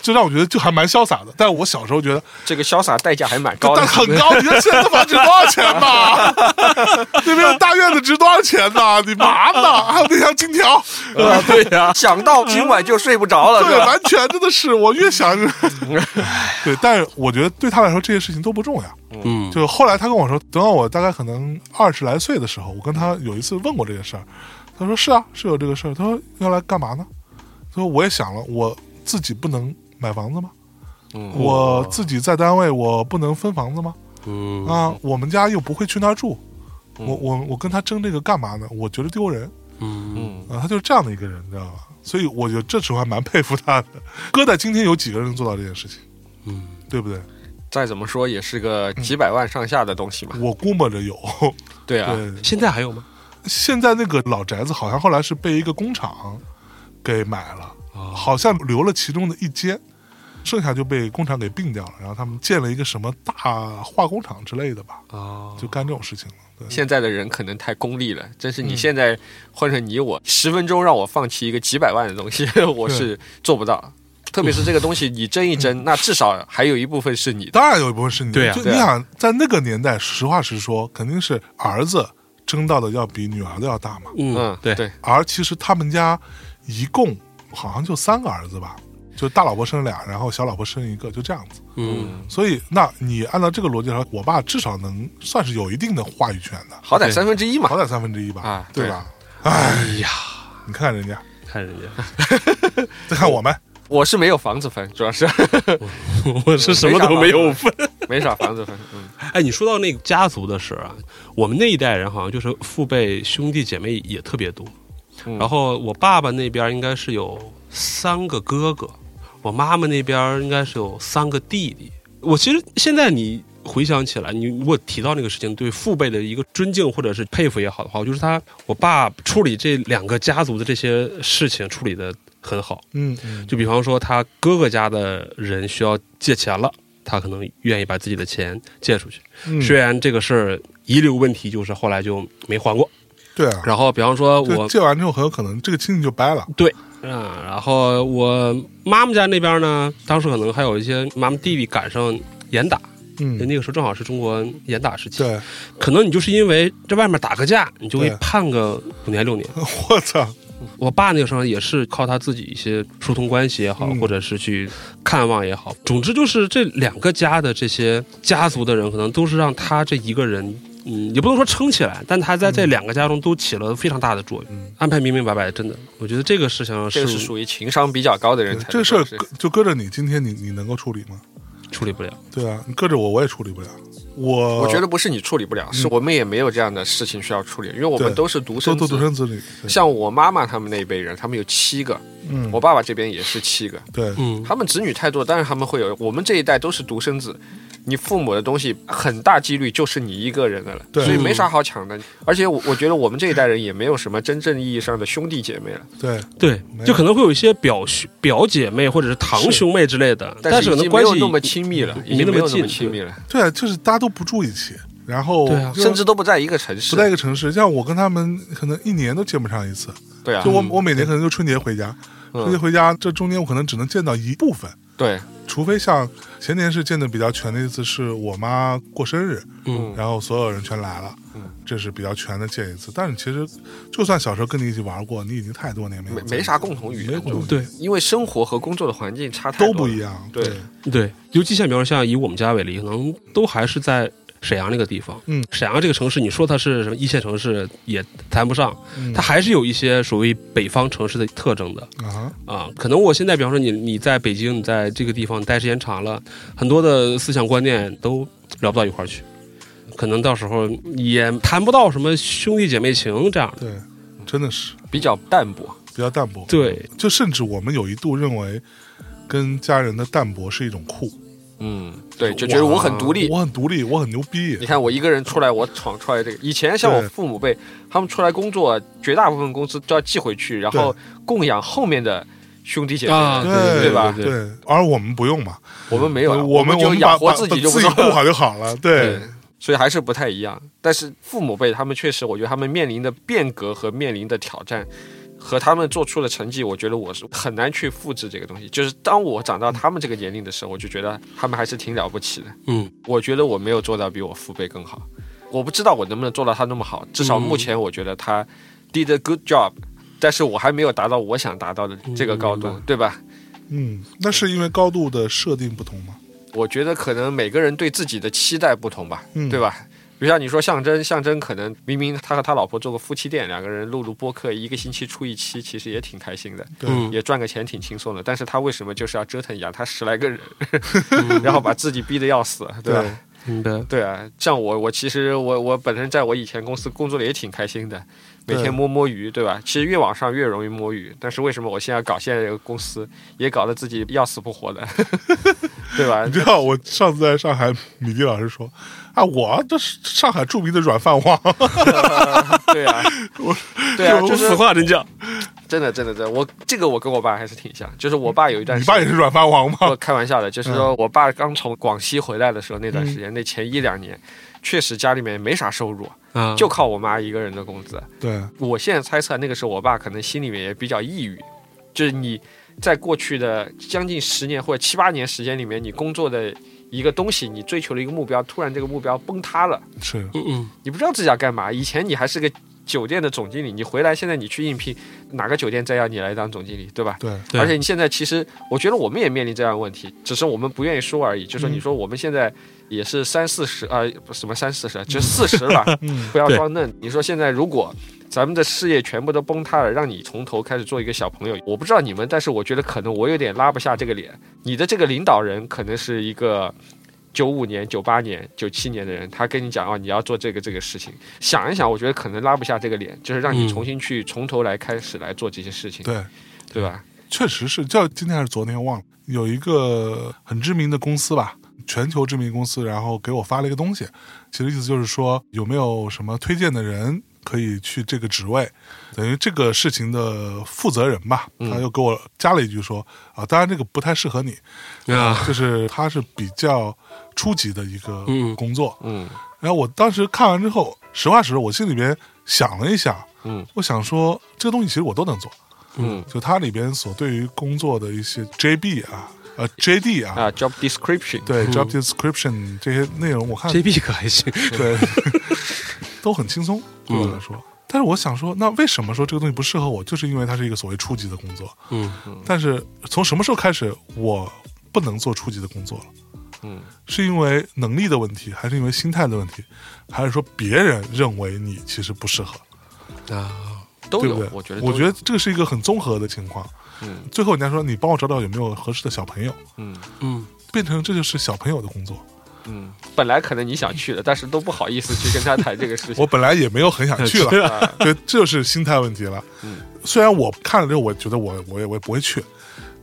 B: 就让我觉得就还蛮潇洒的。但我小时候觉得
A: 这个潇洒代价还蛮高的
B: 但，很高，你看现在房值多少钱吧？ 那边的大院子值多少钱呢？你麻呢？还有那条金条，
C: 啊，对呀，
A: 呃想到今晚就睡不着了，
B: 对，啊
A: 是吧？
B: 完全真的是，我越想， 对，但是我觉得对他来说这些事情都不重要。
C: 嗯
B: 就后来他跟我说，等到我大概可能二十来岁的时候，我跟他有一次问过这个事儿，他说是啊，是有这个事儿。他说要来干嘛呢？他说我也想了，我自己不能买房子吗？
A: 嗯
B: 我自己在单位，我不能分房子吗？
C: 嗯
B: 啊，我们家又不会去那儿住，我我我跟他争这个干嘛呢？我觉得丢人。
C: 嗯
A: 嗯，
B: 啊，他就是这样的一个人，你知道吧？所以我觉得这时候还蛮佩服他的。 搁在今天有几个人能做到这件事情，
C: 嗯，
B: 对不对？
A: 再怎么说也是个几百万上下的东西嘛，
B: 我估摸着有。
A: 对啊，
B: 嗯 对，
C: 现在还有吗？
B: 现在那个老宅子好像后来是被一个工厂给买了，好像留了其中的一间，剩下就被工厂给并掉了。然后他们建了一个什么大化工厂之类的吧，
D: 啊，
B: 就干这种事情了。对，
A: 现在的人可能太功利了，真是你现在换成你我，十分钟让我放弃一个几百万的东西， 我是做不到。特别是这个东西，你争一争，那至少还有一部分是你的。
B: 当然有一部分是你的，
D: 对啊
B: 就
A: 对
B: 你
A: 啊
B: 想在那个年代，实话实说，肯定是儿子争到的要比女儿的要大嘛。
A: 嗯
D: 嗯，，对，
A: 对，
B: 而其实他们家一共好像就三个儿子吧，就大老婆生俩，然后小老婆生一个，就这样子。
D: 嗯，
B: 所以，那你按照这个逻辑来说，我爸至少能算是有一定的话语权的，
A: 好歹
D: 对
A: 三分之一嘛
B: 好。歹三分之一吧，
A: 啊
B: 对
A: 对
B: 吧？
D: 哎呀，
B: 你看看人家，
D: 看人家，
B: 再看我们，
A: 我是没有房子分，主要是
D: 我是什么都没有分。
A: 没啥房子分。嗯，
D: 哎，你说到那个家族的事儿啊，我们那一代人好像就是父辈兄弟姐妹也特别多。
A: 嗯
D: 然后我爸爸那边应该是有三个哥哥，我妈妈那边应该是有三个弟弟。我其实现在你回想起来，你如果提到那个事情，对父辈的一个尊敬或者是佩服也好的话，我就是他我爸处理这两个家族的这些事情处理的很好。
B: 嗯，嗯
D: 就比方说，他哥哥家的人需要借钱了，他可能愿意把自己的钱借出去。
B: 嗯
D: 虽然这个事儿遗留问题就是后来就没还过。
B: 对啊，
D: 然后比方说
B: 就
D: 我
B: 借完之后很有可能这个亲戚就掰了，
D: 对，啊，然后我妈妈家那边呢，当时可能还有一些妈妈弟弟赶上严打，
B: 嗯，
D: 那个时候正好是中国严打时期，
B: 对，
D: 可能你就是因为在外面打个架，你就会
B: 对
D: 判个五年六年。
B: 我操，
D: 我爸那个时候也是靠他自己一些疏通关系也好，
B: 嗯
D: 或者是去看望也好，总之就是这两个家的这些家族的人，可能都是让他这一个人。嗯，也不能说撑起来，但他在这两个家中都起了非常大的作用，
B: 嗯
D: 安排明明白白，真的，我觉得这个事情
A: 这个是属于情商比较高的人才能
B: 这事儿
A: 做的
B: 搁就搁着你，今天你你能够处理吗？
D: 处理不了。
B: 对啊，你搁着我我也处理不了，我
A: 我觉得不是你处理不了，是我们也没有这样的事情需要处理，因为我们
B: 对
A: 都是独
B: 都
A: 生
B: 都
A: 子
B: 独。生子女，对
A: 像我妈妈他们那一辈人，他们有七个，
B: 嗯，
A: 我爸爸这边也是七个，
B: 对，
D: 嗯，
A: 他们子女太多，当然他们会有。我们这一代都是独生子，你父母的东西很大几率就是你一个人的了，
B: 对
A: 所以没啥好抢的。而且我我觉得我们这一代人也没有什么真正意义上的兄弟姐妹了，
B: 对，
D: 对
B: 没有，
D: 就可能会有一些表兄、表姐妹或者是堂兄妹之类的，但
A: 是已
D: 可能
A: 经没
D: 关
A: 有
D: 系
A: 那么亲密了，已
D: 没
A: 经
D: 那
A: 没有
D: 么
A: 那么
D: 近，
A: 亲密了，
B: 对啊，就是大家都不住一起，然后
D: 对啊
B: 就
A: 甚至都不在一个城市
B: 不。在一个城市，像我跟他们可能一年都见不上一次，
A: 对啊
B: 就，我
D: 嗯
B: 我每年可能就春节回家，春节
A: 嗯，
B: 回家这中间我可能只能见到一部分，
A: 对，
B: 除非像前年是见的比较全的一次是我妈过生日，
D: 嗯，
B: 然后所有人全来了
A: 嗯，
B: 这是比较全的见一次。但是其实就算小时候跟你一起玩过，你已经太多年没有
A: 没
B: 见
A: 没啥共同语
B: 没
A: 言，
B: 共同语言
D: 对
A: 因为生活和工作的环境差太
B: 都
A: 多
B: 不
A: 了
B: 一样，
A: 对
D: 对，尤其像比方说像以我们家为例，可能都还是在沈阳那个地方。
B: 嗯
D: 沈阳这个城市，你说它是什么一线城市也谈不上，
B: 嗯
D: 它还是有一些属于北方城市的特征的
B: 啊，
D: 啊。可能我现在比方说你你在北京，你在这个地方待时间长了，很多的思想观念都聊不到一块儿去。可能到时候也谈不到什么兄弟姐妹情这样的，
B: 对，真的是
A: 比较淡薄。
B: 比较淡薄。
D: 对，
B: 就甚至我们有一度认为，跟家人的淡薄是一种酷，
A: 嗯，对，就觉得我很独立。
B: 我很独立，我很牛逼
A: 你。看我一个人出来，我闯出来这个。以前像我
B: 对
A: 父母辈，他们出来工作，绝大部分工资都要寄回去，然后供养后面的兄弟姐妹。
D: 啊
B: 对
A: 对吧
D: 对对
B: 对，而我们不用嘛，
A: 我们没有啊，
B: 我
A: 们
B: 们
A: 就
B: 们把
A: 养活
B: 把
A: 自
B: 把
A: 己就不
B: 自己
A: 错
B: 顾
A: 了。
B: 好就好了。对，，
A: 所以还是不太一样。但是父母辈他们确实，我觉得他们面临的变革和面临的挑战。和他们做出的成绩，我觉得我是很难去复制这个东西。就是当我长到他们这个年龄的时候，我就觉得他们还是挺了不起的。
D: 嗯，
A: 我觉得我没有做到比我父辈更好，我不知道我能不能做到他那么好。至少目前我觉得他 did a good job，但是我还没有达到我想达到的这个高度，对吧？
B: 嗯，那是因为高度的设定不同嘛。
A: 我觉得可能每个人对自己的期待不同吧，
B: 嗯
A: 对吧？比如像你说象征，象征可能明明他和他老婆做个夫妻店，两个人录录播客，一个星期出一期，其实也挺开心的，
B: 对
D: 嗯
A: 也赚个钱挺轻松的。但是他为什么就是要折腾养他十来个人， 然后把自己逼得要死，对吧？
B: 对
D: 嗯明白。
A: 对啊，像我，我其实我我本身在我以前公司工作的也挺开心的，每
B: 对
A: 天摸摸鱼，对吧？其实越往上越容易摸鱼，但是为什么我现在搞现在这个公司，也搞得自己要死不活的， 对吧
B: 你？知道我上次在上海，米迪老师说啊，我这是上海著名的软饭王，
A: 对啊，对啊，
B: 我
A: 就是
D: 话真讲，
A: 真的真的真的，我这个我跟我爸还是挺像，就是我爸有一段
B: 你
A: 时
B: 爸
A: 间
B: 也嗯是软饭王吗？
A: 我开玩笑的，就是说我爸刚从广西回来的时候那段
B: 嗯
A: 时间，那前一两年，确实家里面没啥收入，
C: 啊，
A: 就靠我妈一个人的工资。
B: 对，
A: 我现在猜测，那个时候我爸可能心里面也比较抑郁，就是你在过去的将近十年或者七八年时间里面，你工作的一个东西，你追求了一个目标，突然这个目标崩塌了，
B: 是
C: 嗯嗯，
A: 你不知道自己要干嘛。以前你还是个酒店的总经理，你回来现在你去应聘，哪个酒店再要你来当总经理，对吧？
B: 对，
C: 对
A: 而且你现在其实，我觉得我们也面临这样的问题，只是我们不愿意说而已。就说你说我们现在也是三四十啊、不什么三四十，就四十吧，
B: 嗯
A: 不要装嫩。你说现在如果咱们的事业全部都崩塌了，让你从头开始做一个小朋友，我不知道你们，但是我觉得可能我有点拉不下这个脸。你的这个领导人可能是一个。九五年、九八年、九七年的人，他跟你讲啊，你要做这个这个事情，想一想，我觉得可能拉不下这个脸，就是让你
C: 嗯
A: 重新去从头来开始来做这些事情，
B: 对，
A: 对吧？
B: 确实是。就今天还是昨天忘了，有一个很知名的公司吧，全球知名公司，然后给我发了一个东西，其实意思就是说有没有什么推荐的人。可以去这个职位，等于这个事情的负责人吧，
A: 嗯
B: 他又给我加了一句说啊，当然这个不太适合你，
C: 啊，
B: 就是它是比较初级的一个
C: 嗯
B: 工作。
A: 嗯
B: 然后我当时看完之后，实话实说，我心里边想了一想，
A: 嗯
B: 我想说这个东西其实我都能做，
A: 嗯。
B: 就它里边所对于工作的一些 JB 啊，呃 JD 啊，
A: 啊，job description，
B: 对、
C: 嗯
B: job description 这些内容，我看
C: JB 可还行，
B: 对 都很轻松对
A: 嗯
B: 我来说。但是我想说，那为什么说这个东西不适合我？就是因为它是一个所谓初级的工作。
C: 嗯，
B: 但是从什么时候开始，我不能做初级的工作了？
A: 嗯，
B: 是因为能力的问题，还是因为心态的问题，还是说别人认为你其实不适合，
C: 啊，
A: 都
B: 对
A: 有
B: 不对，？
A: 我觉得都有，
B: 我觉得这个是一个很综合的情况。
A: 嗯
B: 最后人家说，你帮我找找有没有合适的小朋友，
A: 嗯
C: 嗯，
B: 变成这就是小朋友的 工作。
A: 嗯，本来可能你想去的，但是都不好意思去跟他谈这个事情。
B: 我本来也没有很想去 了，
A: 啊
B: 对，这就是心态问题了。
A: 嗯
B: 虽然我看了之后，我觉得我我也我也不会去，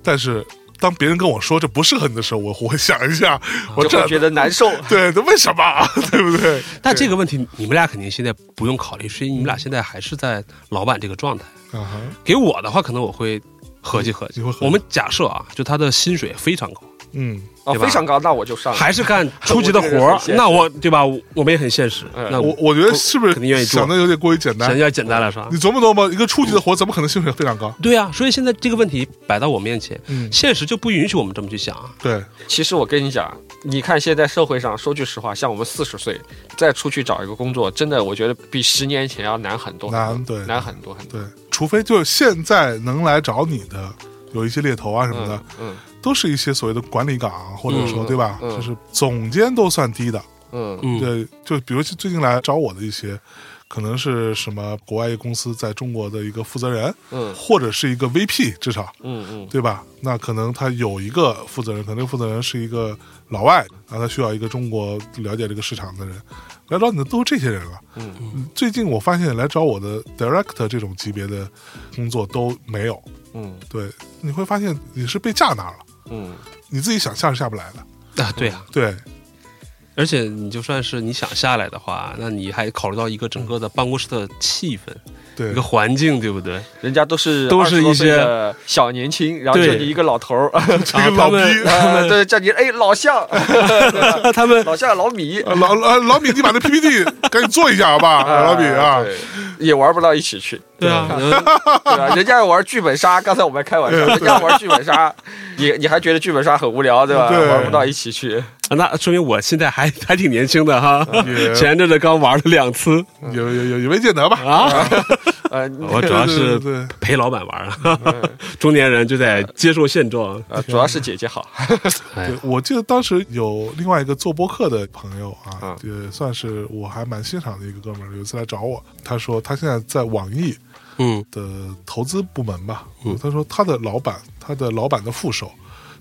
B: 但是当别人跟我说这不适合你的时候，我我会想一 下，我
A: 就
B: 这
A: 会觉得难受。
B: 对， 这为什 么？啊对不对？
C: 但这个问题你们俩肯定现在不用考虑，是因为你们俩现在还是在老板这个状态。
B: 啊哈，
C: 给我的话，可能我会合计合计。
B: 你会合计
C: 我们假设啊，就他的薪水非常高，
B: 嗯，
A: 哦，
C: 对吧
A: 非常高，那我就上了。
C: 还是干初级的活
A: 我这个人
C: 儿
A: 很，现实
C: 那我对吧？我我们也很现实。
A: 嗯
C: 那
B: 我我觉得是不
C: 肯定愿
B: 是
C: 意做
B: 想的有点过于简单
C: 想？要简单了是吧
D: 嗯
B: 你？琢磨琢磨，一个初级的活怎么可能薪水非常高？
C: 对啊，所以现在这个问题摆到我面前，
B: 嗯，
C: 现实就不允许我们这么去想啊。
B: 对，
A: 其实我跟你讲，啊你看现在社会上，说句实话，像我们四十岁再出去找一个工作，真的我觉得比十年前要难很多，
B: 难对
A: 难很多很多。
B: 对，除非就是现在能来找你的，有一些猎头啊什么的，
A: 嗯嗯
B: 都是一些所谓的管理岗，啊或者说、
A: 嗯
B: 对吧、
A: 嗯
B: 就是总监都算低的。
A: 嗯
C: 嗯，
B: 对，就比如最近来找我的一些，可能是什么国外一个公司在中国的一个负责人，
A: 嗯
B: 或者是一个 VP，至少
A: 嗯嗯
B: 对吧？那可能他有一个负责人，可能这个负责人是一个老外，然后他需要一个中国了解这个市场的人。来找你的都是这些人了。
A: 嗯
B: 嗯最近我发现来找我的 director 这种级别的工作都没有。
A: 嗯
B: 对，你会发现你是被架那儿了，
A: 嗯，
B: 你自己想下是下不来的。
C: 啊，对啊，
B: 对，
C: 而且你就算是你想下来的话，那你还考虑到一个整个的办公室的气氛，
B: 对，
C: 一个环境，对不对？
A: 人家都是
C: 都是
A: 20多岁
C: 一些
A: 的小年轻，然后就
C: 对
A: 你一个老头儿，
B: 这个老逼，啊
A: 呃对，叫你哎老向，
C: 那他们
A: 老向老米，
B: 呃老老老米，你把那 PPT 赶紧做一下好 吧，老米啊。
A: 哎对，也玩不到一起去，
C: 对啊，
A: 对吧？人家要玩剧本 杀，刚才我们还开玩笑，人家玩剧本杀，你你还觉得剧本杀很无聊，对吧？
B: 对
A: 玩不到一起去，
C: 啊那说明我现在还还挺年轻的哈
D: 嗯
B: 也，
C: 前阵子刚玩了两次
B: 有有有有没见得吧？
C: 啊，
A: 呃，
C: 我主要
B: 对对
C: 是
B: 对
C: 陪老板 玩啊，中年人就得接受现状。
A: 呃，主要是姐姐好，
C: 哎
B: 对，我记得当时有另外一个做播客的朋友啊
C: 嗯
A: 啊，
B: 也算是我还蛮欣赏的一个哥们儿，有一次来找我，他说他现在在网易
C: 嗯
B: 的投资部门吧
C: 嗯，
B: 他说他的老板，他的老板的副手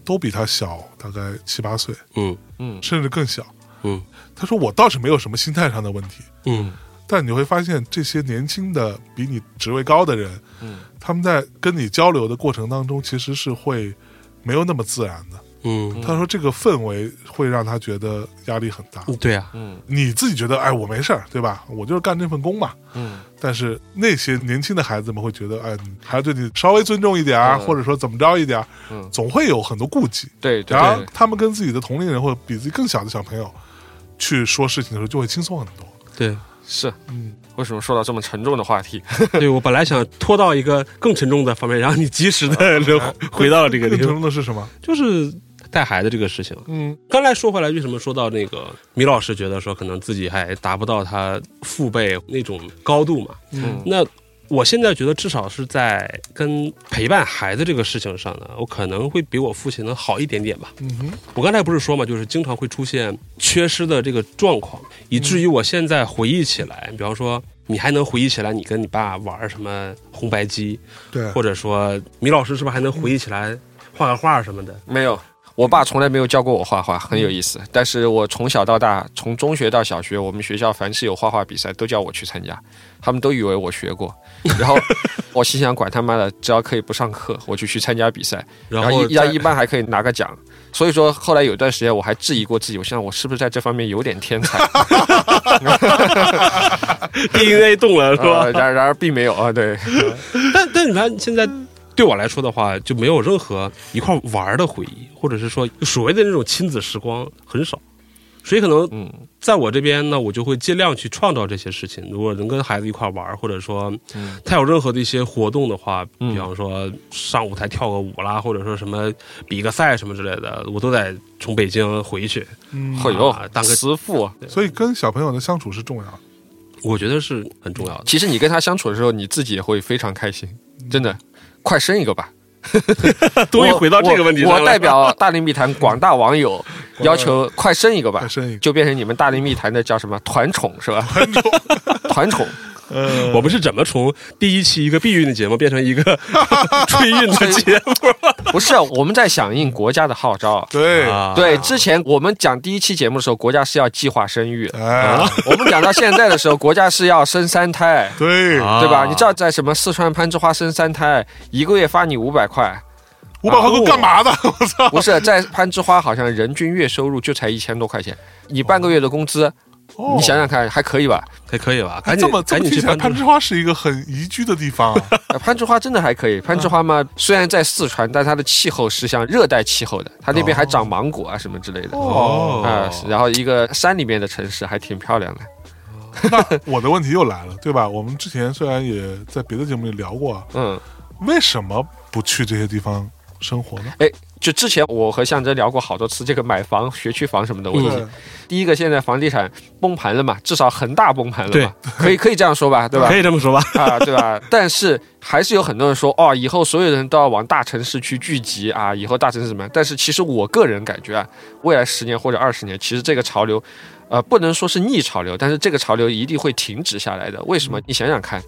B: 都比他小大概七八岁，
C: 嗯
A: 嗯
B: 甚至更小。
C: 嗯
B: 他说我倒是没有什么心态上的问题，
C: 嗯
B: 但你会发现这些年轻的比你职位高的人，
A: 嗯
B: 他们在跟你交流的过程当中，其实是会没有那么自然的。
D: 嗯
B: 他说这个氛围会让他觉得压力很大。
D: 嗯，对啊，
A: 嗯
B: 你自己觉得，哎，我没事儿，对吧？我就是干这份工嘛。
A: 嗯，
B: 但是那些年轻的孩子们会觉得，哎，你还是对你稍微尊重一点儿，
A: 嗯
B: 或者说怎么着一点儿，
A: 嗯
B: 总会有很多顾忌。
A: 对对
B: 然后
A: 对，
B: 他们跟自己的同龄人或者比自己更小的小朋友去说事情的时候，就会轻松很多。
D: 对，
A: 是
B: 嗯，
A: 为什么说到这么沉重的话题？
D: 对我本来想拖到一个更沉重的方面，然后你及时的
C: 哦
D: 回到了这个
B: 更
D: 地
B: 沉
D: 方，
B: 重的是什么？
D: 就是带孩子这个事情。
B: 嗯
D: 刚才说回来，为什么说到那个米老师觉得说可能自己还达不到他父辈那种高度嘛？
A: 嗯
D: 那我现在觉得，至少是在跟陪伴孩子这个事情上呢，我可能会比我父亲能好一点点吧。
B: 嗯哼，
D: 我刚才不是说嘛，就是经常会出现缺失的这个状况，以至于我现在回忆起来，比方说你还能回忆起来你跟你爸玩什么红白机，
B: 对，
D: 或者说米老师是不是还能回忆起来画个画什么的？
A: 没有，我爸从来没有教过我画画，很有意
B: 嗯
A: 思。但是我从小到大，从中学到小学，我们学校凡是有画画比赛，都叫我去参加，他们都以为我学过。然 后我心想，管他妈的，只要可以不上课，我就去参加比赛。
D: 然
A: 然
D: 后
A: 后一然后一
D: 再
A: 般还可以拿个奖。所以说，后来有段时间我还质疑过自己，我想我是不是在这方面有点天才？
D: DNA 动了是吧嗯
A: 呃？然然而并没有啊，对，
D: 但但你看现在。对我来说的话，就没有任何一块玩的回忆，或者是说所谓的那种亲子时光很少，所以可能
A: 嗯
D: 在我这边呢，我就会尽量去创造这些事情。如果能跟孩子一块玩儿，或者说
A: 嗯
D: 他有任何的一些活动的话，
A: 嗯
D: 比方说上舞台跳个舞啦，或者说什么比个赛什么之类的，我都得从北京回去。
B: 嗯，
A: 会有
D: 啊当个
A: 慈父。
B: 所以跟小朋友的相处是重要的。
D: 我觉得是很重要的。
A: 其实你跟他相处的时候，你自己也会非常开心，真的。快生一个吧！
D: 终于回到这个问题上
A: 我
D: 了
A: 我代表大内密谈广大网 友要求，快生一个吧
B: 再，生一个，
A: 就变成你们大内密谈的叫什么团宠是吧？团宠， 团宠，
B: 呃
D: 我们是怎么从第一期一个避孕的节目变成一 个春运的节
A: 不是啊我们在响应国家的号召。
B: 对
D: 目？， 啊，
A: 对，之前我们讲第一期节目的时候，国家是要计划生育的。
B: 哎，
A: 啊我们讲到现在的时候，国家是要生三胎，
B: 对，
D: 啊
A: 对吧？你知道在什么四川攀枝花生三胎，一个月发你五百 块，
B: 五百块够干嘛的？我操！
A: 不是在攀枝花好像人均月收入就才一千多块钱，你半个月的工资，
B: 哦
A: 你想想看还可以 吧？
D: 还可以
B: 哎
D: 吧？赶紧
B: 这么这
D: 赶
B: 么
D: 紧
B: 听
D: 去
B: 起来，
D: 攀
B: 攀
D: 登。
B: 枝花是一个很宜居的地 方啊。
A: 呃攀枝花真的还可以，攀枝花嘛，虽然在四川，但它的气候是像热带气候的，它那边还长芒果啊什么之类的。
B: 哦，
A: 啊、然后一个山里面的城市还挺漂亮的，
B: 那我的问题又来了，对吧？我们之前虽然也在别的节目里聊过，
A: 嗯，
B: 为什么不去这些地方生活呢？
A: 就之前我和象征聊过好多次这个买房、学区房什么的问题。
B: 对，
A: 第一个，现在房地产崩盘了嘛，至少恒大崩盘了
D: 对
A: 嘛，可以可以这样说吧，对吧
D: 可？以这么说吧？
A: 啊，对吧？ 但是还是有很多人说，哦，以后所有人都要往大城市去聚集啊，以后大城市怎么样？但是其实我个人感觉啊，未来十年或者二十年，其实这个潮流，呃，不能说是逆潮流，但是这个潮流一定会停止下来的。为什么？
D: 嗯
A: 你想想看。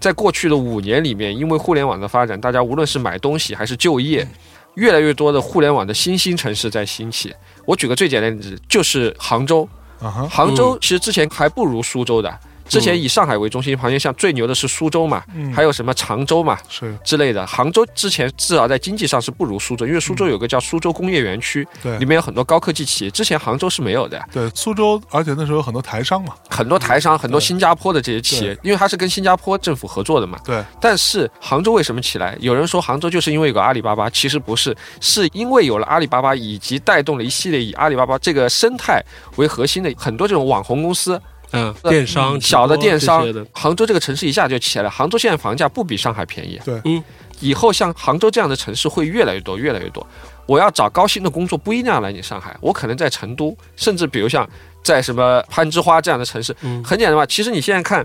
A: 在过去的五年里面，因为互联网的发展，大家无论是买东西还是就业，
D: 嗯
A: 越来越多的互联网的新兴城市在兴起。我举个最简单的例子，就是杭州，
B: 啊哈，
A: 杭州其实之前还不如苏州的，之前以上海为中心，好像像最牛的是苏州嘛，
B: 嗯，
A: 还有什么常州嘛
B: 是
A: 之类的。杭州之前至少在经济上是不如苏州，因为苏州有个叫苏州工业园区，
B: 嗯对嗯
A: 里面有很多高科技企业，之前杭州是没有的。
B: 对苏州，而且那时候有很多台商嘛，
A: 很多台商，很多新加坡的这些企业，因为它是跟新加坡政府合作的嘛。
B: 对。
A: 但是杭州为什么起来？有人说杭州就是因为有个阿里巴巴，其实不是，是因为有了阿里巴巴，以及带动了一系列以阿里巴巴这个生态为核心的很多这种网红公司，
D: 嗯，电商、
A: 小的
D: 直播
A: 电商
D: 这些的，
A: 杭州这个城市一下就起来了。杭州现在房价不比上海便宜。
B: 对
D: 嗯，
A: 以后像杭州这样的城市会越来越多，越来越多。我要找高薪的工作，不一定要来你上海，我可能在成都，甚至比如像在什么攀枝花这样的城市，
D: 嗯
A: 很简单吧。其实你现在看，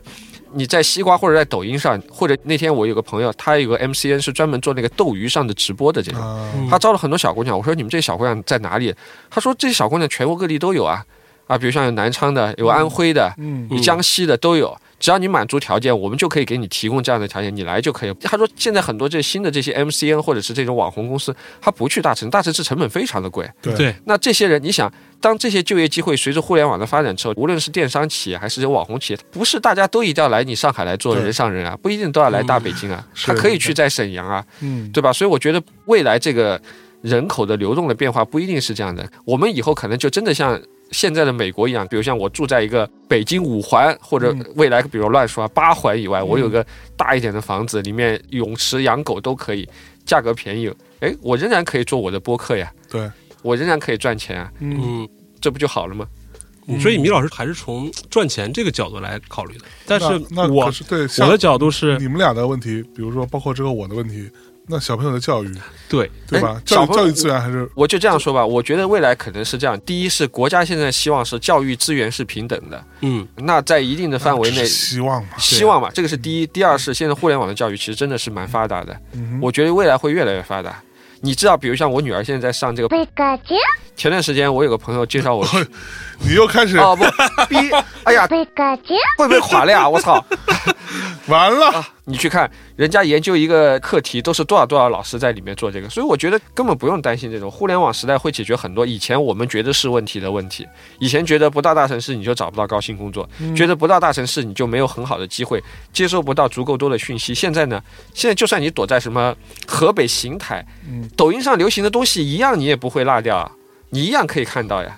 A: 你在西瓜或者在抖音上，或者那天我有个朋友，他有个 MCN 是专门做那个斗鱼上的直播的这种，
B: 啊，
D: 嗯
A: 他招了很多小姑娘。我说你们这些小姑娘在哪里？他说这些小姑娘全国各地都有啊，啊，比如像有南昌的，有安徽的，
B: 嗯
A: 你江西的都有，只要你满足条件，我们就可以给你提供这样的条件，你来就可以。他说现在很多这新的这些 MCN 或者是这种网红公司，他不去大城，大城市成本非常的贵。
B: 对
D: 对，
A: 那这些人，你想，当这些就业机会随着互联网的发展之后，无论是电商企业还是这网红企业，不是大家都一定要来你上海来做
B: 对嗯
A: 人上人啊，不一定都要来大北京啊，
B: 是
A: 他可以去在沈阳啊，
B: 嗯，
A: 对吧？所以我觉得未来这个人口的流动的变化不一定是这样的。我们以后可能就真的像现在的美国一样，比如像我住在一个北京五环，或者未来比如乱说啊八环以外，我有个大一点的房子，里面泳池、养狗都可以，价格便宜，哎，我仍然可以做我的播客呀，
B: 对，
A: 我仍然可以赚钱啊，
C: 嗯，
A: 这不就好了吗？
C: 所
D: 嗯
C: 以米老师还是从赚钱这个角度来考虑的。但是
B: 那那
C: 我
B: 可是对
C: 我
B: 像
C: 的角度是
B: 你们俩的问题，比如说包括之后我的问题，那小朋友的教育，
C: 对，
B: 对吧
A: 哎？
B: 教
A: 小
B: 育
A: 朋友
B: 教育资源还是
A: 我就这样说吧，我觉得未来可能是这样：第一是国家现在希望是教育资源是平等的，
C: 嗯
A: 那在一定的范围内
B: 啊只是，希望嘛？
A: 希望嘛，这个是第一。第二是现在互联网的教育其实真的是蛮发达的，
B: 嗯哼，
A: 我觉得未来会越来越发达。你知道，比如像我女儿现在在上这个，
E: Pikachu,
A: 前段时间我有个朋友介
B: 哦
A: 绍我去，
B: 你又开始
A: 哦不，逼，哎呀，
E: Pikachu,
A: 会不会垮了呀？我操！
B: 完了，
A: 啊你去看人家研究一个课题，都是多少多少老师在里面做这个，所以我觉得根本不用担心这种互联网时代会解决很多以前我们觉得是问题的问题。以前觉得不到大城市你就找不到高薪工作，觉得不到大城市你就没有很好的机会，接收不到足够多的讯息。现在呢，现在就算你躲在什么河北邢台
B: 嗯，
A: 抖音上流行的东西一样，你也不会落掉啊，你一样可以看到呀。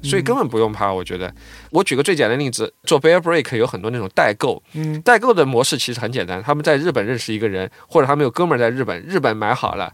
A: 所以根本不用怕，我觉得。我举个最简单的例子，做 Bear Break 有很多那种代购，
B: 嗯
A: 代购的模式其实很简单，他们在日本认识一个人，或者他们有哥们儿在日本，日本买好了，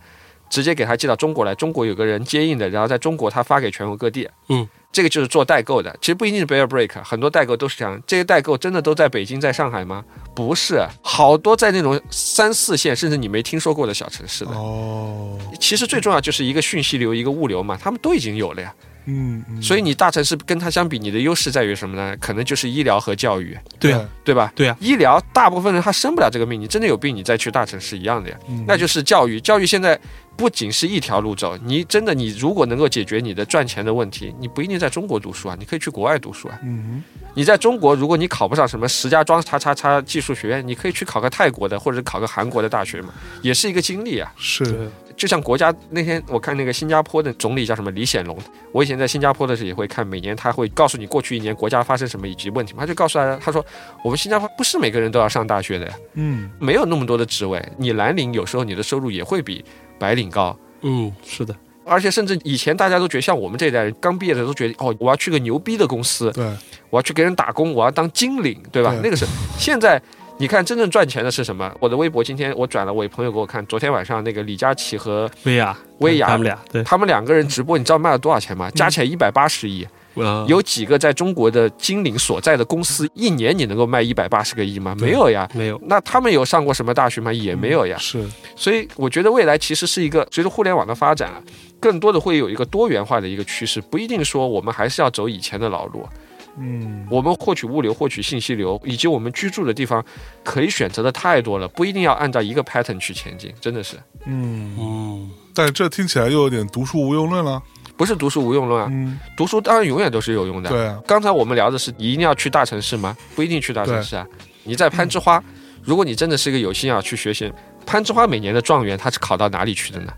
A: 直接给他寄到中国来，中国有个人接应的，然后在中国他发给全国各地。
C: 嗯，
A: 这个就是做代购的，其实不一定是 Bear Break，很多代购都是这样。这些代购真的都在北京、在上海吗？不是，好多在那种三四线甚至你没听说过的小城市的。
B: 哦，
A: 其实最重要就是一个讯息流，一个物流嘛，他们都已经有了呀。
B: 嗯，嗯
A: 所以你大城市跟它相比，你的优势在于什么呢？可能就是医疗和教育。
C: 对啊，
A: 对吧？
C: 对啊
A: 医疗大部分人他生不了这个病，你真的有病，你再去大城市一样的呀。
B: 嗯
A: 那就是教育，教育现在不仅是一条路走，你真的你如果能够解决你的赚钱的问题，你不一定在中国读书啊，你可以去国外读书啊。
B: 嗯
A: 你在中国，如果你考不上什么石家庄叉叉叉技术学院，你可以去考个泰国的或者考个韩国的大学嘛，也是一个经历啊。
B: 哼是，
A: 就像国家那天我看那个新加坡的总理叫什么李显龙，我以前在新加坡的时候也会看，每年他会告诉你过去一年国家发生什么以及问题嘛，他就告诉大家，他说我们新加坡不是每个人都要上大学的呀，
B: 嗯
A: 没有那么多的职位，你蓝领有时候你的收入也会比白领高。
C: 嗯，是的，
A: 而且甚至以前大家都觉得，像我们这一代人刚毕业的都觉得，哦，我要去个牛逼的公司，
B: 对，
A: 我要去给人打工，我要当经理，对吧？
B: 对
A: 那个是现在。你看，真正赚钱的是什么？我的微博今天我转了，我朋友给我看，昨天晚上那个李佳琦和
C: 薇娅，
A: 薇娅
C: 他们俩
D: 啊
C: 对，
A: 他们两个人直播，你知道卖了多少
C: 嗯
A: 钱吗？加起来一百八十亿。
D: 嗯
C: 呃
A: 有几个在中国的金领所在的公司，一年你能够卖一百八十个亿吗？
C: 对
A: 没有呀。
C: 没有？嗯
A: 那他们有上过什么大学吗？也没有呀。
B: 是，
A: 所以我觉得未来其实是一个随着互联网的发展啊，更多的会有一个多元化的一个趋势，不一定说我们还是要走以前的老路。
B: 嗯
A: 我们获取物流、获取信息流，以及我们居住的地方，可以选择的太多了，不一定要按照一个 pattern 去前进。真的是
B: 嗯，
C: 嗯，
B: 但这听起来又有点读书无用论了，
A: 不是读书无用论啊？
B: 嗯，
A: 读书当然永远都是有用的。
B: 对啊，
A: 刚才我们聊的是，你一定要去大城市吗？不一定去大城市啊。你在攀枝花，如果你真的是一个有心要去学习，攀枝花每年的状元他是考到哪里去的呢？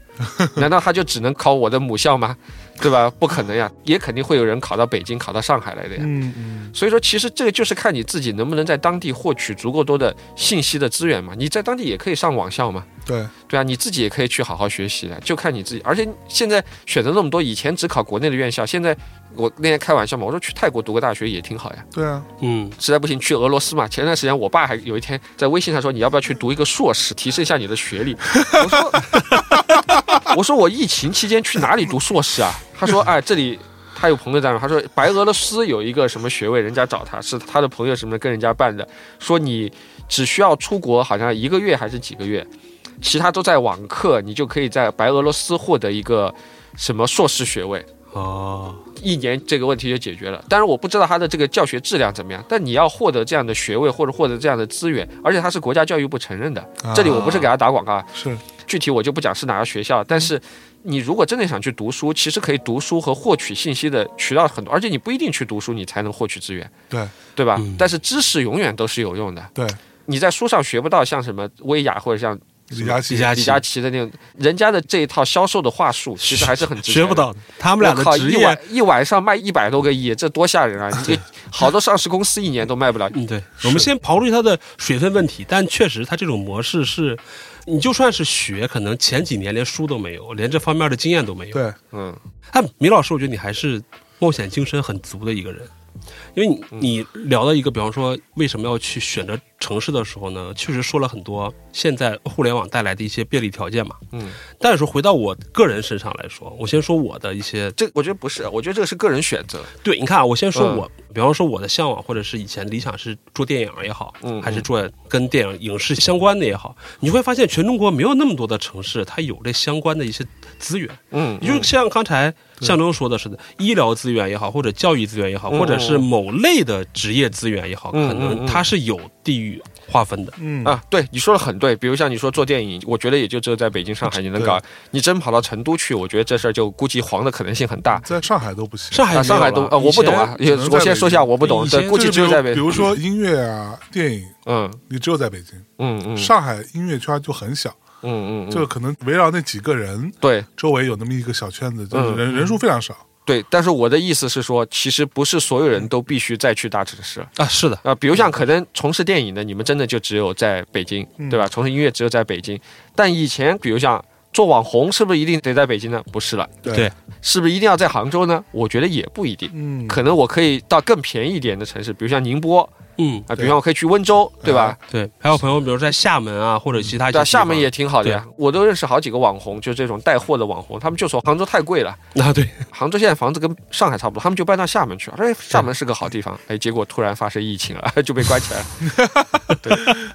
A: 难道他就只能考我的母校吗？对吧？不可能呀，也肯定会有人考到北京、考到上海来的呀。
B: 嗯嗯
A: 所以说，其实这个就是看你自己能不能在当地获取足够多的信息的资源嘛。你在当地也可以上网校嘛，
B: 对，
A: 对啊，你自己也可以去好好学习的，就看你自己。而且现在选择那么多，以前只考国内的院校，现在我那天开玩笑嘛，我说去泰国读个大学也挺好呀。
B: 对啊，
C: 嗯，
A: 实在不行去俄罗斯嘛。前段时间我爸还有一天在微信上说你要不要去读一个硕士，提升一下你的学历。我说我说我疫情期间去哪里读硕士啊？他说哎这里。他有朋友在那，他说白俄罗斯有一个什么学位，人家找他是他的朋友什么的跟人家办的，说你只需要出国好像一个月还是几个月，其他都在网课，你就可以在白俄罗斯获得一个什么硕士学位。
C: 哦，
A: 一年这个问题就解决了。当然我不知道他的这个教学质量怎么样，但你要获得这样的学位或者获得这样的资源，而且他是国家教育部承认的。
B: 啊
A: 这里我不是给他打广告，啊、
B: 是，
A: 具体我就不讲是哪个学校，但是。你如果真的想去读书，其实可以读书和获取信息的渠道很多，而且你不一定去读书，你才能获取资源，
B: 对
A: 对吧？
C: 嗯
A: 但是知识永远都是有用的。
B: 对，
A: 你在书上学不到像什么薇娅或者像
B: 李佳琦，
D: 李佳琦
A: 李佳琦的那种，人家的这一套销售的话术，其实还是很值钱
C: 学不。到的。他们俩
A: 我
C: 的
A: 靠，
C: 职
A: 一
C: 业
A: 晚，一晚上卖一百多个亿，这多吓人啊！你这好多上市公司一年都卖不了。
D: 嗯，对，我们先刨出去它的水分问题，但确实它这种模式是，你就算是学，可能前几年连书都没有，连这方面的经验都没有。
B: 对，
A: 嗯，
D: 哎，米老师，我觉得你还是冒险精神很足的一个人，因为
A: 嗯
D: 你你聊到一个，比方说为什么要去选择城市的时候呢，确实说了很多现在互联网带来的一些便利条件嘛。
A: 嗯，
D: 但是回到我个人身上来说，我先说我的一些
A: 这我觉得不是，我觉得这个是个人选择。
D: 对，你看啊，我先
A: 嗯
D: 说我，比方说我的向往，或者是以前理想是做电影也好，
A: 嗯
D: 还是做跟电影影视相关的也好，你会发现全中国没有那么多的城市，它有这相关的一些资源。
A: 嗯，
D: 也就像刚才向征说的似的，医疗资源也好，或者教育资源也好，
A: 嗯
D: 或者是某类的职业资源也好，
A: 嗯
D: 可
A: 嗯嗯
D: 能它是有地域划分的。
B: 嗯
A: 啊，对，你说的很对。比如像你说做电影，我觉得也就只有在北京、上海你能搞。你真跑到成都去，我觉得这事儿就估计黄的可能性很大。
B: 在上海都不行。
D: 上海没有
A: 啊，上海都
D: 了
A: 呃，我不懂啊，
B: 以
A: 也
B: 前只能在
A: 我先说一下，
B: 北京
A: 我不懂，
C: 以
A: 对，
C: 前
A: 估计只有在北
B: 比如说音乐啊、电影，
A: 嗯
B: 你只有在北京。
A: 嗯嗯
B: 上海音乐圈就很小，
A: 嗯嗯，
B: 就可能围绕那几个人，
A: 对
B: 周围有那么一个小圈子，就是
A: 嗯
B: 人人数非常少。
A: 对。但是我的意思是说，其实不是所有人都必须再去大城市。
D: 啊，是的，
A: 啊，比如像可能从事电影的，你们真的就只有在北京，
D: 嗯
A: 对吧？从事音乐只有在北京，但以前比如像做网红，是不是一定得在北京呢？不是了，
D: 对
A: 是不是一定要在杭州呢？我觉得也不一定，
B: 嗯，
A: 可能我可以到更便宜一点的城市，比如像宁波
D: 嗯，
A: 啊，比如像我可以去温州，对吧？
D: 对。还有朋友，比如在厦门啊，或者其他
A: 对、
D: 一些地
A: 啊，
D: 方，
A: 厦门也挺好的呀，我都认识好几个网红，就这种带货的网红，他们就说杭州太贵了，
D: 啊，对，
A: 杭州现在房子跟上海差不多，他们就搬到厦门去了。哎，厦门是个好地方，哎，结果突然发生疫情了， 就被关起来了。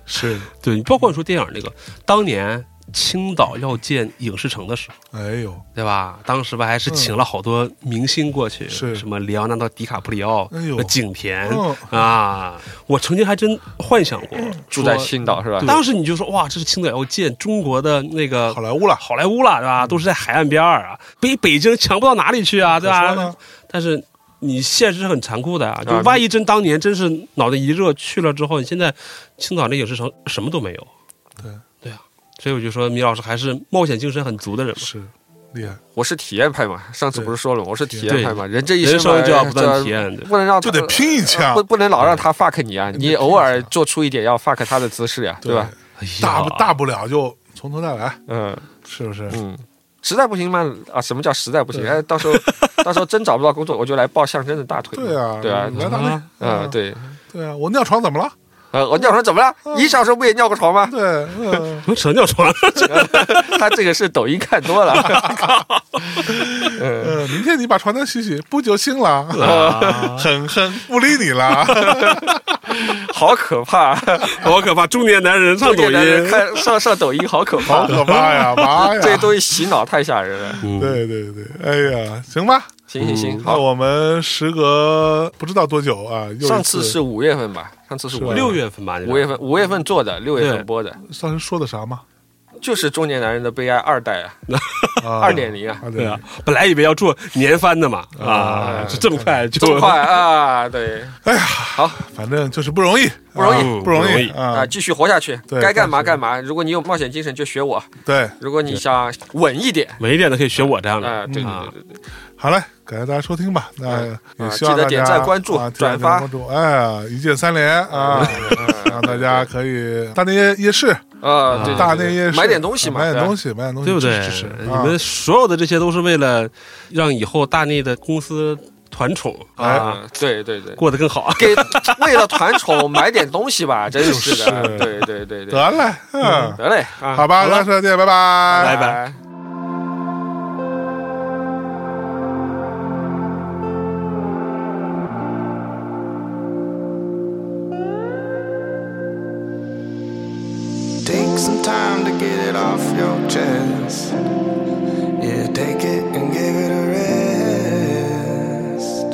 B: 是，
D: 对你包括你说电影那个，当年青岛要建影视城的时候，
B: 哎呦，
D: 对吧？当时吧还是
A: 嗯
D: 请了好多明星过去，
B: 是
D: 什么里奥纳多·迪卡普里奥、
B: 哎呦
D: 那景甜、
B: 嗯
D: 啊，我曾经还真幻想过
A: 住在
D: 说
A: 青岛是吧？
D: 当时你就说哇，这是青岛要建中国的那个
A: 呃
B: 好莱坞了，
D: 好莱坞了，对吧？都是在海岸边儿啊，比北京强不到哪里去啊，对
B: 可说
D: 吧
B: 呢？
D: 但是你现实是很残酷的啊，就
A: 啊
D: 万一真当年真是脑袋一热去了之后，你现在青岛那影视城什么都没有。
B: 对
D: 对啊，所以我就说米老师还是冒险精神很足的人嘛。
B: 是厉害，
A: 我是体验派嘛，上次
B: 对
A: 不是说了吗？我是体验
D: 对
A: 派嘛，人这一
D: 人
A: 生嘛
D: 生就要
A: 哎
D: 不断
A: 这
D: 体验对
A: 不能让
B: 就得
A: 他
B: 拼一
A: 呃
B: 枪
A: 不，不能老让他 fuck 你啊！
B: 得
A: 你
B: 拼
A: 偶尔
B: 一下
A: 做出一点要 fuck 他的姿势呀，对吧？？
D: 哎呀
B: 大不大不了就从头再来，
A: 嗯
B: 是不是？
A: 嗯，实在不行嘛啊，什么叫实在不行？哎，到时候到时候真找不到工作，我就来抱象征的大腿嘛。
B: 对啊，
A: 对啊
B: 你，来哪里？
A: 嗯，对，
B: 对啊，我尿床怎么了？
A: 呃，我尿床怎么了？
B: 嗯
A: 你小时候不也尿过床吗？
B: 对，嗯
D: 什么叫 床？
A: 他这个是抖音看多 了。
B: 呃，明天你把床单洗洗，不就 行了？
A: 啊
B: 很很不理你了。
A: 好可怕！
D: 好可怕！中年男人上抖
A: 中年男人
D: 音，
A: 看上上抖音，好可
B: 好
A: 怕！
B: 可 怕呀！妈呀！
A: 这些东西洗脑太吓人了。
B: 对对对，哎呀，行吧，
A: 行行行，
B: 那
A: 好，
B: 我们时隔不知道多久啊，又一次
A: 上次是五月份吧？上次是
B: 是
A: 五
B: 吧
A: 月
D: 六月份吧，
A: 五月份五月份做的，六月
D: 对
A: 份播的，
B: 上次说的啥嘛？
A: 就是《中年男人的悲哀》二代啊，
B: 二
A: 二点零啊，
B: 二
D: 对
B: 点
D: 啊，本来以为要做年番的嘛，
C: 哎
D: 啊，就这么快就
A: 这么快啊，对
B: 哎反正就是不容易，
A: 不容易
B: 啊不容
D: 嗯不容易
B: 啊
A: 啊，！继续活下去，
B: 对
A: 该干嘛干嘛。如果你有冒险精神，就学我；
B: 对，
A: 如果你想稳一点
D: 稳一点的可以学我这样的
A: 啊，对
D: 啊
A: 对对对对，
B: 好嘞，感谢大家收听吧。那
A: 嗯
B: 也
A: 啊
B: 希望
A: 记得
B: 大家
A: 点赞关注
B: 啊记
A: 转
B: 得点赞
A: 发嗯
B: 关注，哎，一键三连啊！ 让大家可以大内夜夜市，
A: 啊，对，对
B: 大
A: 对
B: 内
A: 对啊
B: 夜市
A: 买点东西嘛，
B: 买点东
A: 西，
B: 西，买点东西，
D: 对不对
B: 支持？支持
D: 你
B: 啊
D: 们所有的这些都是为了让以后大内的公司团宠啊
B: 哎
A: 啊，对对对。
D: 过得 更好。
A: 给为了团宠买点东西吧，真是的
B: 是，
A: 对对对对，
B: 得嘞，嗯，
A: 得嘞啊，
B: 好吧，
A: 了
B: 那再见，拜拜
D: 拜拜。
F: Take some time to get it off your chest. Yeah, take it and give it a rest.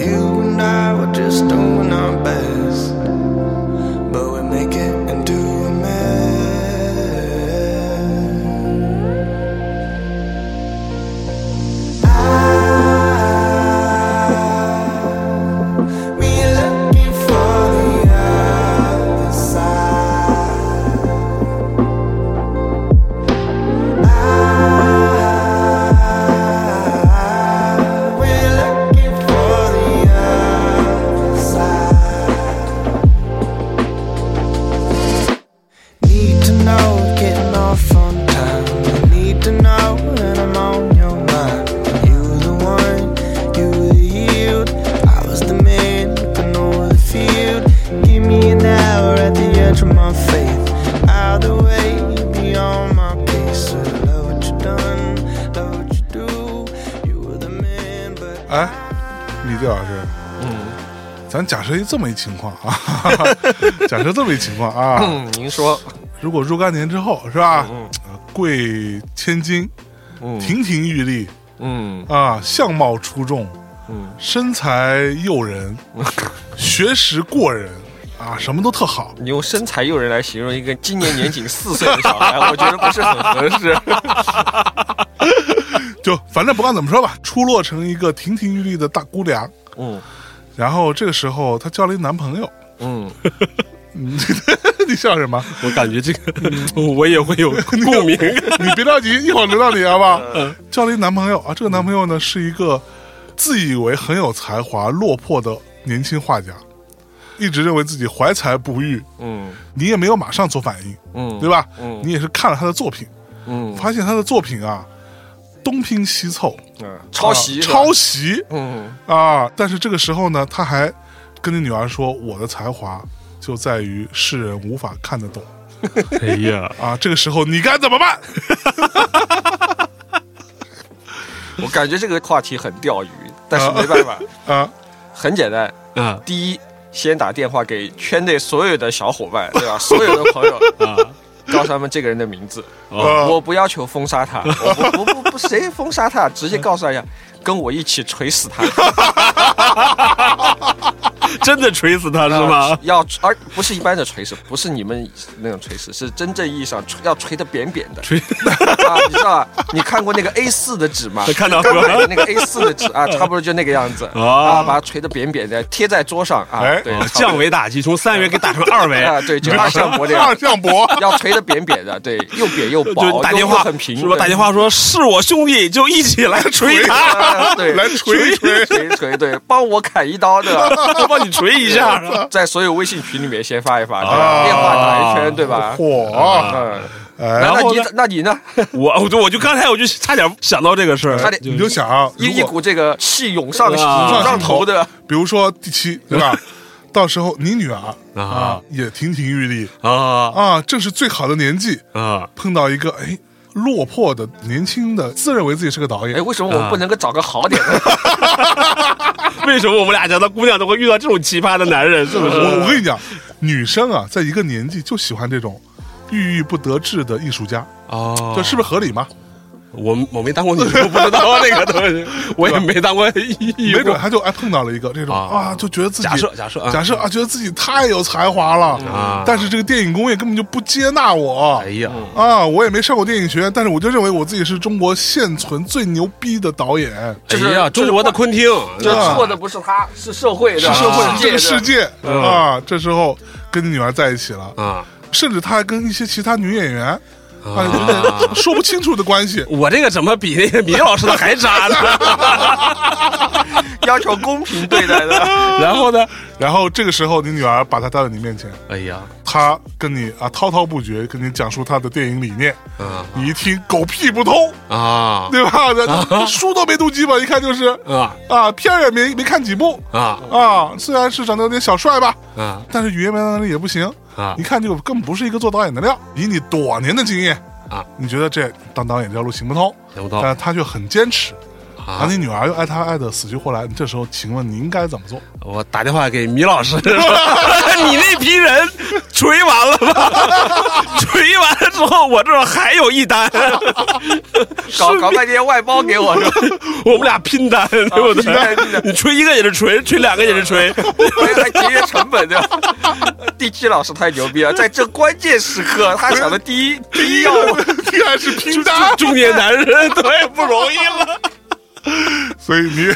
F: You and I were just doing our best, but we make it into a mess. I we're looking for the others.
B: 哎
D: 嗯
B: 咱假设一这么一情 况啊，假设这么一情况啊，
A: 嗯，您说，
B: 如果若干年之后是吧，
D: 嗯
B: 呃贵千金，
A: 嗯
B: 亭亭玉立
A: 嗯
B: 啊，相貌出众，
A: 嗯，
B: 身材 诱人，学识过人啊，什么都特好。
A: 你用身材诱人来形容一个今年年仅四岁的小 孩，我觉得不是很合适。
B: 就反正不管怎么说吧，出落成一个亭亭玉立的大姑娘。
A: 嗯
B: 然后这个时候，她交了一男朋友，
A: 嗯，
B: 你笑什么？
D: 我感觉这个我也会有共鸣。
B: 你别着急，一会儿轮到你好不好？
A: 嗯
B: 交了一男朋友啊，这个男朋友呢是一个自以为很有才华、落魄的年轻画家，一直认为自己怀才不遇。
A: 嗯
B: 你也没有马上做反应，
A: 嗯，
B: 对？吧？
A: 嗯
B: 你也是看了他的作品，
A: 嗯，
B: 发现他的作品啊，东拼西凑，
A: 嗯抄袭，
B: 啊抄，袭
A: 嗯
B: 啊！但是这个时候呢，他还跟你女儿说：“我的才华就在于世人无法看得懂。”
D: 哎呀，
B: 啊，这个时候你该怎么办？
A: 我感觉这个话题很钓鱼，但是没办法，
B: 啊，
A: 很简单。
D: 啊
A: 第一，先打电话给圈内所有的小伙伴，对 吧？所有的朋友，
D: 啊！
A: 告诉他们这个人的名字。
B: 呃
A: 我不要求封杀他，我不不不不，谁封杀他？直接告诉大家，跟我一起锤死他，
D: 真的锤死他是吗？
A: 呃要而不是一般的锤死，不是你们那种锤死，是真正意义上锤要锤的扁扁的。
D: 锤，
A: 啊，你知道吧？你看过那个 A 4的纸吗？
D: 看到
A: 刚买的
D: 过。
A: 那个 A 4的纸 啊，差不多就那个样子
D: 啊
A: 啊，把它锤的扁扁的，贴在桌上啊
B: 哎，
A: 对
D: 哦，
A: 差
D: 降
A: 不
D: 维打击，从三维给打成二 维
A: 多，啊，对，就二向 箔这样
B: 二，向箔，
A: 要锤的扁扁的，对，又扁又薄，
D: 就打
A: 又
D: 电话
A: 又很平，
D: 是吧？打电话说是我兄弟，就一起来锤
A: 对
D: 他，
A: 啊对，
B: 来锤一锤
A: 锤锤锤，对，帮我砍一刀，对 吧？
D: 我帮你锤一 下。
A: 在所有微信群里面先发一发，对吧
B: 啊
A: 电话打一圈，对吧？
B: 火，
A: 嗯，
B: 哎
A: 那
D: 然
A: 那
D: 后
A: 你
D: 呢
A: 那你呢？
D: 我我就我就刚才我就差点想到这个事儿，
A: 差点
B: 你就想，啊
A: 一一
B: 如果
A: 股这个气涌上涌
D: 啊
A: 上头的，
B: 比如说第七，对吧？到时候你女儿
D: 啊
B: 也亭亭玉立
D: 啊
B: 啊，正是最好的年纪，
D: 啊！
B: 碰到一个哎落魄的年轻的，自认为自己是个导
A: 哎，
B: 演，
A: 为什么我们不能够找个好点 的？
D: 为什么我们俩讲到姑娘都会遇到这种奇葩的男人？是不是？
B: 我我跟你讲，女生啊，在一个年纪就喜欢这种郁郁不得志的艺术家，
D: 哦
B: 这是不是合理吗？
D: 我我没当过女生，不知道那个东 西，我也没当过义
B: 没准
D: 务。
B: 他就哎碰到了一个这种
D: 啊
B: 啊，就觉得自己
D: 假设假设啊
A: 嗯
B: 假设啊，觉得自己太有才华了
D: 啊，
B: 但是这个电影工业根本就不接纳我
D: 哎呀，
A: 嗯
B: 啊，我也没上过电影学院，但是我就认为我自己是中国现存最牛逼的导演，
A: 就是
D: 哎呀，中国的昆汀，
A: 这错的不是他，是社会的，
B: 是社会
A: 啊
B: 这个
A: 世
B: 世
A: 界的。
B: 界
D: 嗯
B: 啊，这时候跟你女儿在一起了，
A: 嗯
D: 啊
B: 甚至他还跟一些其他女演员啊有
D: 啊！。
B: 点说不清楚的关系
D: 我这个怎么比那个米老师的还渣呢？
A: 要求公平对待 的，
D: 然后呢？
B: 然后这个时候，你女儿把他带到你面前，
D: 哎呀，
B: 她跟你啊滔滔不绝，跟你讲述她的电影理念，
D: 啊
B: 你一听狗屁不通，
D: 啊
B: 对吧？书都没读几本，一看就是
D: 啊
B: 啊，片儿也没没看几部
D: 啊
B: 啊。虽然是长得有点小帅吧，
D: 啊
B: 但是语言表达能力也不行
D: 啊
B: 一看就根本不是一个做导演的料。以你多年的经验
D: 啊，
B: 你觉得这当导演这条路行不通？
D: 行不通
B: 但是他却很坚持，而
D: 啊！
B: 你女儿又爱他爱的死去活来。你这时候，请问你应该怎么做？
D: 我打电话给米老师，说 你那批人锤完了吧？锤完了之后，我这儿还有一单，
A: 搞搞半天外包给我， 哎
D: 我们俩拼单，对不
A: 拼单拼
D: 对
A: 单？
D: 你锤一个也是锤，锤两个也是锤，
A: 哎还还节约成本的。 第七老师太牛逼了，在这关键时刻，他想的第 一第一要务，
B: 居然是拼
C: 啊
B: 单，
D: 中年男人对不容易了，
B: 所以你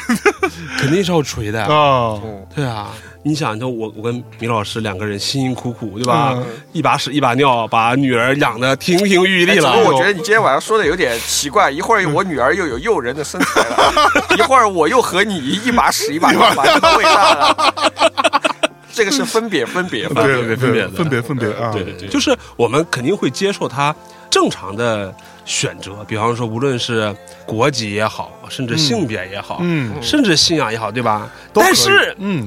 D: 肯定是要锤的
B: 啊，
D: 对啊，你想，就我我跟米老师两个人辛辛苦苦，对
C: 啊
D: 吧？
B: 嗯
D: 一把屎一把尿，把女儿养得亭亭玉
A: 哎
D: 立
A: 怎
D: 了。
A: 么我觉得你今天晚上说的有点奇怪，一会儿我女儿又有诱人的身材了，一会儿我又和你一把屎一把尿把她喂大了。这个是分别分别吧？
B: 对对
D: 分别
B: 对，分别分别啊，
D: 对对对，就是我们肯定会接受他正常的选择，比方说无论是国籍也好，甚至性别也好，
B: 嗯
D: 甚至信仰也好，对吧？
B: 都可以
D: 但是
B: 嗯，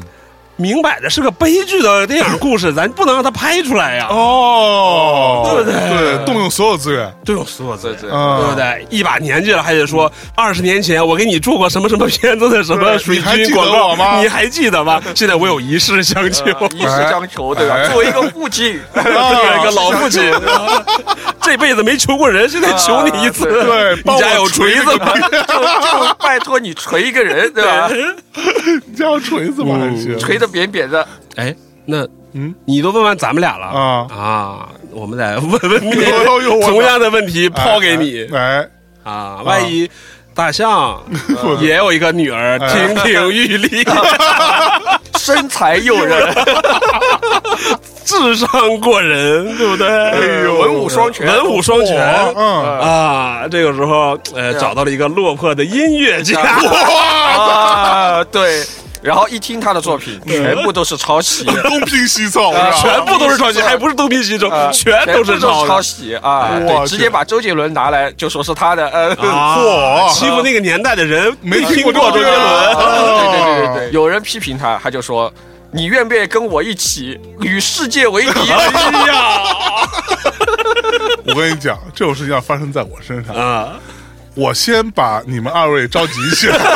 C: 明摆着是个悲剧的电影故事，咱不能让它拍出来呀。
B: 哦，
C: 对不对
B: 对，动用所有资源，
C: 对，所有
A: 对对，呃
B: 啊
C: 对不对？一把年纪了，还得说二十年前我给你做过什么什么片子的什么
B: 对
C: 水
B: 你还记得
C: 军广告
B: 我吗
C: 你还记得吗？现在我有一事相求，
A: 一石相求，对吧？作为一个父亲，
C: 作哎 为一个老父亲，这辈子没求过人，现在求你一次，
A: 啊
B: 对帮
C: 你
B: 我
C: 家有锤子吗？
A: 就就拜托你锤一个人，对吧？
B: 你这样锤子吗？还行，
A: 锤的扁扁的，
C: 哎，那
B: 嗯，
C: 你都问完咱们俩了
B: 啊
C: 啊，我们再问问你
B: 哎呦呦我
C: 同样的问题抛给你
B: 哎，
C: 啊，万一大象
B: 我
C: 也有一个女儿，
D: 哎
C: 亭亭玉立，
A: 身材诱人，
C: 智商过人，对不对？
B: 哎呦
A: 文武双全，
C: 文武双全
B: 我。嗯，
C: 啊，这个时候，呃，找到了一个落魄的音乐家，
A: 啊，对。然后一听他的作品，全部都是抄袭，
B: 东拼西凑，是吧
C: 啊全部都是抄袭，还不是东拼西凑
A: 啊，
C: 全都
A: 全
C: 是
A: 部
C: 抄的哎
A: 抄袭啊！
B: 我
A: 对，
B: 去
A: 直接把周杰伦拿来就说是他的，呃，
C: 啊，
B: 嚯
C: 欺负那个年代的人，
B: 没
C: 听
B: 听过啊周
C: 周杰
B: 杰
C: 伦
A: 对
B: 伦。
A: 对对对对，有人批评他，他就说：“你愿不愿意跟我一起与世界为敌？”
C: 哎呀，
B: 我跟你讲，这种事情要发生在我身上，
C: 啊，
B: 我先把你们二位召集起来，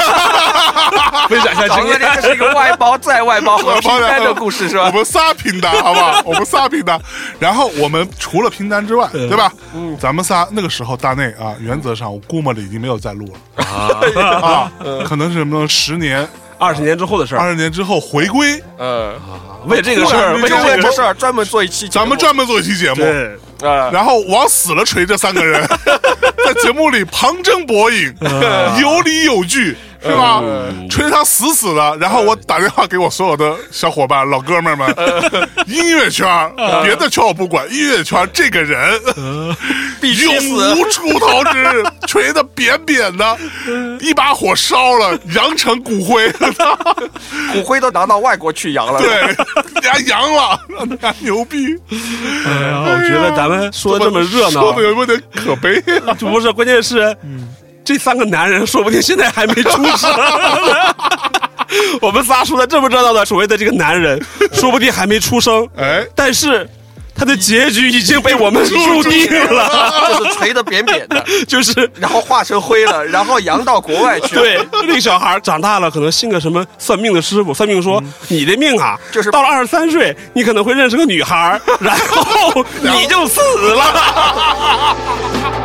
C: 分享一下
A: 长
C: 经
A: 哥，
C: 验。
A: 这是一个外包再外包和拼单的故事是
B: 我
A: 吧？
B: 们仨拼单，好不好？我们仨拼单，然后我们除了拼单之外，对吧？嗯，咱们仨那个时候大内啊，原则上我估摸着已经没有再录了啊，可能是什么呢十年、
C: 二十年之后的事儿，
B: 二十年之后回归，
A: 呃，
C: 为这个事
B: 突
C: 儿，
B: 然
C: 为
A: 就为
C: 这
A: 这
C: 个啊
A: 事儿专门做一期节目，
B: 咱们专门做一期节目，
C: 对，
A: 呃，
B: 然后往死了锤这三个人，在节目里旁征博引，
C: 嗯
B: 有理有据，是吧？锤他死死的。然后
C: 嗯
B: 我打电话给我所有的小伙伴、老哥们儿
C: 嗯
B: 们，音乐圈儿，别的圈我不管，音乐圈儿这个人
C: 嗯
A: 必须
B: 永
A: 死，
B: 无出头之日，锤的扁扁的，
C: 嗯
B: 一把火烧了，扬成骨灰。
A: 骨灰都拿到外国去扬了。
B: 对，人家扬了，人家牛逼。
C: 哎呀，我觉得咱们说的这么热
B: 说
C: 闹
B: 的，有点可 悲。
C: 不是，关键是这三个男人说不定现在还没出生。 我们仨说的这么热闹的所谓的这个男人，说不定还没出生，
B: 哎，
C: 但是他的结局已经被我们注定了，
A: 就是锤的扁扁的，
C: 就是
A: 然后化成灰了，然后扬到国外去。，
C: 对，那个小孩儿长大了，可能信个什么算命的师傅，算命说、你的命啊，
A: 就是
C: 到了二十三岁，你可能会认识个女孩儿，然后你就死了。